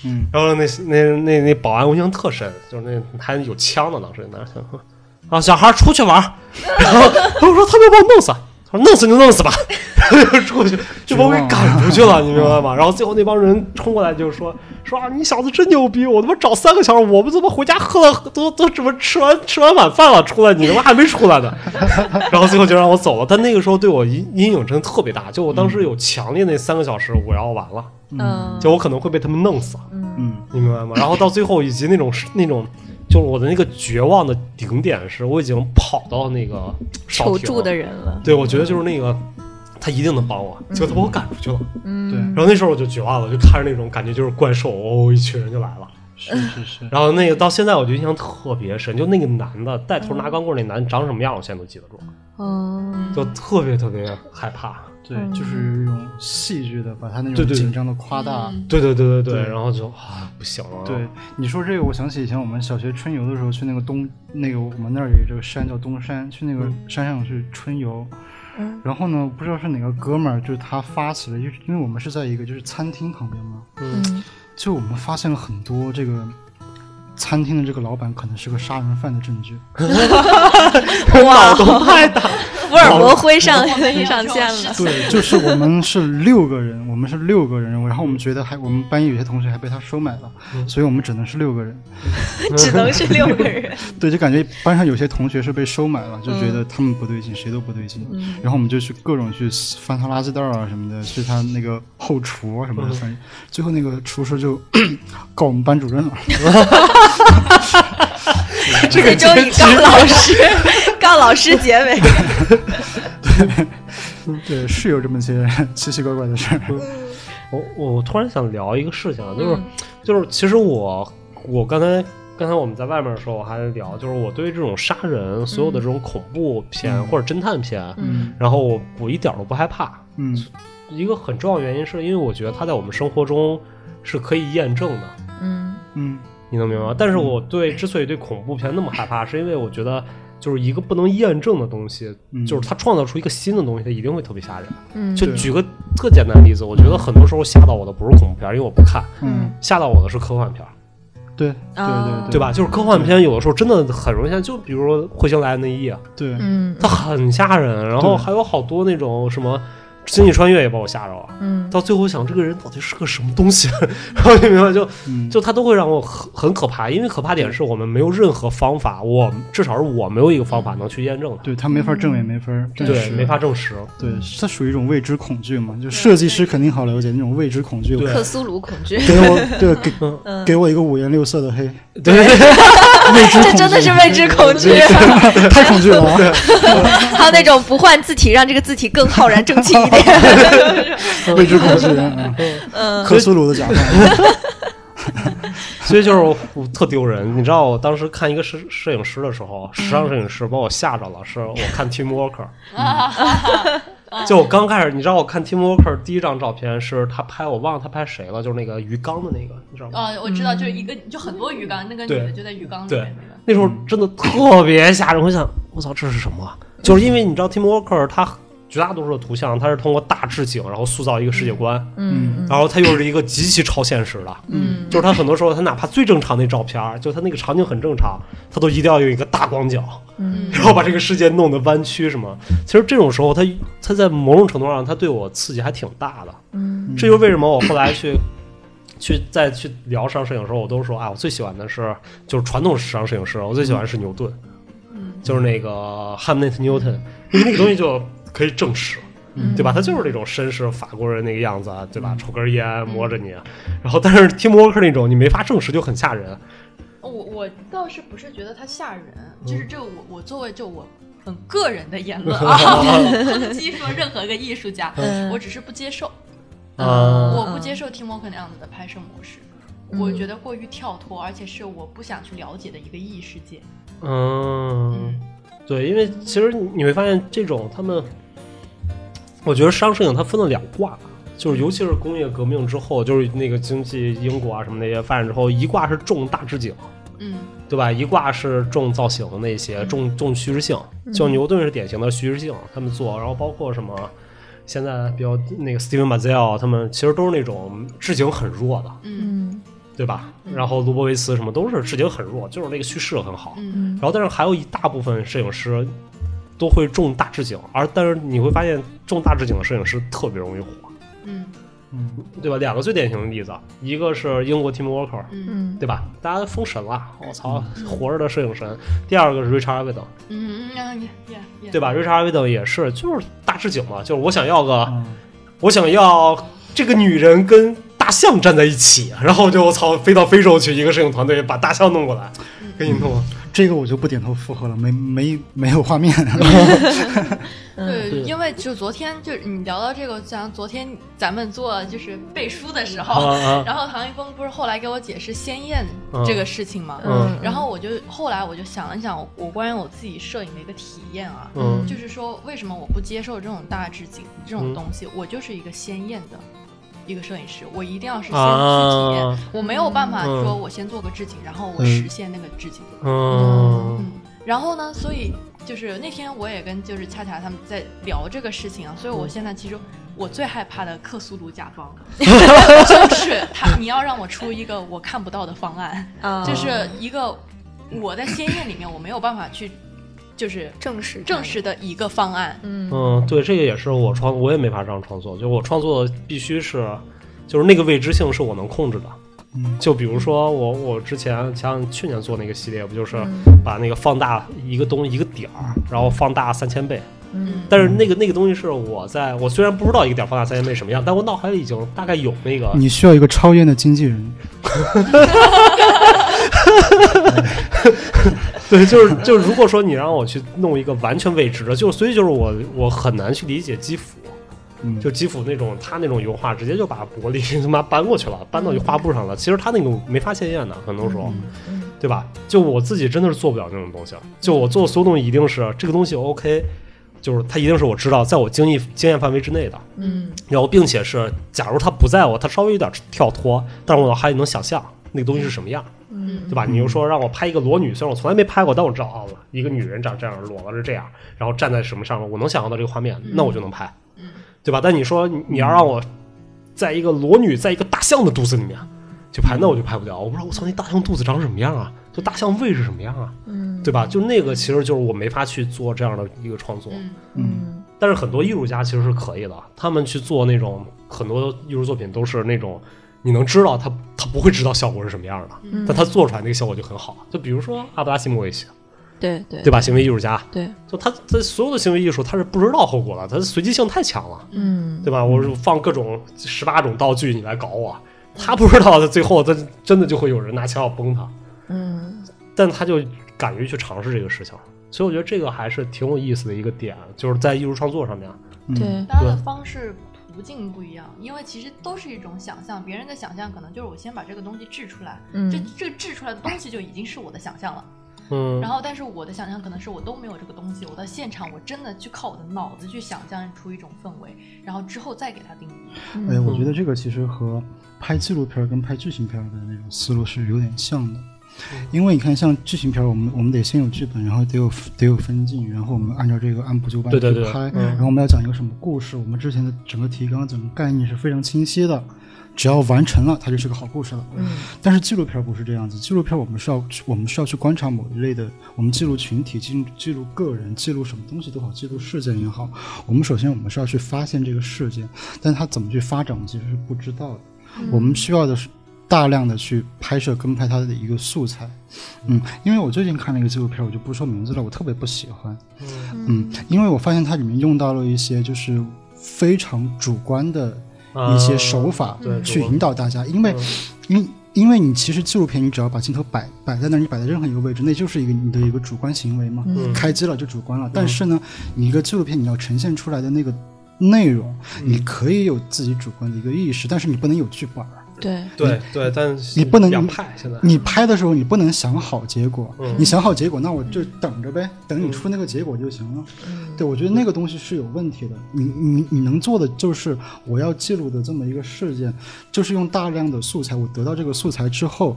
Speaker 3: 嗯，
Speaker 1: 然后那那那那保安我印象特深，就是那还有枪呢，当时拿着枪说 啊，小孩儿出去玩儿， 然后他说他们要把我弄死，啊他说弄死就弄死吧， 就出去就把我给赶出去了，你明白吗？然后最后那帮人冲过来就说说啊，你小子真牛逼，我他妈找三个小时，我们怎么回家喝了都都怎么吃完吃完晚饭了出来，你他妈还没出来呢， 然后最后就让我走了。但那个时候对我阴阴影真的特别大，就我当时有强烈那三个小时我要完了，
Speaker 2: 嗯
Speaker 1: 就我可能会被他们弄死。啊
Speaker 3: 嗯
Speaker 1: 你明白吗？然后到最后，以及那种是那种，就是我的那个绝望的顶点是，我已经跑到那个哨
Speaker 2: 求
Speaker 1: 亭
Speaker 2: 助的
Speaker 1: 了。
Speaker 2: 人了，
Speaker 1: 对，我觉得就是那个，他一定能帮我，结果他把我赶出去了。
Speaker 2: 嗯
Speaker 1: 然后那时候我就绝望了，就看着那种感觉就是怪兽，哦，一群人就来了。
Speaker 3: 是是是，
Speaker 1: 然后那个到现在我就印象特别深，就那个男的带头拿钢棍儿那男的长什么样，我现在都记得住，
Speaker 2: 嗯
Speaker 1: 就特别特别害怕。
Speaker 3: 对，就是用戏剧的把他那
Speaker 1: 嗯对
Speaker 3: 种
Speaker 1: 对对
Speaker 3: 紧张的夸大。
Speaker 4: 嗯
Speaker 1: 对对对对
Speaker 3: 对
Speaker 1: 然后就啊不行
Speaker 2: 哦
Speaker 1: 了。
Speaker 3: 对，你说这个，我想起以前我们小学春游的时候，去那个东，那个我们那儿有一个山叫东山，去那个山上去春游。
Speaker 2: 嗯
Speaker 3: 然后呢，不知道是哪个哥们儿，就是他发起了，就是因为我们是在一个就是餐厅旁边嘛，
Speaker 2: 嗯
Speaker 3: 就我们发现了很多这个餐厅的这个老板可能是个杀人犯的证据。
Speaker 2: 哇，福尔摩灰上上线 了，
Speaker 3: 对， 就是我们是六个人，我们是六个人，然后
Speaker 2: 嗯
Speaker 3: 我们觉得还我们班有些同学还被他收买了，所以我们只能是六个人。
Speaker 1: 嗯
Speaker 2: 只能是六 个人，
Speaker 3: 对，就感觉班上有些同学是被收买了，就觉得他们不对劲，谁都不对劲。然后我们就去各种去翻他垃圾袋儿啊什么的，去他那个后厨啊什
Speaker 1: 嗯
Speaker 3: 么的，反正最后那个厨师就 告我们班主任了。
Speaker 2: 这个终于告老师， 告老师结尾，
Speaker 1: 嗯
Speaker 3: 对，是有这么些奇奇怪怪的事儿。
Speaker 1: 我我突然想聊一个事情啊，就是、就是，其实我我刚才刚才我们在外面的时候，我还聊，就是我对于这种杀人所有的这种恐怖片、
Speaker 3: 嗯
Speaker 1: 或者侦探片，
Speaker 2: 嗯
Speaker 1: 然后我我一点儿都不害怕。
Speaker 3: 嗯
Speaker 1: 一个很重要的原因是因为我觉得它在我们生活中是可以验证的，
Speaker 2: 嗯
Speaker 3: 嗯
Speaker 1: 你能明白吗？但是我对之所以对恐怖片那么害怕，是因为我觉得就是一个不能验证的东西，
Speaker 3: 嗯
Speaker 1: 就是它创造出一个新的东西，它一定会特别吓人。
Speaker 2: 嗯
Speaker 1: 就
Speaker 3: 对啊
Speaker 1: 举个特简单的例子，我觉得很多时候吓到我的不是恐怖片，因为我不看，
Speaker 3: 嗯，
Speaker 1: 吓到我的是科幻片，
Speaker 3: 对对对
Speaker 2: 啊
Speaker 1: 对吧？就是科幻片有的时候真的很容易吓，就比如说《彗星来的那一夜》，
Speaker 3: 对，
Speaker 2: 嗯
Speaker 1: 它很吓人，然后
Speaker 3: 对
Speaker 1: 还有好多那种什么星际穿越也把我吓着了。
Speaker 2: 嗯
Speaker 1: 到最后想这个人到底是个什么东西， 然后你明白就
Speaker 3: 嗯
Speaker 1: 就他都会让我很很可怕，因为可怕点是我们没有任何方法，我至少是我没有一个方法能去验证它，
Speaker 3: 对他没法证伪，没法证
Speaker 1: 对，
Speaker 3: 实，
Speaker 1: 没法。证实。
Speaker 3: 对，它属于一种未知恐惧嘛，就设计师肯定好了解那种未知恐惧。
Speaker 1: 对
Speaker 2: 克苏鲁恐惧，
Speaker 3: 给我对给给我一个五颜六色的黑，
Speaker 1: 对，
Speaker 3: 未知恐
Speaker 2: 这
Speaker 3: 惧，
Speaker 2: 真的是未知恐惧，
Speaker 3: 太恐惧 了啊。
Speaker 2: 还有那种不换字体，让这个字体更浩然正气一点。
Speaker 3: 未知恐惧人啊，
Speaker 2: 嗯
Speaker 3: 克苏鲁的假扮，
Speaker 1: 所以就是我我特丢人。你知道我当时看一个摄摄影师的时候，时尚摄影师把我吓着了，是我看 Tim Walker。就我刚开始，你知道我看 Tim Walker 第一张照片是他拍，我忘了他拍谁了，就是那个鱼缸的那个，你知道吗？
Speaker 4: 啊，我知道，就是一个
Speaker 1: 嗯
Speaker 4: 就很多鱼缸，那个女的就在鱼缸里面那个。
Speaker 1: 那时候真的特别吓人，我想我操这是什么啊？就是因为你知道 Tim Walker 他绝大多数的图像，它是通过大置景，然后塑造一个世界观，
Speaker 2: 嗯
Speaker 1: 然后它又是一个极其超现实的，
Speaker 2: 嗯
Speaker 1: 就是它很多时候，它哪怕最正常那照片儿，就它那个场景很正常，它都一定要有一个大广角，
Speaker 2: 嗯
Speaker 1: 然后把这个世界弄得弯曲什么。其实这种时候，它它在某种程度上，它对我刺激还挺大的。
Speaker 2: 嗯
Speaker 1: 这就是为什么我后来去去再去聊时尚摄影的时候，我都说啊，我最喜欢的是就是传统时尚摄影师，我最喜欢的是牛顿，
Speaker 4: 嗯
Speaker 1: 就是那个 Hamnet Newton，因为那个东西就可以证实。对吧？他就是那种绅士法国人那个样子，啊，对吧？抽根烟摸着你，啊然后但是 Tim Walker 那种你没法证实就很吓人，
Speaker 4: 哦我我倒是不是觉得它吓人，就是这我我作为就我很个人的言论啊，抨击说任何一个艺术家，
Speaker 2: 嗯
Speaker 4: 我只是不接受，
Speaker 1: 啊
Speaker 4: 我不接受 Tim Walker 那样子的拍摄模式。
Speaker 2: 嗯
Speaker 4: 我觉得过于跳脱，而且是我不想去了解的一个异世界。
Speaker 1: 嗯，对，因为其实你会发现，这种他们，我觉得商摄影它分了两挂吧，就是尤其是工业革命之后，就是那个经济英国啊什么那些发展之后，一挂是重大置景，
Speaker 4: 嗯
Speaker 1: 对吧？一挂是重造型的那些，重重叙事性，就牛顿是典型的叙事性，他们做，然后包括什么。现在比较那个 Steven Mazel 他们其实都是那种置景很弱的，
Speaker 4: 嗯
Speaker 2: 嗯
Speaker 1: 对吧？然后卢伯维茨什么都是置景很弱，就是那个叙事很好。
Speaker 4: 嗯
Speaker 1: 然后但是还有一大部分摄影师都会重大置景，而但是你会发现重大置景的摄影师特别容易火，
Speaker 4: 嗯
Speaker 3: 嗯
Speaker 1: 对吧？两个最典型的例子，一个是英国 Tim Walker，
Speaker 4: 嗯
Speaker 2: 嗯
Speaker 1: 对吧？大家都封神了，我、操，活着的摄影神。第二个是 Richard Avedon，
Speaker 4: 嗯嗯，也也
Speaker 1: 对吧？Richard Avedon 也是，就是大置景嘛，就是我想要个，
Speaker 3: 嗯
Speaker 1: 我想要这个女人跟。大象站在一起，然后就我操飞到非洲去，一个摄影团队把大象弄过来，给你弄。
Speaker 3: 这个我就不点头附和了，没没没 有画面。
Speaker 4: 对，
Speaker 1: 对
Speaker 4: 因为就昨天就是你聊到这个，像昨天咱们做就是背书的时
Speaker 1: 啊
Speaker 4: 候，
Speaker 1: 啊！
Speaker 4: 然后唐一峰不是后来给我解释鲜艳
Speaker 1: 嗯
Speaker 4: 这个事情吗？
Speaker 1: 嗯
Speaker 4: 然后我就后来我就想了想，我关于我自己摄影的一个体验啊，
Speaker 1: 嗯
Speaker 4: 就是说为什么我不接受这种大置景这种东西？我就是一个鲜艳的一个摄影师，我一定要是先去体验，
Speaker 1: 啊
Speaker 4: 我没有办法
Speaker 1: 嗯
Speaker 4: 说我先做个置景，然后我
Speaker 1: 嗯
Speaker 4: 实现那个置景。
Speaker 1: 嗯
Speaker 4: 嗯，然后呢，所以就是那天我也跟就是恰恰他们在聊这个事情啊，所以
Speaker 2: 嗯
Speaker 4: 我现在其实我最害怕的克苏鲁甲方， 就是他你要让我出一个我看不到的方案，
Speaker 2: 啊
Speaker 4: 就是一个我在鲜艳里面我没有办法去就是
Speaker 2: 正式
Speaker 4: 证实的一个方案，
Speaker 2: 嗯
Speaker 1: 嗯，对，这个也是我创，我也没法这样创作，就我创作的必须是，就是那个未知性是我能控制的。
Speaker 3: 嗯
Speaker 1: 就比如说我我之前像去年做那个系列，不就是
Speaker 2: 嗯
Speaker 1: 把那个放大一个东西一个点儿，然后放大三千倍。
Speaker 2: 嗯
Speaker 1: 但是那个那个东西是我在我虽然不知道一个点儿放大三千倍什么样，但我脑海里已经大概有那个。
Speaker 3: 你需要一个超验的经纪人，
Speaker 1: 对，就是就是，如果说你让我去弄一个完全未知的，就所以就是我我很难去理解基辅。
Speaker 3: 嗯，
Speaker 1: 就基辅那种，他那种油画直接就把玻璃 他妈搬过去了，搬到画布上了。其实他那种没法鲜艳的，很多时候，
Speaker 2: 嗯
Speaker 1: 对吧？就我自己真的是做不了那种东西，就我做的所有东西一定是这个东西 OK，就是它一定是我知道在我经验经验范围之内的，
Speaker 2: 嗯
Speaker 1: 然后并且是假如它不在我，它稍微有点跳脱，但是我脑海里能想象那个东西是什么样。
Speaker 2: 嗯
Speaker 1: 对吧？你又说让我拍一个裸女，虽然我从来没拍过，但我知道啊，一个女人长这样，裸了是这样，然后站在什么上面，我能想象到这个画面，那我就能拍，
Speaker 2: 嗯
Speaker 1: 对吧？但你说你你要让我在一个裸女在一个大象的肚子里面去拍，那我就拍不了。我不知道我操那大象肚子长什么样啊，就大象胃是什么样啊，
Speaker 2: 嗯
Speaker 1: 对吧？就那个其实就是我没法去做这样的一个创作，
Speaker 4: 嗯
Speaker 2: 嗯
Speaker 1: 但是很多艺术家其实是可以的，他们去做那种很多艺术作品都是那种你能知道他他不会知道效果是什么样的。
Speaker 2: 嗯
Speaker 1: 但他做出来那个效果就很好。就比如说阿布拉西莫维奇，
Speaker 2: 对对
Speaker 1: 对吧？行为艺术家，
Speaker 2: 对
Speaker 1: 就他在所有的行为艺术，他是不知道后果的，他的随机性太强了，
Speaker 2: 嗯
Speaker 1: 对吧？我放各种十八种道具，你来搞我，他不知道，他最后他真的就会有人拿枪要崩他，
Speaker 2: 嗯
Speaker 1: 但他就敢于去尝试这个事情。所以我觉得这个还是挺有意思的一个点，就是在艺术创作上面，
Speaker 3: 嗯
Speaker 2: 对
Speaker 4: 大家的方式途径不一样，因为其实都是一种想象，别人的想象可能就是我先把这个东西制出来，
Speaker 2: 嗯
Speaker 4: 这这制出来的东西就已经是我的想象了。
Speaker 1: 嗯
Speaker 4: 然，后，但是我的想象可能是我都没有这个东西，我到现场我真的去靠我的脑子去想象出一种氛围，然后之后再给它定义。
Speaker 3: 哎，我觉得这个其实和拍纪录片儿跟拍剧情片儿的那种思路是有点像的。因为你看，像剧情片儿，我们我们得先有剧本，然后得有得有分镜，然后我们按照这个按部就班
Speaker 1: 对对
Speaker 3: 去
Speaker 1: 对
Speaker 3: 拍，
Speaker 1: 嗯
Speaker 3: 然后我们要讲一个什么故事，我们之前的整个提纲、整个概念是非常清晰的，只要完成了，它就是个好故事了。
Speaker 2: 嗯，
Speaker 3: 但是纪录片儿不是这样子，纪录片儿我们是要去我们是要去观察某一类的，我们记录群体、记录记录个人、记录什么东西都好，记录事件也好，我们首先我们是要去发现这个事件，但它怎么去发展，我们其实是不知道的。我们需要的是大量的去拍摄跟拍它的一个素材。嗯，因为我最近看了一个纪录片，我就不说名字了，我特别不喜欢。嗯，因为我发现它里面用到了一些就是非常主观的一些手法
Speaker 1: 啊嗯对嗯
Speaker 3: 去
Speaker 1: 主观
Speaker 3: 引导大家，因为因因为你其实纪录片，你只要把镜头摆摆在那儿，你摆在任何一个位置，那就是一个你的一个主观行为嘛。
Speaker 1: 嗯
Speaker 3: 开机了就主观了，但是呢，你一个纪录片你要呈现出来的那个内容，
Speaker 1: 嗯
Speaker 3: 你可以有自己主观的一个意识，但是你不能有剧本儿。
Speaker 4: 对，
Speaker 1: 对对，但是
Speaker 3: 你不能
Speaker 1: 两派现在，
Speaker 3: 你拍的时候，你不能想好结果，
Speaker 1: 嗯
Speaker 3: 你想好结果，那我就等着呗，等你出那个结果就行了。
Speaker 1: 嗯
Speaker 3: 对，我觉得那个东西是有问题的。你你你能做的就是我要记录的这么一个事件，就是用大量的素材，我得到这个素材之后，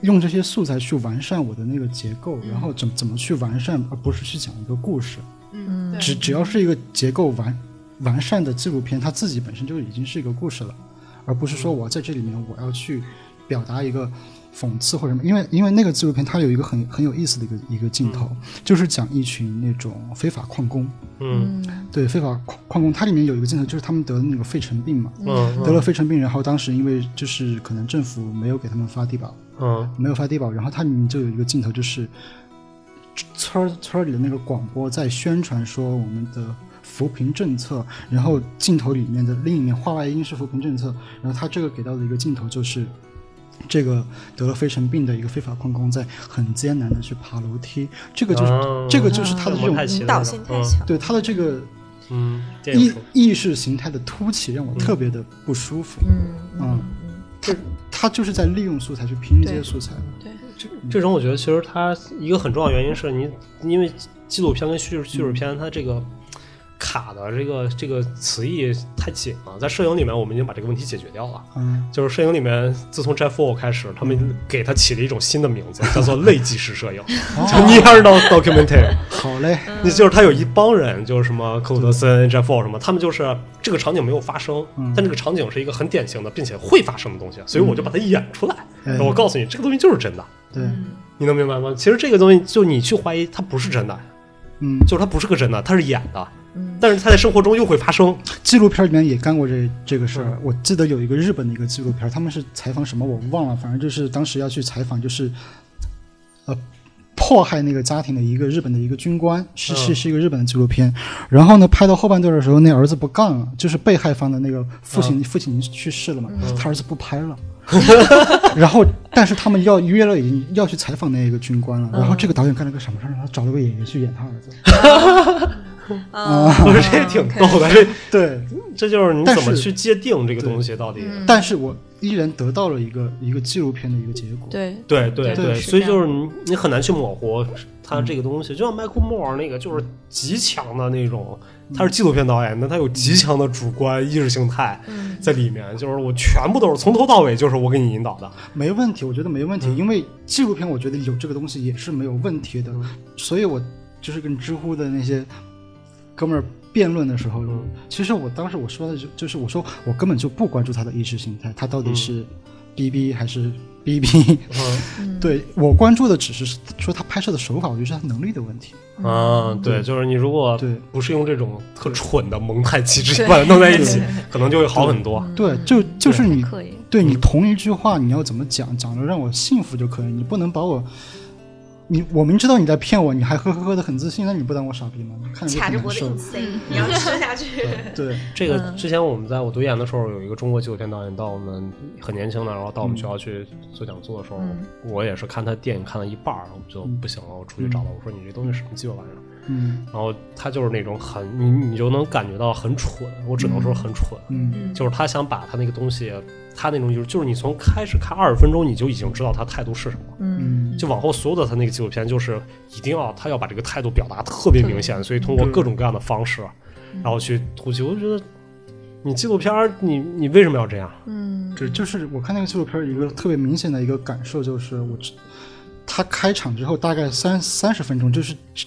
Speaker 3: 用这些素材去完善我的那个结构，然后怎么怎么去完善，而不是去讲一个故事。
Speaker 4: 嗯，对
Speaker 3: 只只要是一个结构完完善的纪录片，它自己本身就已经是一个故事了，而不是说我在这里面我要去表达一个讽刺或者什么。因为因为那个纪录片它有一个很很有意思的一个一个镜头，就是讲一群那种非法矿工，
Speaker 1: 嗯
Speaker 3: 对非法矿矿工，它里面有一个镜头就是他们得了那个肺尘病嘛，
Speaker 1: 嗯
Speaker 3: 得了肺尘病，然后当时因为就是可能政府没有给他们发低保，
Speaker 1: 嗯
Speaker 3: 没有发低保，然后它里面就有一个镜头，就是村儿村儿里的那个广播在宣传说我们的扶贫政策，然后镜头里面的另一面话外音是扶贫政策，然后它这个给到的一个镜头就是。这个得了非尘病的一个非法矿工在很艰难的去爬楼梯，这个就是、
Speaker 1: 啊
Speaker 3: 这个就是他的这种
Speaker 1: 太奇
Speaker 2: 引导
Speaker 1: 了
Speaker 2: 性太强，
Speaker 3: 对他的这个
Speaker 1: 嗯，嗯这
Speaker 3: 意
Speaker 1: 个
Speaker 3: 意识形态的凸起让我特别的不舒服。
Speaker 2: 嗯
Speaker 3: 嗯，他他就是在利用素材去拼这些
Speaker 4: 对
Speaker 3: 素材。
Speaker 1: 这种我觉得其实它一个很重要的原因是你因为纪录片跟叙事叙
Speaker 3: 嗯
Speaker 1: 事片它这个卡的这个这个词义太紧了，在摄影里面我们已经把这个问题解决掉了。
Speaker 3: 嗯，
Speaker 1: 就是摄影里面，自从 Jeff Wall 开始，他们给他起了一种新的名字，叫 做类纪实摄影
Speaker 3: 哦
Speaker 1: （Near Documentary）。
Speaker 3: 好嘞，
Speaker 1: 你就是他有一帮人，就是什么克鲁德森、Jeff Wall 什么，他们就是这个场景没有发生，
Speaker 3: 嗯
Speaker 1: 但这个场景是一个很典型的，并且会发生的东西，所以我就把它演出来。
Speaker 3: 嗯
Speaker 1: 我告诉你，这个东西就是真的，
Speaker 3: 对，
Speaker 1: 你能明白吗？其实这个东西，就你去怀疑它不是真的，
Speaker 3: 嗯，
Speaker 1: 就是它不是个真的，它是演的，但是它在生活中又会发生。
Speaker 3: 纪录片里面也干过这这个事儿。我记得有一个日本的一个纪录片，他们是采访什么我忘了，反正就是当时要去采访，就是呃迫害那个家庭的一个日本的一个军官，是是
Speaker 1: 嗯
Speaker 3: 是一个日本的纪录片。然后呢，拍到后半段的时候，那儿子不干了，就是被害方的那个父亲，父亲已经去世了嘛，他儿子不拍了。然后，但是他们要约了，已经要去采访那个军官了。然后这个导演干了个什么事儿呢？他找了个演员去演他儿子。
Speaker 2: 啊，
Speaker 1: 我说这也挺逗的，这
Speaker 3: 对，
Speaker 1: 这就是你
Speaker 3: 但
Speaker 1: 怎么
Speaker 3: 是
Speaker 1: 去界定这个东西到底。
Speaker 3: 但是我依然得到了一个一个纪录片的一个结果。
Speaker 4: 对，
Speaker 1: 对对
Speaker 4: 嗯对
Speaker 1: 对，
Speaker 4: 是
Speaker 1: 所以
Speaker 4: 这嗯
Speaker 1: 就是你你很难去模糊他这个东西，就像迈克莫尔那个就是极强的那种，他是纪录片导演，那他有极强的主观意识形态
Speaker 4: 嗯
Speaker 1: 在里面，就是我全部都是从头到尾就是我给你引导的，
Speaker 3: 没问题，我觉得没问题，因为纪录片我觉得有这个东西也是没有问题的，所以我就是跟知乎的那些哥们儿辩论的时候，
Speaker 1: 嗯
Speaker 3: 其实我当时我说的就就是我说我根本就不关注他的意识形态，他到底是 BB 还是 BB，、对
Speaker 4: 嗯
Speaker 3: 我关注的只是说他拍摄的手法，我觉得是他能力的问题。
Speaker 1: 嗯啊，对，就是你如果
Speaker 3: 对
Speaker 1: 不是用这种特蠢的蒙太奇之前把它弄在一 起，可能就会好很多。
Speaker 3: 对，就就是你
Speaker 2: 可以，
Speaker 3: 对你同一句话，你要怎么讲，讲的让我信服就可以，你不能把我，你我明知道你在骗我，你还呵呵呵的很自信，那你不当我傻逼吗？你看着就
Speaker 2: 卡着
Speaker 3: 很
Speaker 2: 脖子
Speaker 3: 难受
Speaker 1: 嗯
Speaker 2: 硬。塞，你要吃下去，
Speaker 3: 对，
Speaker 1: 这个
Speaker 3: 嗯
Speaker 1: 之前我们在我读研的时候，有一个中国纪录片导演到我们很年轻的，然后到我们学校去做讲座的时候，
Speaker 3: 嗯
Speaker 1: 我也是看他电影看到一半儿，我就不行了，我出去找他，我说你这东西什么鸡巴玩意儿？
Speaker 3: 嗯
Speaker 1: 然后他就是那种很你你就能感觉到很蠢，我只能说很蠢，
Speaker 3: 嗯
Speaker 1: 就是他想把他那个东西，他那种就是就是你从开始看二十分钟你就已经知道他态度是什么了。
Speaker 3: 嗯
Speaker 1: 就往后所有的他那个纪录片，就是一定要他要把这个态度表达特别明显，所以通过各种各样的方式，然后去突袭。我觉得你纪录片儿，你你为什么要这样？
Speaker 2: 嗯
Speaker 3: 这就是我看那个纪录片儿有一个特别明显的一个感受，就是我知他开场之后大概三三十分钟，就是这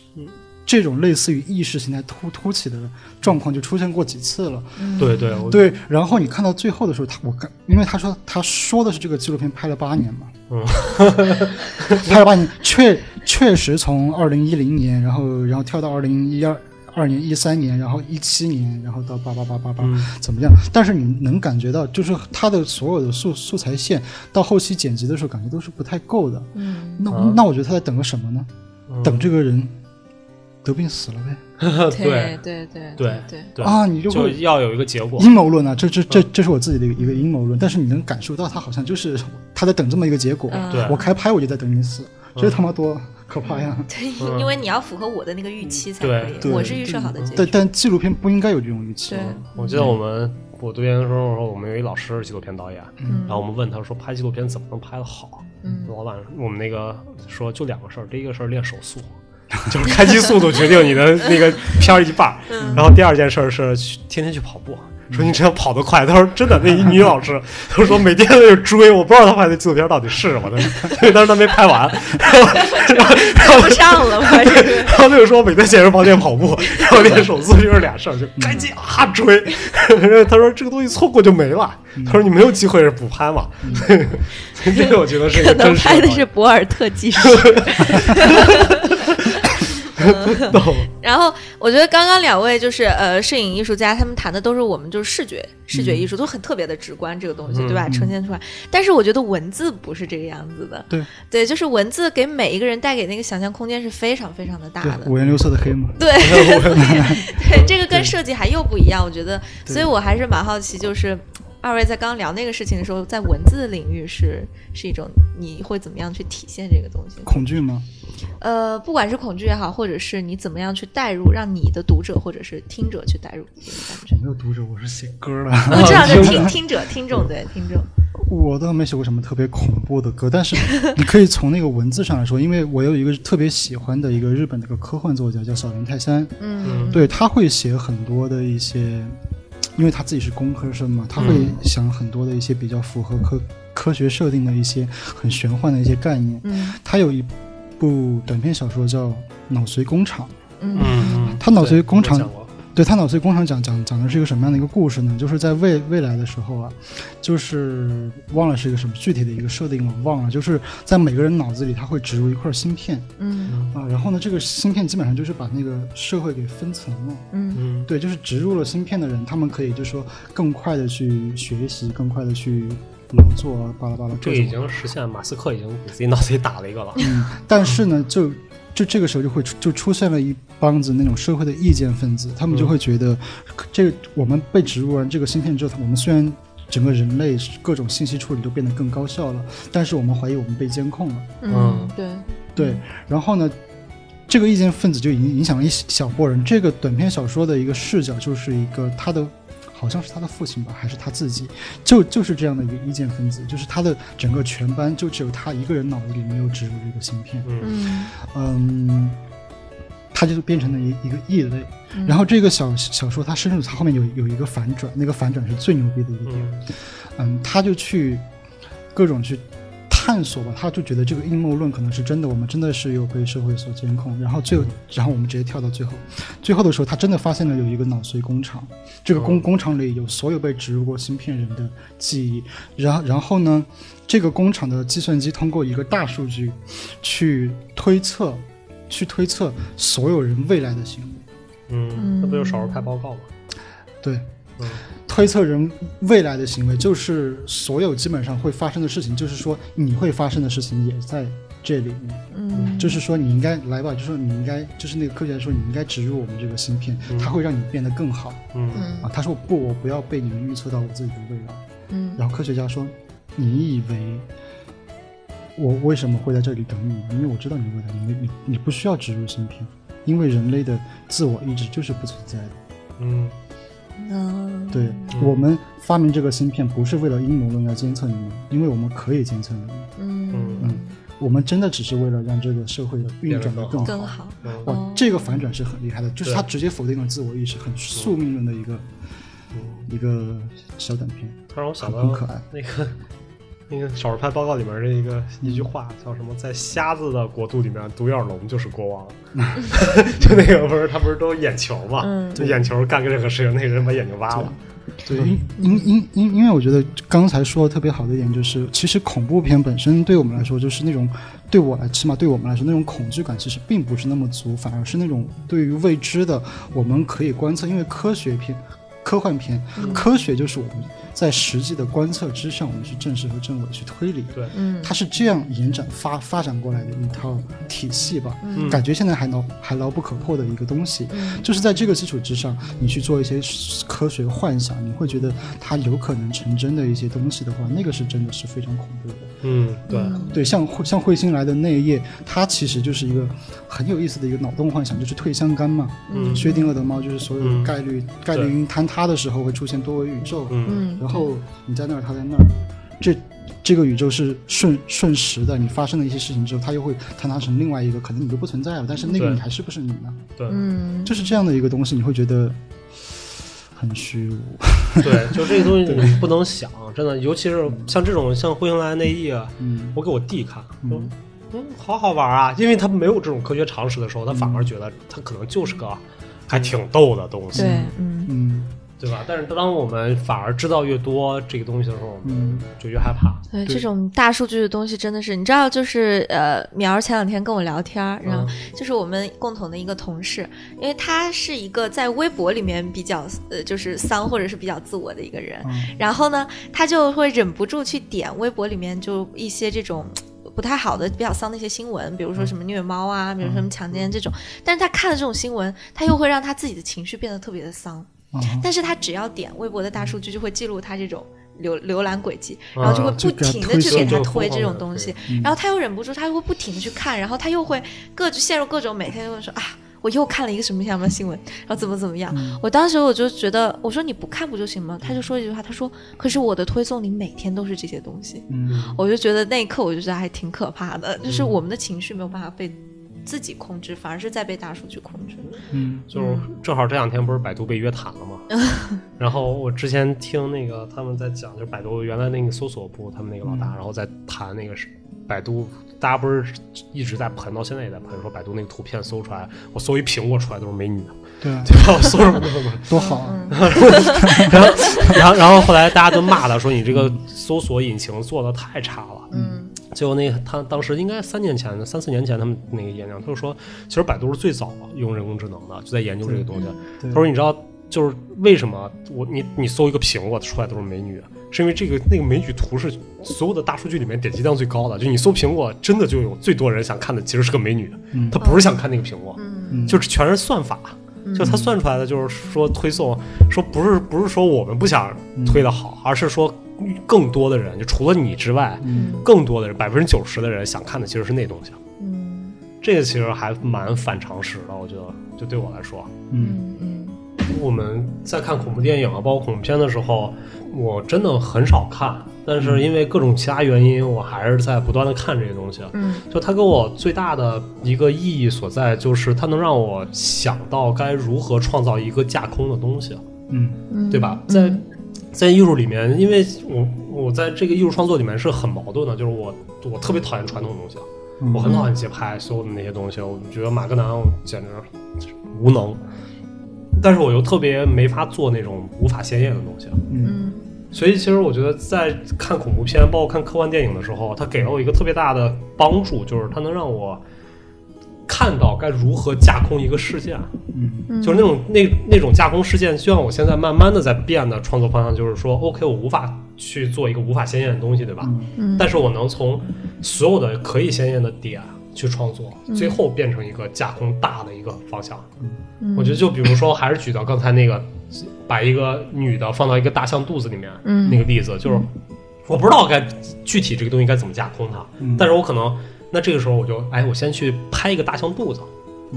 Speaker 3: 这种类似于意识形态突突起的状况就出现过几次了。
Speaker 1: 对对，我
Speaker 3: 对，然后你看到最后的时候，他我看，因为他说他说的是这个纪录片拍了八年嘛，
Speaker 1: 嗯
Speaker 3: 拍了八年，确确实从二零一零年，然后然后跳到二零一二二年、一三年，然后一七年，然后到八八八八八
Speaker 1: 嗯
Speaker 3: 怎么样？但是你能感觉到，就是他的所有的素素材线到后期剪辑的时候，感觉都是不太够的。
Speaker 2: 嗯，
Speaker 3: 那、
Speaker 1: 啊
Speaker 3: 那我觉得他在等个什么呢？
Speaker 1: 嗯
Speaker 3: 等这个人得病死了呗？
Speaker 1: 对
Speaker 2: 嗯对对
Speaker 1: 对
Speaker 2: 对，
Speaker 1: 对
Speaker 3: 啊，你就
Speaker 1: 就
Speaker 3: 会
Speaker 1: 要有一个结果。
Speaker 3: 阴谋论啊，这这这
Speaker 1: 嗯
Speaker 3: 这是我自己的一个一个阴谋论，但是你能感受到他好像就是他在等这么一个结果。
Speaker 2: 嗯
Speaker 1: 对
Speaker 3: 我开拍我就在等你死，
Speaker 1: 嗯
Speaker 3: 这他妈多可怕呀！
Speaker 2: 对，因为你要符合我的那个预期才
Speaker 1: 对
Speaker 2: 可以，
Speaker 3: 对
Speaker 2: 我是预设好的结
Speaker 3: 但
Speaker 2: 局。
Speaker 3: 但纪录片不应该有这种预期
Speaker 2: 对。，
Speaker 1: 我记得我们我读研的时候，我说我们有一老师是纪录片导演，
Speaker 2: 嗯
Speaker 1: 然后我们问他说拍纪录片怎么能拍得好？
Speaker 2: 嗯
Speaker 1: 老板，我们那个说就两个事儿，第一个事儿练手 速，就是开机速度决定你的 那个片儿一半儿，
Speaker 2: 嗯
Speaker 1: 然后第二件事儿是去天天去跑步。说你只要跑得快，他说真的，那一女老师， 他说每天都有追，我不知道他拍的纪录片到底是什么的，因为当时他没拍完， 然后然后然后
Speaker 2: 不上了吧？这个
Speaker 1: 然后他就说每天健身房练跑步，然后练手速就是俩事儿，就
Speaker 3: 嗯
Speaker 1: 赶紧啊追。他说这个东西错过就没了，
Speaker 3: 嗯
Speaker 1: 他说你没有机会是补拍嘛。 这个我觉得是一
Speaker 2: 可
Speaker 1: 个
Speaker 2: 能
Speaker 1: 真实
Speaker 2: 拍的是博尔特技术。
Speaker 1: 逗，
Speaker 2: 然后我觉得刚刚两位就是呃，摄影艺术家他们谈的都是我们就是视觉视觉艺术，都很特别的直观这个东西，
Speaker 1: 嗯
Speaker 2: 对吧？呈现出来。但是我觉得文字不是这个样子的，
Speaker 3: 对
Speaker 2: 对，就是文字给每一个人带给那个想象空间是非常非常的大
Speaker 3: 对
Speaker 2: 的，。
Speaker 3: 五颜六色的黑嘛。
Speaker 2: 对对，这个跟设计还又不一样，我觉得，所以我还是蛮好奇，就是二位在刚聊那个事情的时候，在文字领域是是一种你会怎么样去体现这个东西？
Speaker 3: 恐惧吗？
Speaker 2: 呃，不管是恐惧也好，或者是你怎么样去带入，让你的读者或者是听者去带入这种感 觉。
Speaker 3: 没有读者，我是写歌的。
Speaker 2: 我知道是听听者、听众对听众，
Speaker 3: 我倒没写过什么特别恐怖的歌，但是你可以从那个文字上来说，因为我有一个特别喜欢的一个日本的一个科幻作家叫小林泰山，
Speaker 2: 嗯
Speaker 3: 对他会写很多的一些，因为他自己是工科生嘛，他会
Speaker 1: 嗯
Speaker 3: 想很多的一些比较符合科科学设定的一些很玄幻的一些概念。
Speaker 2: 嗯
Speaker 3: 他有一部短篇小说叫《脑髓工厂》，
Speaker 2: 嗯
Speaker 1: 嗯，
Speaker 3: 他脑髓工厂
Speaker 1: 对我讲过
Speaker 3: 对他脑髓工厂讲讲讲的是一个什么样的一个故事呢？就是在未未来的时候啊，就是忘了是一个什么具体的一个设定了，忘了。就是在每个人脑子里，他会植入一块芯片
Speaker 2: 嗯
Speaker 3: 啊，然后呢，这个芯片基本上就是把那个社会给分层了。
Speaker 2: 嗯
Speaker 1: 嗯
Speaker 3: 对，就是植入了芯片的人，他们可以就说更快的去学习，更快的去劳作啊，巴拉巴拉
Speaker 1: 这
Speaker 3: 各
Speaker 1: 个已
Speaker 3: 种。
Speaker 1: 经实现，马斯克已经给自己脑子里打了一个了。
Speaker 3: 嗯但是呢，就就这个时候就会出就出现了一帮子那种社会的意见分子，他们就会觉得，这我们被植入完这个芯片之后，我们虽然整个人类各种信息处理都变得更高效了，但是我们怀疑我们被监控了。
Speaker 2: 嗯，对，
Speaker 3: 对，然后呢，这个意见分子就影影响了一小波人。这个短篇小说的一个视角就是一个他的。好像是他的父亲吧，还是他自己，就就是这样的一个意见分子，就是他的整个全班就只有他一个人脑子里没有植入这个芯片，
Speaker 1: 嗯
Speaker 2: 嗯
Speaker 3: 嗯，它就变成了一一个异类。
Speaker 2: 嗯
Speaker 3: 然后这个小小说，它深入，它后面有有一个反转，那个反转是最牛逼的一个点。
Speaker 1: 嗯
Speaker 3: 嗯，他就去各种去探索吧，他就觉得这个阴谋论可能是真的，我们真的是有被社会所监控。然后最后，然后我们直接跳到最后，最后的时候，他真的发现了有一个脑髓工厂，这个工、
Speaker 1: 哦
Speaker 3: 工厂里有所有被植入过芯片人的记忆。然后然后呢，这个工厂的计算机通过一个大数据去推测，去推测所有人未来的行为。
Speaker 1: 嗯，那不就是少数派报告吗？
Speaker 3: 对，
Speaker 1: 嗯
Speaker 3: 推测人未来的行为，就是所有基本上会发生的事情，就是说你会发生的事情也在这里面。
Speaker 2: 嗯，
Speaker 3: 就是说你应该来吧，就是说你应该，就是那个科学家说你应该植入我们这个芯片，
Speaker 1: 嗯
Speaker 3: 它会让你变得更好
Speaker 1: 嗯
Speaker 2: 嗯
Speaker 3: 啊。他说不，我不要被你们预测到我自己的未来。
Speaker 2: 嗯
Speaker 3: 然后科学家说，你以为。我为什么会在这里等你？因为我知道你未来，你你你不需要植入芯片，因为人类的自我意志就是不存在的。
Speaker 1: 嗯
Speaker 2: 嗯，
Speaker 3: 对、我们发明这个芯片不是为了阴谋论要监测你们，因为我们可以监测你们。
Speaker 2: 嗯
Speaker 1: 嗯
Speaker 3: 我们真的只是为了让这个社会运转的更好。哦
Speaker 2: 更好，
Speaker 1: 嗯
Speaker 3: 哇，这个反转是很厉害的，就是
Speaker 1: 对
Speaker 3: 他直接否定了自我意识，很宿命论的一个
Speaker 1: 嗯，
Speaker 3: 一个小短片，
Speaker 1: 突然我想
Speaker 3: 很
Speaker 1: 到
Speaker 3: 很可爱。
Speaker 1: 那个那个《少数派报告》里面的一个一句话叫什么？在瞎子的国度里面，独眼龙就是国 王。就那个不是他不是都眼球嘛？
Speaker 2: 嗯
Speaker 1: 就眼球干个任何事情，那个人把眼睛挖了。
Speaker 3: 对，因因因因因为我觉得刚才说的特别好的一点就是，其实恐怖片本身对我们来说，就是那种对我来，起码对我们来说，那种恐惧感其实并不是那么足，反而是那种对于未知的，我们可以观测，因为科学片、科幻片，科学就是我们在实际的观测之上，我们去证实和证伪去推理。
Speaker 1: 对，
Speaker 2: 嗯
Speaker 3: 它是这样延展发发展过来的一套体系吧，
Speaker 1: 嗯
Speaker 3: 感觉现在还牢还牢不可破的一个东西。
Speaker 2: 嗯
Speaker 3: 就是在这个基础之上，你去做一些科学幻想，你会觉得它有可能成真的一些东西的话，那个是真的是非常恐怖的。
Speaker 1: 嗯，对，
Speaker 3: 对，像像彗星来的那一夜，它其实就是一个很有意思的一个脑洞幻想，就是退相干嘛。
Speaker 1: 嗯
Speaker 3: 薛定谔的猫就是所有
Speaker 1: 嗯
Speaker 3: 的概率、概率因坍塌的时候会出现多维宇宙，
Speaker 1: 嗯
Speaker 2: 嗯
Speaker 3: 然后你在那儿，它在那儿，这这个宇宙是瞬瞬时的，你发生了一些事情之后，它又会坍塌成另外一个，可能你就不存在了，但是那个
Speaker 1: 对
Speaker 3: 你还是不是你呢？
Speaker 1: 对
Speaker 2: 嗯
Speaker 3: 就是这样的一个东西，你会觉得很虚无。
Speaker 1: 对，就这个东西你不能想，真的，尤其是像这种像《彗星来的那一夜》，
Speaker 3: 嗯
Speaker 1: 我给我弟看，我说
Speaker 3: 嗯
Speaker 1: 嗯，好好玩啊，因为他没有这种科学常识的时候，他
Speaker 3: 嗯
Speaker 1: 反而觉得他可能就是个还挺逗的东西，
Speaker 2: 嗯对嗯
Speaker 3: 嗯
Speaker 1: 对吧？但是当我们反而知道越多这个东西的时候，我们
Speaker 3: 嗯
Speaker 1: 就越害怕。
Speaker 2: 对，
Speaker 3: 对
Speaker 2: 这种大数据的东西真的是，你知道，就是呃，苗儿前两天跟我聊天
Speaker 1: 嗯
Speaker 2: 儿，嗯然后就是我们共同的一个同事，因为他是一个在微博里面比较呃，就是丧或者是比较自我的一个人，
Speaker 3: 嗯
Speaker 2: 然后呢，他就会忍不住去点微博里面就一些这种。不太好的、比较丧的一些新闻，比如说什么虐猫啊，比如说什么强奸这种，但是他看了这种新闻，他又会让他自己的情绪变得特别的丧。
Speaker 3: 啊，
Speaker 2: 但是他只要点微博的大数据，就会记录他这种浏浏览轨迹，然后就会
Speaker 1: 啊
Speaker 2: 不停的去给他推这种东
Speaker 1: 就
Speaker 2: 西
Speaker 1: 给，
Speaker 3: 嗯
Speaker 2: 然后他又忍不住，他又会不停的去看，然后他又会各陷入各种每天又会说啊，我又看了一个什么什么新闻，然后怎么怎么样。
Speaker 3: 嗯
Speaker 2: 我当时我就觉得，我说你不看不就行吗？他就说一句话，他说，可是我的推送里每天都是这些东西，
Speaker 3: 嗯
Speaker 2: 我就觉得那一刻我就觉得还挺可怕的，就是我们的情绪没有办法被自己控制，反而是在被大数据控制。
Speaker 3: 嗯
Speaker 1: 就是正好这两天不是百度被约谈 了嘛，然后我之前听那个他们在讲，就是百度原来那个搜索部他们那个老
Speaker 2: 嗯
Speaker 1: 大，然后在谈那个是百度，大家不是一直在喷，到现在也在喷，说百度那个图片搜出来，我搜一苹果出来都是美女，
Speaker 3: 对啊，
Speaker 1: 对吧？我搜什么都是美女。
Speaker 3: 多好啊！
Speaker 1: 然后， 然后，然后后来大家都骂他说你这个搜索引擎做的太差了。
Speaker 2: 嗯
Speaker 1: 结果那个他当时应该三年前、三四年前他们那个演讲，他就说，其实百度是最早用人工智能的，就在研究这个东西。
Speaker 3: 对
Speaker 1: 他说：“你知道，就是为什么我你你搜一个苹果出来都是美女，是因为这个那个美女图是所有的大数据里面点击量最高的。就你搜苹果，真的就有最多人想看的其实是个美女，
Speaker 3: 嗯
Speaker 1: 她不是想看那个苹果，
Speaker 2: 嗯
Speaker 3: 嗯
Speaker 1: 就是全是算法。
Speaker 2: 嗯
Speaker 1: 就他算出来的，就是说推送，说不是不是说我们不想推的好，而是说更多的人，就除了你之外，
Speaker 3: 嗯
Speaker 1: 更多的人百分之九十的人想看的其实是那东西。
Speaker 2: 嗯
Speaker 1: 这个其实还蛮反常识的，我觉得，就对我来说。”
Speaker 3: 嗯
Speaker 2: 嗯嗯
Speaker 1: 我们在看恐怖电影啊，包括恐怖片的时候，我真的很少看，但是因为各种其他原因，我还是在不断的看这些东西。啊
Speaker 2: 嗯，
Speaker 1: 就它给我最大的一个意义所在，就是它能让我想到该如何创造一个架空的东西，啊
Speaker 3: 嗯
Speaker 2: 嗯
Speaker 1: 对吧？在在艺术里面，因为我我在这个艺术创作里面是很矛盾的，就是我我特别讨厌传统的东西，啊
Speaker 3: 嗯
Speaker 1: 我很讨厌节拍所有的那些东西，我觉得马格南我简直无能，但是我又特别没法做那种无法鲜艳的东西，
Speaker 3: 嗯
Speaker 2: 嗯
Speaker 1: 所以其实我觉得在看恐怖片，包括看科幻电影的时候，它给了我一个特别大的帮助，就是它能让我看到该如何架空一个啊事件，
Speaker 3: 嗯
Speaker 2: 嗯
Speaker 1: 就是那种那那种架空事件，就像我现在慢慢的在变的创作方向，就是说，OK，我无法去做一个无法鲜艳的东西，对吧？
Speaker 2: 嗯
Speaker 1: 但是我能从所有的可以鲜艳的点去创作，最后变成一个架空大的一个方向。
Speaker 2: 嗯
Speaker 1: 我觉得，就比如说，还是举到刚才那个，把一个女的放到一个大象肚子里面、
Speaker 2: 嗯
Speaker 1: 那个例子，就是我不知道该具体这个东西该怎么架空它，
Speaker 3: 嗯
Speaker 1: 但是我可能那这个时候我就，哎，我先去拍一个大象肚子，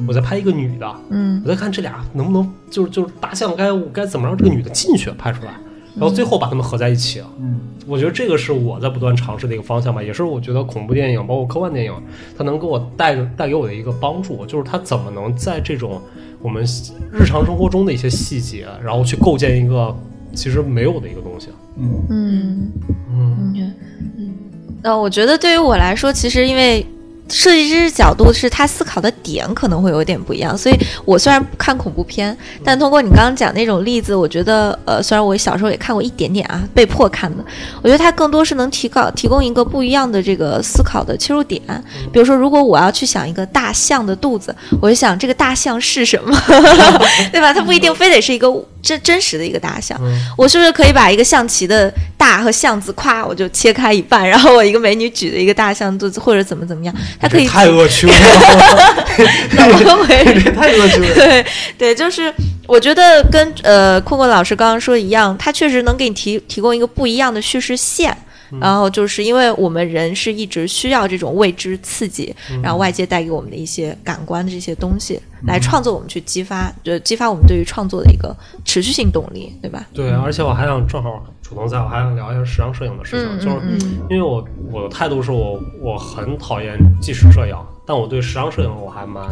Speaker 1: 我再拍一个女的，
Speaker 2: 嗯
Speaker 1: 我再看这俩能不能就是就是大象该该怎么让这个女的进去拍出来，然后最后把它们合在一起。
Speaker 3: 嗯
Speaker 1: 我觉得这个是我在不断尝试的一个方向吧，也是我觉得恐怖电影包括科幻电影，它能给我带带给我的一个帮助，就是它怎么能在这种我们日常生活中的一些细节，然后去构建一个其实没有的一个东西。啊
Speaker 3: 嗯，
Speaker 2: 嗯，
Speaker 1: 嗯，
Speaker 2: 那我觉得对于我来说，其实因为设计师角度是他思考的点可能会有点不一样，所以我虽然不看恐怖片，但通过你刚刚讲那种例子，我觉得呃，虽然我小时候也看过一点点啊，被迫看的，我觉得它更多是能提高提供一个不一样的这个思考的切入点。比如说，如果我要去想一个大象的肚子，我就想这个大象是什么， 对吧？它不一定非得是一个真真实的一个大象。我是不是可以把一个象棋的大和象字，咵，我就切开一半，然后我一个美女举着一个大象肚子，或者怎么怎 么样，它可以
Speaker 1: 太恶趣味 了，
Speaker 2: 怎么回事？
Speaker 1: 这太恶趣味了。
Speaker 2: 对对，就是我觉得跟呃酷酷老师刚刚说的一样，它确实能给你提提供一个不一样的叙事线。
Speaker 1: 嗯
Speaker 2: 然后就是因为我们人是一直需要这种未知刺激，
Speaker 1: 嗯
Speaker 2: 然后外界带给我们的一些感官的这些东西，来创作我们去激发，就激发我们对于创作的一个持续性动力，对吧？
Speaker 1: 对，而且我还想正好主动在，我还想聊一下时尚摄影的事情，
Speaker 2: 嗯
Speaker 1: 就
Speaker 2: 嗯
Speaker 1: 是
Speaker 2: 嗯
Speaker 1: 因为我我的态度是我我很讨厌纪实摄影，但我对时尚摄影我还蛮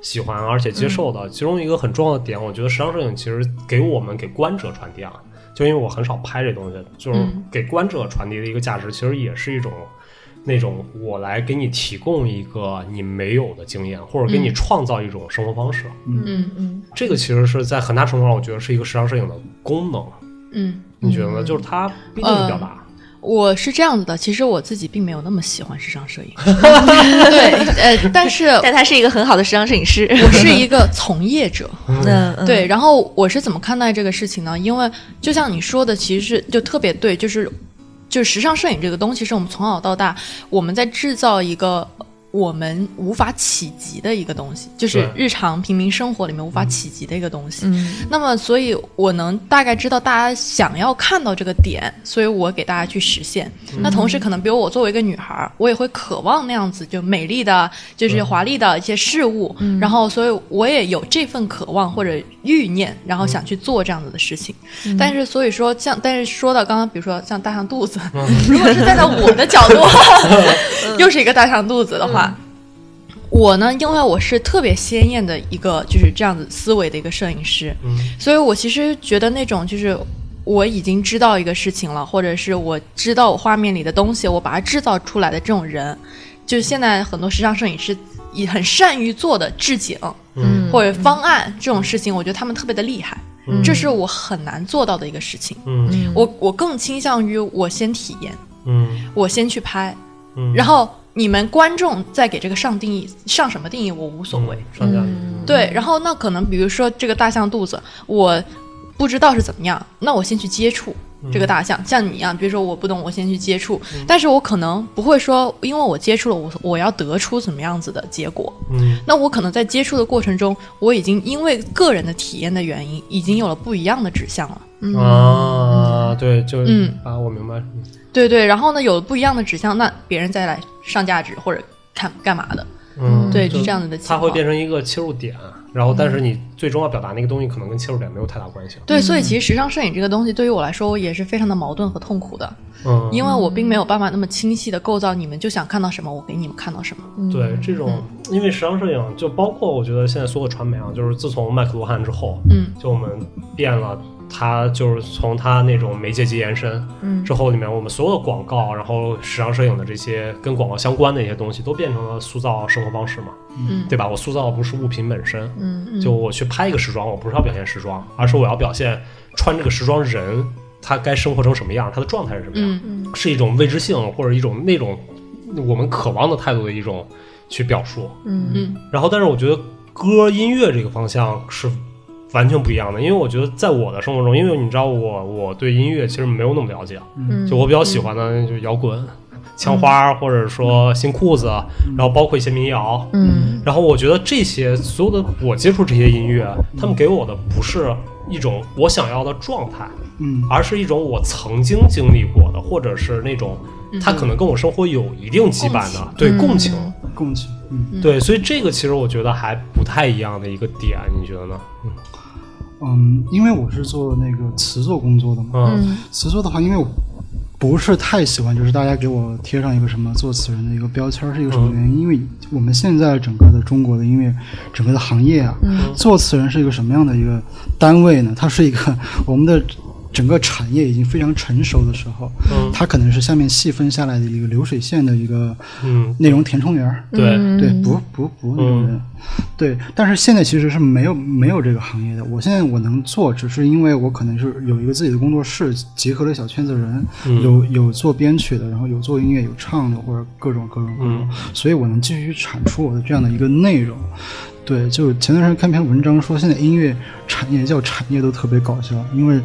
Speaker 1: 喜欢而且接受的。
Speaker 2: 嗯
Speaker 1: 其中一个很重要的点，我觉得时尚摄影其实给我们给观者传递啊，就因为我很少拍这东西，就是
Speaker 2: 嗯
Speaker 1: 给观者传递的一个价值，其实也是一种。那种我来给你提供一个你没有的经验，或者给你
Speaker 2: 嗯
Speaker 1: 创造一种生活方式，
Speaker 4: 嗯嗯
Speaker 1: 这个其实是在很大程度上，我觉得是一个时尚摄影的功能。
Speaker 4: 嗯，
Speaker 1: 你觉得呢？就是它毕竟是表达，
Speaker 4: 我是这样子的，其实我自己并没有那么喜欢时尚摄影，对，呃，但是
Speaker 2: 但他是一个很好的时尚摄影师。
Speaker 4: 我是一个从业者，
Speaker 2: 嗯，嗯
Speaker 4: 对，，然后我是怎么看待这个事情呢？因为就像你说的，其实就特别对，就是就是时尚摄影这个东西，是我们从小到大我们在制造一个。我们无法企及的一个东西，就是
Speaker 1: 对
Speaker 4: 日常平民生活里面无法企及的一个东西。
Speaker 2: 嗯
Speaker 4: 那么，所以我能大概知道大家想要看到这个点，所以我给大家去实现。那同时，可能比如我作为一个女孩儿，我也会渴望那样子就美丽的，就是华丽的一些事物。然后，所以我也有这份渴望或者欲念，然后想去做这样子的事情。但是，所以说像，但是说到刚刚，比如说像大象肚子，如果是站在我的角度， 又是一个大象肚子的话。我呢，因为我是特别鲜艳的一个，就是这样子思维的一个摄影师，
Speaker 1: 嗯
Speaker 4: 所以我其实觉得那种就是我已经知道一个事情了，或者是我知道我画面里的东西，我把它制造出来的这种人，就是现在很多时尚摄影师也很善于做的置景
Speaker 1: 嗯
Speaker 4: 或者方案这种事情，我觉得他们特别的厉害，
Speaker 1: 嗯
Speaker 4: 这是我很难做到的一个事情。
Speaker 1: 嗯
Speaker 4: 我我更倾向于我先体验，
Speaker 1: 嗯
Speaker 4: 我先去拍，
Speaker 1: 嗯，
Speaker 4: 然
Speaker 1: 后
Speaker 4: 后你们观众再给这个上定义，上什么定义我无所谓。
Speaker 1: 上架，
Speaker 4: 对，然后那可能比如说这个大象肚子，我不知道是怎么样，那我先去接触这个大象，像你一样，比如说我不懂，我先去接触，但是我可能不会说，因为我接触了，我我要得出怎么样子的结果，
Speaker 1: 嗯
Speaker 4: 那我可能在接触的过程中，我已经因为个人的体验的原因，已经有了不一样的指向了。
Speaker 1: 啊，对，就
Speaker 4: 嗯
Speaker 1: 啊，我明白，
Speaker 4: 对对，然后呢，有了不一样的指向，那别人再来上价值或者看干嘛的，
Speaker 1: 嗯，
Speaker 4: 对，是这样子的情
Speaker 1: 它
Speaker 4: 况。嗯
Speaker 1: 会变成一个切入点，然后但是你最终要表达那个东西，可能跟切入点没有太大关系。
Speaker 4: 对，所以其实时尚摄影这个东西对于我来说，我也是非常的矛盾和痛苦的。
Speaker 1: 嗯，
Speaker 4: 因为我并没有办法那么清晰的构造，你们就想看到什么，我给你们看到什么。
Speaker 1: 对这种，
Speaker 4: 嗯
Speaker 1: 因为时尚摄影就包括我觉得现在所有传媒啊，就是自从麦克卢汉之后，
Speaker 4: 嗯
Speaker 1: 就我们变了，它就是从它那种媒介级延伸，嗯，之后里面我们所有的广告，然后时尚摄影的这些跟广告相关的一些东西，都变成了塑造生活方式嘛，
Speaker 4: 嗯
Speaker 1: 对吧？我塑造的不是物品本身，
Speaker 4: 嗯
Speaker 1: 就我去拍一个时装，我不是要表现时装，而是我要表现穿这个时装人他该生活成什么样，他的状态是什么样，
Speaker 4: 嗯
Speaker 1: 是一种未知性或者一种那种我们渴望的态度的一种去表述，
Speaker 4: 嗯
Speaker 1: 然后，但是我觉得歌音乐这个方向是完全不一样的，因为我觉得在我的生活中，因为你知道我我对音乐其实没有那么了解，
Speaker 2: 嗯
Speaker 1: 就我比较喜欢的就摇滚、枪花，或者说新裤子，然后包括一些民谣。
Speaker 2: 嗯
Speaker 1: 然后我觉得这些所有的我接触这些音乐，他们给我的不是一种我想要的状态，
Speaker 3: 嗯
Speaker 1: 而是一种我曾经经历过的，或者是那种它可能跟我生活有一定羁绊的，对嗯共情。嗯
Speaker 3: 共情，嗯
Speaker 1: 对，所以这个其实我觉得还不太一样的一个点，你觉得呢？
Speaker 3: 嗯，因为我是做那个词作工作的嘛，
Speaker 1: 嗯
Speaker 3: 词作的话，因为我不是太喜欢，就是大家给我贴上一个什么作词人的一个标签儿，是一个什么原因？因为我们现在整个的中国的音乐，整
Speaker 1: 嗯
Speaker 3: 个的行业啊，作词人是一个什么样的一个单位呢？它是一个我们的整个产业已经非常成熟的时候，
Speaker 1: 嗯
Speaker 3: 它可能是下面细分下来的一个流水线的一个
Speaker 1: 嗯，
Speaker 3: 内容填充源儿，
Speaker 1: 对，
Speaker 3: 对，补补补那种
Speaker 1: 嗯
Speaker 3: 人，对。但是现在其实是没有没有这个行业的。我现在我能做，只是因为我可能是有一个自己的工作室，结合了小圈子人，
Speaker 1: 嗯
Speaker 3: 有有做编曲的，然后有做音乐，有唱的，或者各种各种各种，
Speaker 1: 嗯
Speaker 3: 所以我能继续产出我的这样的一个内容。对，就前段时间看篇文章说，现在音乐产业叫产业都特别搞笑，因为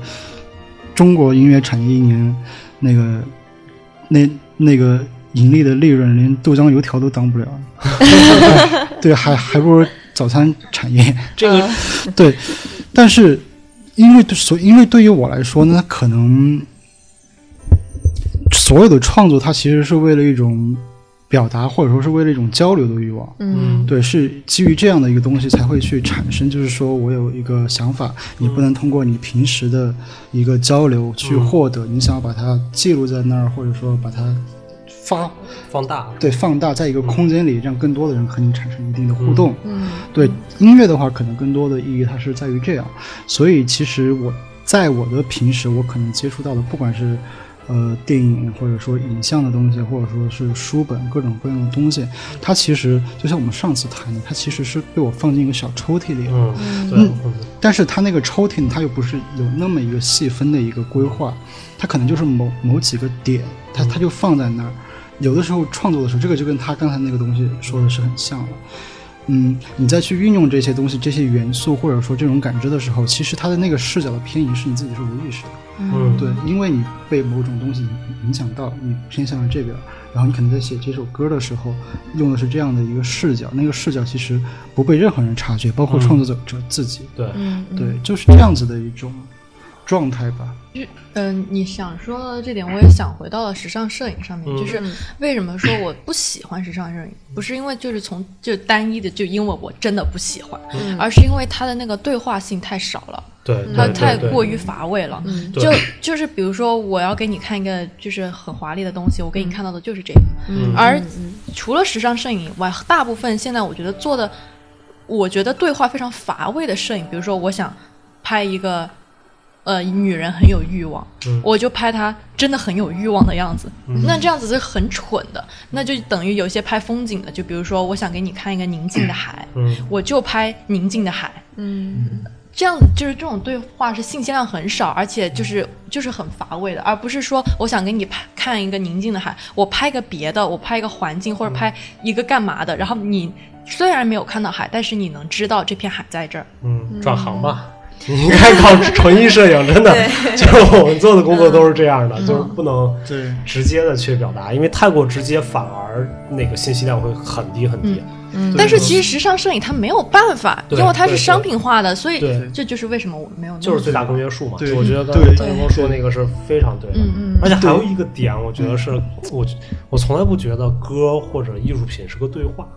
Speaker 3: 中国音乐产业一年那个那那个盈利的利润连豆浆油条都当不了， 对，还还不如早餐产业。
Speaker 1: 这个
Speaker 3: 对，但是因为对所因为对于我来说呢，可能所有的创作它其实是为了一种表达，或者说是为了一种交流的欲望。
Speaker 2: 嗯
Speaker 3: 对，是基于这样的一个东西才会去产生，就是说我有一个想法，你不能通过你平时的一个交流去获得，你想要把它记录在那儿，或者说把它发
Speaker 1: 嗯放大，
Speaker 3: 对放大在一个空间里，让更多的人和你产生一定的互动。
Speaker 4: 嗯
Speaker 3: 对音乐的话，可能更多的意义它是在于这样，所以其实我在我的平时，我可能接触到的，不管是呃电影或者说影像的东西，或者说是书本各种各样的东西，它其实就像我们上次谈的，它其实是被我放进一个小抽屉里，
Speaker 1: 嗯，对，嗯
Speaker 3: 但是它那个抽屉呢它又不是有那么一个细分的一个规划，它可能就是某某几个点，它它就放在那儿。有的时候创作的时候，这个就跟他刚才那个东西说的是很像的。嗯，你再去运用这些东西、这些元素，或者说这种感知的时候，其实它的那个视角的偏移是你自己是无意识的。
Speaker 1: 嗯，
Speaker 3: 对，因为你被某种东西影响到，你偏向了这边，然后你可能在写这首歌的时候用的是这样的一个视角，那个视角其实不被任何人察觉，包括创作者者自己。
Speaker 1: 对，
Speaker 4: 嗯，
Speaker 3: 对，就是这样子的一种状态吧。
Speaker 4: 嗯，你想说的这点，我也想回到了时尚摄影上面，
Speaker 1: 嗯
Speaker 4: 就是为什么说我不喜欢时尚摄影，不是因为就是从就单一的，就因为我真的不喜欢，
Speaker 2: 嗯
Speaker 4: 而是因为它的那个对话性太少了，
Speaker 1: 对，
Speaker 4: 它
Speaker 1: 对
Speaker 4: 太
Speaker 1: 对
Speaker 4: 过于乏味了。
Speaker 2: 嗯
Speaker 1: 对
Speaker 4: 就就是比如说，我要给你看一个就是很华丽的东西，我给你看到的就是这个。
Speaker 1: 嗯
Speaker 4: 而除了时尚摄影以外，大部分现在我觉得做的，我觉得对话非常乏味的摄影，比如说我想拍一个。呃，女人很有欲望，
Speaker 1: 嗯
Speaker 4: 我就拍她真的很有欲望的样子。
Speaker 1: 嗯
Speaker 4: 那这样子是很蠢的，那就等于有一些拍风景的，就比如说我想给你看一个宁静的海，
Speaker 1: 嗯
Speaker 4: 我就拍宁静的海。
Speaker 2: 嗯
Speaker 4: 这样子就是这种对话是信息量很少，而且就是就是很乏味的，而不是说我想给你拍看一个宁静的海，我拍个别的，我拍一个环境
Speaker 2: 嗯
Speaker 4: 或者拍一个干嘛的，然后你虽然没有看到海，但是你能知道这片海在这儿。
Speaker 1: 嗯，转行吧。你 应该搞纯艺摄影，真的， 就是我们做的工作都是这样的，就是不能
Speaker 3: 对，
Speaker 1: 直接的去表达，因为太过直接反而那个信息量会很低很低。
Speaker 2: 嗯
Speaker 1: 对
Speaker 4: 但是其实时尚摄影它没有办法，
Speaker 1: 对
Speaker 4: 因为它是
Speaker 1: 对
Speaker 4: 商品化的，所以
Speaker 1: 对
Speaker 4: 这就是为什么我没有那么
Speaker 1: 就是最大公约数嘛。
Speaker 3: 嗯对
Speaker 1: 我觉得刚
Speaker 3: 对
Speaker 1: 才张光说那个是非常对的。
Speaker 4: 嗯嗯
Speaker 1: 而且还有一个点，我觉得是
Speaker 3: 嗯
Speaker 1: 我我从来不觉得歌或者艺术品是个对话。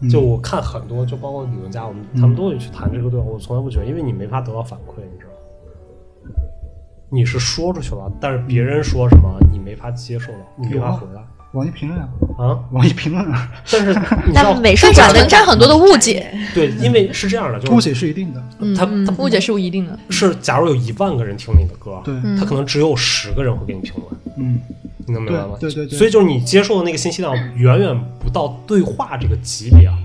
Speaker 3: 嗯
Speaker 1: 就我看很多，就包括理论家，我们他们都会去谈这个对话。我从来不觉得，因为你没法得到反馈，你知道吗？你是说出去了，但是别人说什么你没法接受到，你没法回答
Speaker 3: 网易评论啊，
Speaker 1: 啊。
Speaker 3: 网易评论啊，
Speaker 1: 但是你知道
Speaker 2: 但，美术
Speaker 4: 但是
Speaker 2: 馆的
Speaker 4: 存在
Speaker 2: 展
Speaker 4: 很多的误解，
Speaker 1: 对，因为是这样的，就是
Speaker 3: 误解是一定的。
Speaker 1: 他他
Speaker 4: 误解是一定的。
Speaker 1: 是，假如有一万个人听你的歌，
Speaker 3: 对
Speaker 1: 他
Speaker 4: 嗯
Speaker 1: 可能只有十个人会给你评论。
Speaker 3: 嗯，
Speaker 1: 你能明白吗？
Speaker 3: 对对对对
Speaker 1: 所以就是你接受的那个信息量远远不到对话这个级别啊。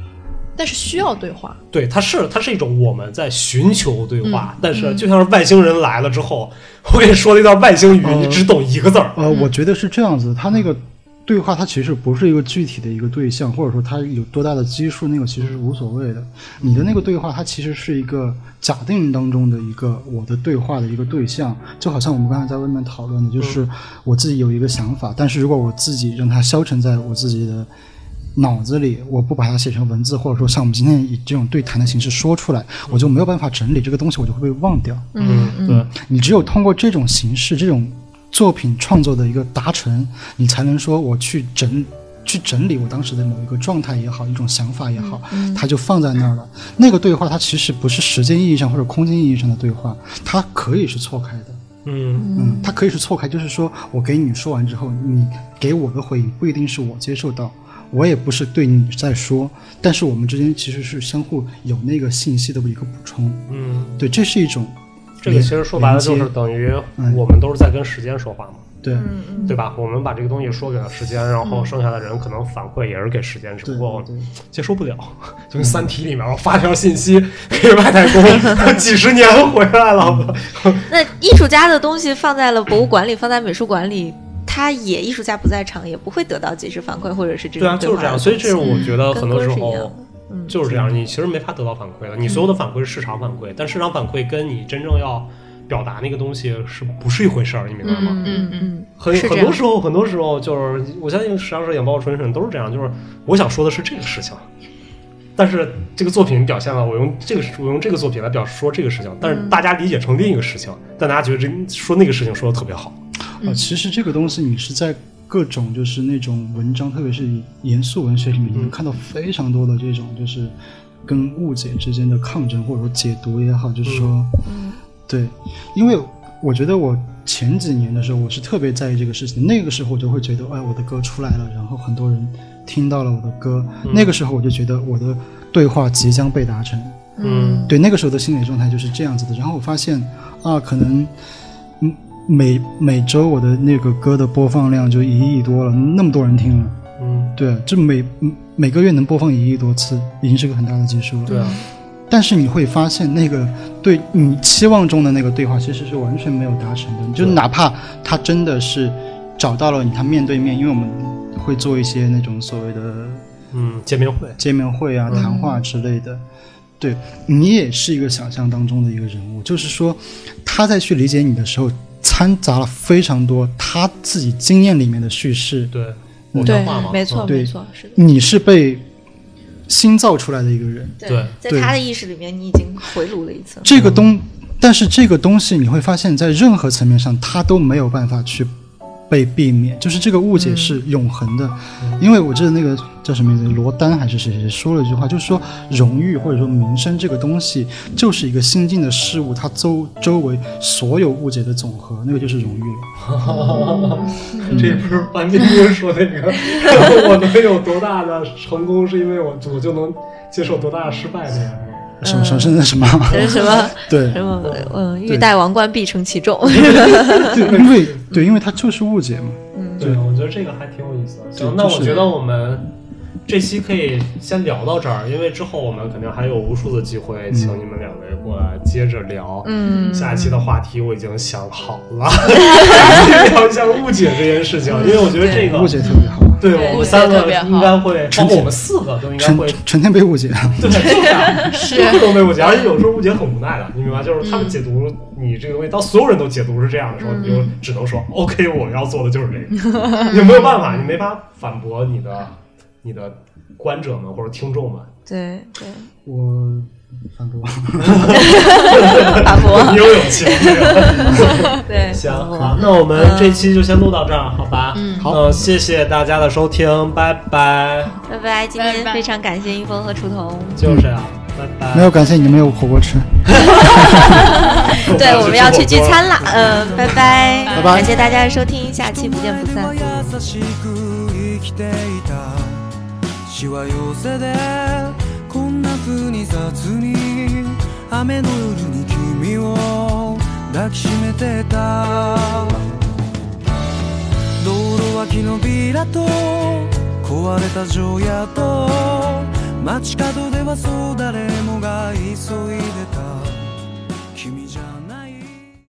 Speaker 4: 但是需要对话，
Speaker 1: 对，它是它是一种我们在寻求对话，但是就像是外星人来了之后， 我给你说了一段外星语，
Speaker 3: 嗯
Speaker 1: 你只懂一个字儿。
Speaker 3: 呃，我觉得是这样子，他那个对话，它其实不是一个具体的一个对象，或者说它有多大的基数，那个其实是无所谓的。你的那个对话，它其实是一个假定当中的一个我的对话的一个对象，就好像我们刚才在外面讨论的，就是我自己有一个想法，但是如果我自己让它消沉在我自己的。脑子里，我不把它写成文字，或者说像我们今天以这种对谈的形式说出来，我就没有办法整理这个东西，我就会被忘掉。
Speaker 1: 嗯，
Speaker 3: 嗯，你只有通过这种形式、这种作品创作的一个达成，你才能说我去整。去整理我当时的某一个状态也好，一种想法也好，它就放在那儿了。那个对话，它其实不是时间意义上或者空间意义上的对话，它可以是错开的。
Speaker 1: 嗯
Speaker 3: 嗯，它可以是错开，就是说我给你说完之后，你给我的回应不一定是我接受到，我也不是对你在说，但是我们之间其实是相互有那个信息的一个补充。
Speaker 1: 嗯
Speaker 3: 对，这是一种
Speaker 1: 这个其实说白了就
Speaker 3: 连
Speaker 1: 是
Speaker 3: 接
Speaker 1: 等于
Speaker 3: 嗯
Speaker 1: 我们都是在跟时间说话嘛，
Speaker 3: 对，
Speaker 2: 嗯嗯，
Speaker 1: 对吧？我们把这个东西说给了时间，然后剩下的人可能反馈也是给时间，只
Speaker 3: 对
Speaker 1: 不过
Speaker 3: 对
Speaker 1: 接受不了。就跟《三体》里面，我发条信息给外太 空，几十年回来了。
Speaker 2: 那艺术家的东西放在了博物馆里，放在美术馆里，他也艺术家不在场，也不会得到及时反馈，或者是这种
Speaker 1: 对啊，就是这样。所以这是我觉得
Speaker 2: 跟
Speaker 1: 很多
Speaker 2: 歌
Speaker 1: 时
Speaker 2: 是一
Speaker 1: 候
Speaker 2: 样的嗯
Speaker 1: 就是这样，你其实没法得到反馈的。你所有的反馈是市场反馈，但市场反馈跟你真正要表达那个东西是不是一回事儿？你明白吗？
Speaker 2: 嗯嗯嗯，
Speaker 1: 很
Speaker 2: 是这
Speaker 1: 很
Speaker 2: 样
Speaker 1: 多时候，很多时候就是，我相信时尚摄影包括纯纯都是这样，就是我想说的是这个事情，但是这个作品表现了，我用这个我用这个作品来表说这个事情，但
Speaker 2: 嗯
Speaker 1: 是大家理解成另一个事情，但大家觉得这说那个事情说的特别好，
Speaker 3: 啊，其实这个东西你是在各种就是那种文章，特别是严肃文学里面，你能看到非常多的这种就是跟误解之间的抗争，或者说解读也好，就是说，对，因为我觉得我前几年的时候，我是特别在意这个事情，那个时候我就会觉得，哎，我的歌出来了，然后很多人听到了我的歌，那个时候我就觉得我的对话即将被达成，
Speaker 1: 嗯
Speaker 3: 对，那个时候的心理状态就是这样子的。然后我发现啊，可能嗯每每周我的那个歌的播放量就一亿多了，那么多人听了，
Speaker 1: 嗯，
Speaker 3: 对，这每嗯每个月能播放一亿多次，已经是个很大的基数了。
Speaker 1: 对啊，
Speaker 3: 但是你会发现，那个对你期望中的那个对话，其实是完全没有达成的。就哪怕他真的是找到了你，他面对面，因为我们会做一些那种所谓的
Speaker 1: 嗯，见面会，
Speaker 3: 见面会啊、谈话之类的。对你也是一个想象当中的一个人物，就是说，他在去理解你的时候，掺杂了非常多他自己经验里面的叙事，
Speaker 1: 对，
Speaker 3: 嗯
Speaker 1: 偶像化嘛，
Speaker 2: 没错
Speaker 1: 嗯
Speaker 3: 对
Speaker 2: 没错，是的。
Speaker 3: 你是被新造出来的一个人。
Speaker 1: 对
Speaker 2: 在
Speaker 3: 对
Speaker 2: 他的意识里面，你已经回炉了 一次了。
Speaker 3: 这个东，但是这个东西你会发现在任何层面上，它都没有办法去被避免，就是这个误解是永恒的。因为我记得那个叫什么名字，罗丹还是谁谁谁说了一句话，就是说荣誉或者说名声这个东西，就是一个新进的事物，它周周围所有误解的总和，那个就是荣誉。
Speaker 1: 这不
Speaker 3: 嗯
Speaker 1: 是班金兵说那个，我能有多大的成功，是因为我我就能接受多大的失败那样。
Speaker 3: 什么什么什么什么？
Speaker 2: 是什么
Speaker 3: 对，
Speaker 2: 什么嗯，欲
Speaker 3: 对
Speaker 2: 戴王冠必承其重。
Speaker 3: 对，因为对，因为它就是误解嘛。
Speaker 1: 对，我觉得这个还挺有意思的。行，
Speaker 3: 嗯对
Speaker 1: 那
Speaker 3: 就
Speaker 1: 我
Speaker 3: 是
Speaker 1: 觉得我们这期可以先聊到这儿，因为之后我们肯定还有无数的机
Speaker 3: 嗯
Speaker 1: 会，请你们两位过来接着聊。
Speaker 2: 嗯
Speaker 1: 下一期的话题我已经想好 了，去聊一下误解这件事情，因为我觉得这个
Speaker 3: 误解特别好，
Speaker 1: 对
Speaker 4: 对
Speaker 1: 我
Speaker 4: 误
Speaker 1: 们
Speaker 4: 解
Speaker 1: 三
Speaker 4: 特
Speaker 1: 个
Speaker 4: 别好
Speaker 1: 应该会，包
Speaker 3: 纯
Speaker 1: 括
Speaker 3: 洁
Speaker 1: 我们四个都应该
Speaker 3: 成
Speaker 1: 会，
Speaker 3: 成天被误解。
Speaker 1: 对，就这样，
Speaker 4: 是
Speaker 1: 各种被 误解，而且有时候误解很无奈的，你明白？就是
Speaker 2: 嗯
Speaker 1: 他们解读你这个东西，当所有人都解读是这样的时候，你就只能说 OK，我要做的就是这个， 你没有办法，你没法反驳你的你的观者们或者听众们，
Speaker 2: 对对，
Speaker 3: 我反驳。
Speaker 2: 法国
Speaker 1: 你有勇气。这个
Speaker 2: 对
Speaker 1: 行，好，那我们这期就先录到这儿，好吧？嗯，
Speaker 3: 嗯好
Speaker 1: 呃，谢谢大家的收听，拜拜。
Speaker 2: 拜拜，今天
Speaker 4: 拜拜
Speaker 2: 非常感谢一峰和楚彤。
Speaker 1: 就这样，拜拜。
Speaker 3: 没有，感谢你们有火锅吃。
Speaker 2: 对，我们要去聚餐
Speaker 1: 了。
Speaker 2: 了，嗯，拜拜，
Speaker 3: 拜拜
Speaker 2: 感谢大家的收听，下期不见不散。
Speaker 5: 優しく生きていたしわ寄せでこんな風に雑に雨の夜に君を抱きしめてた道路脇のビラと壊れた城屋と街角ではそう誰もが急いでた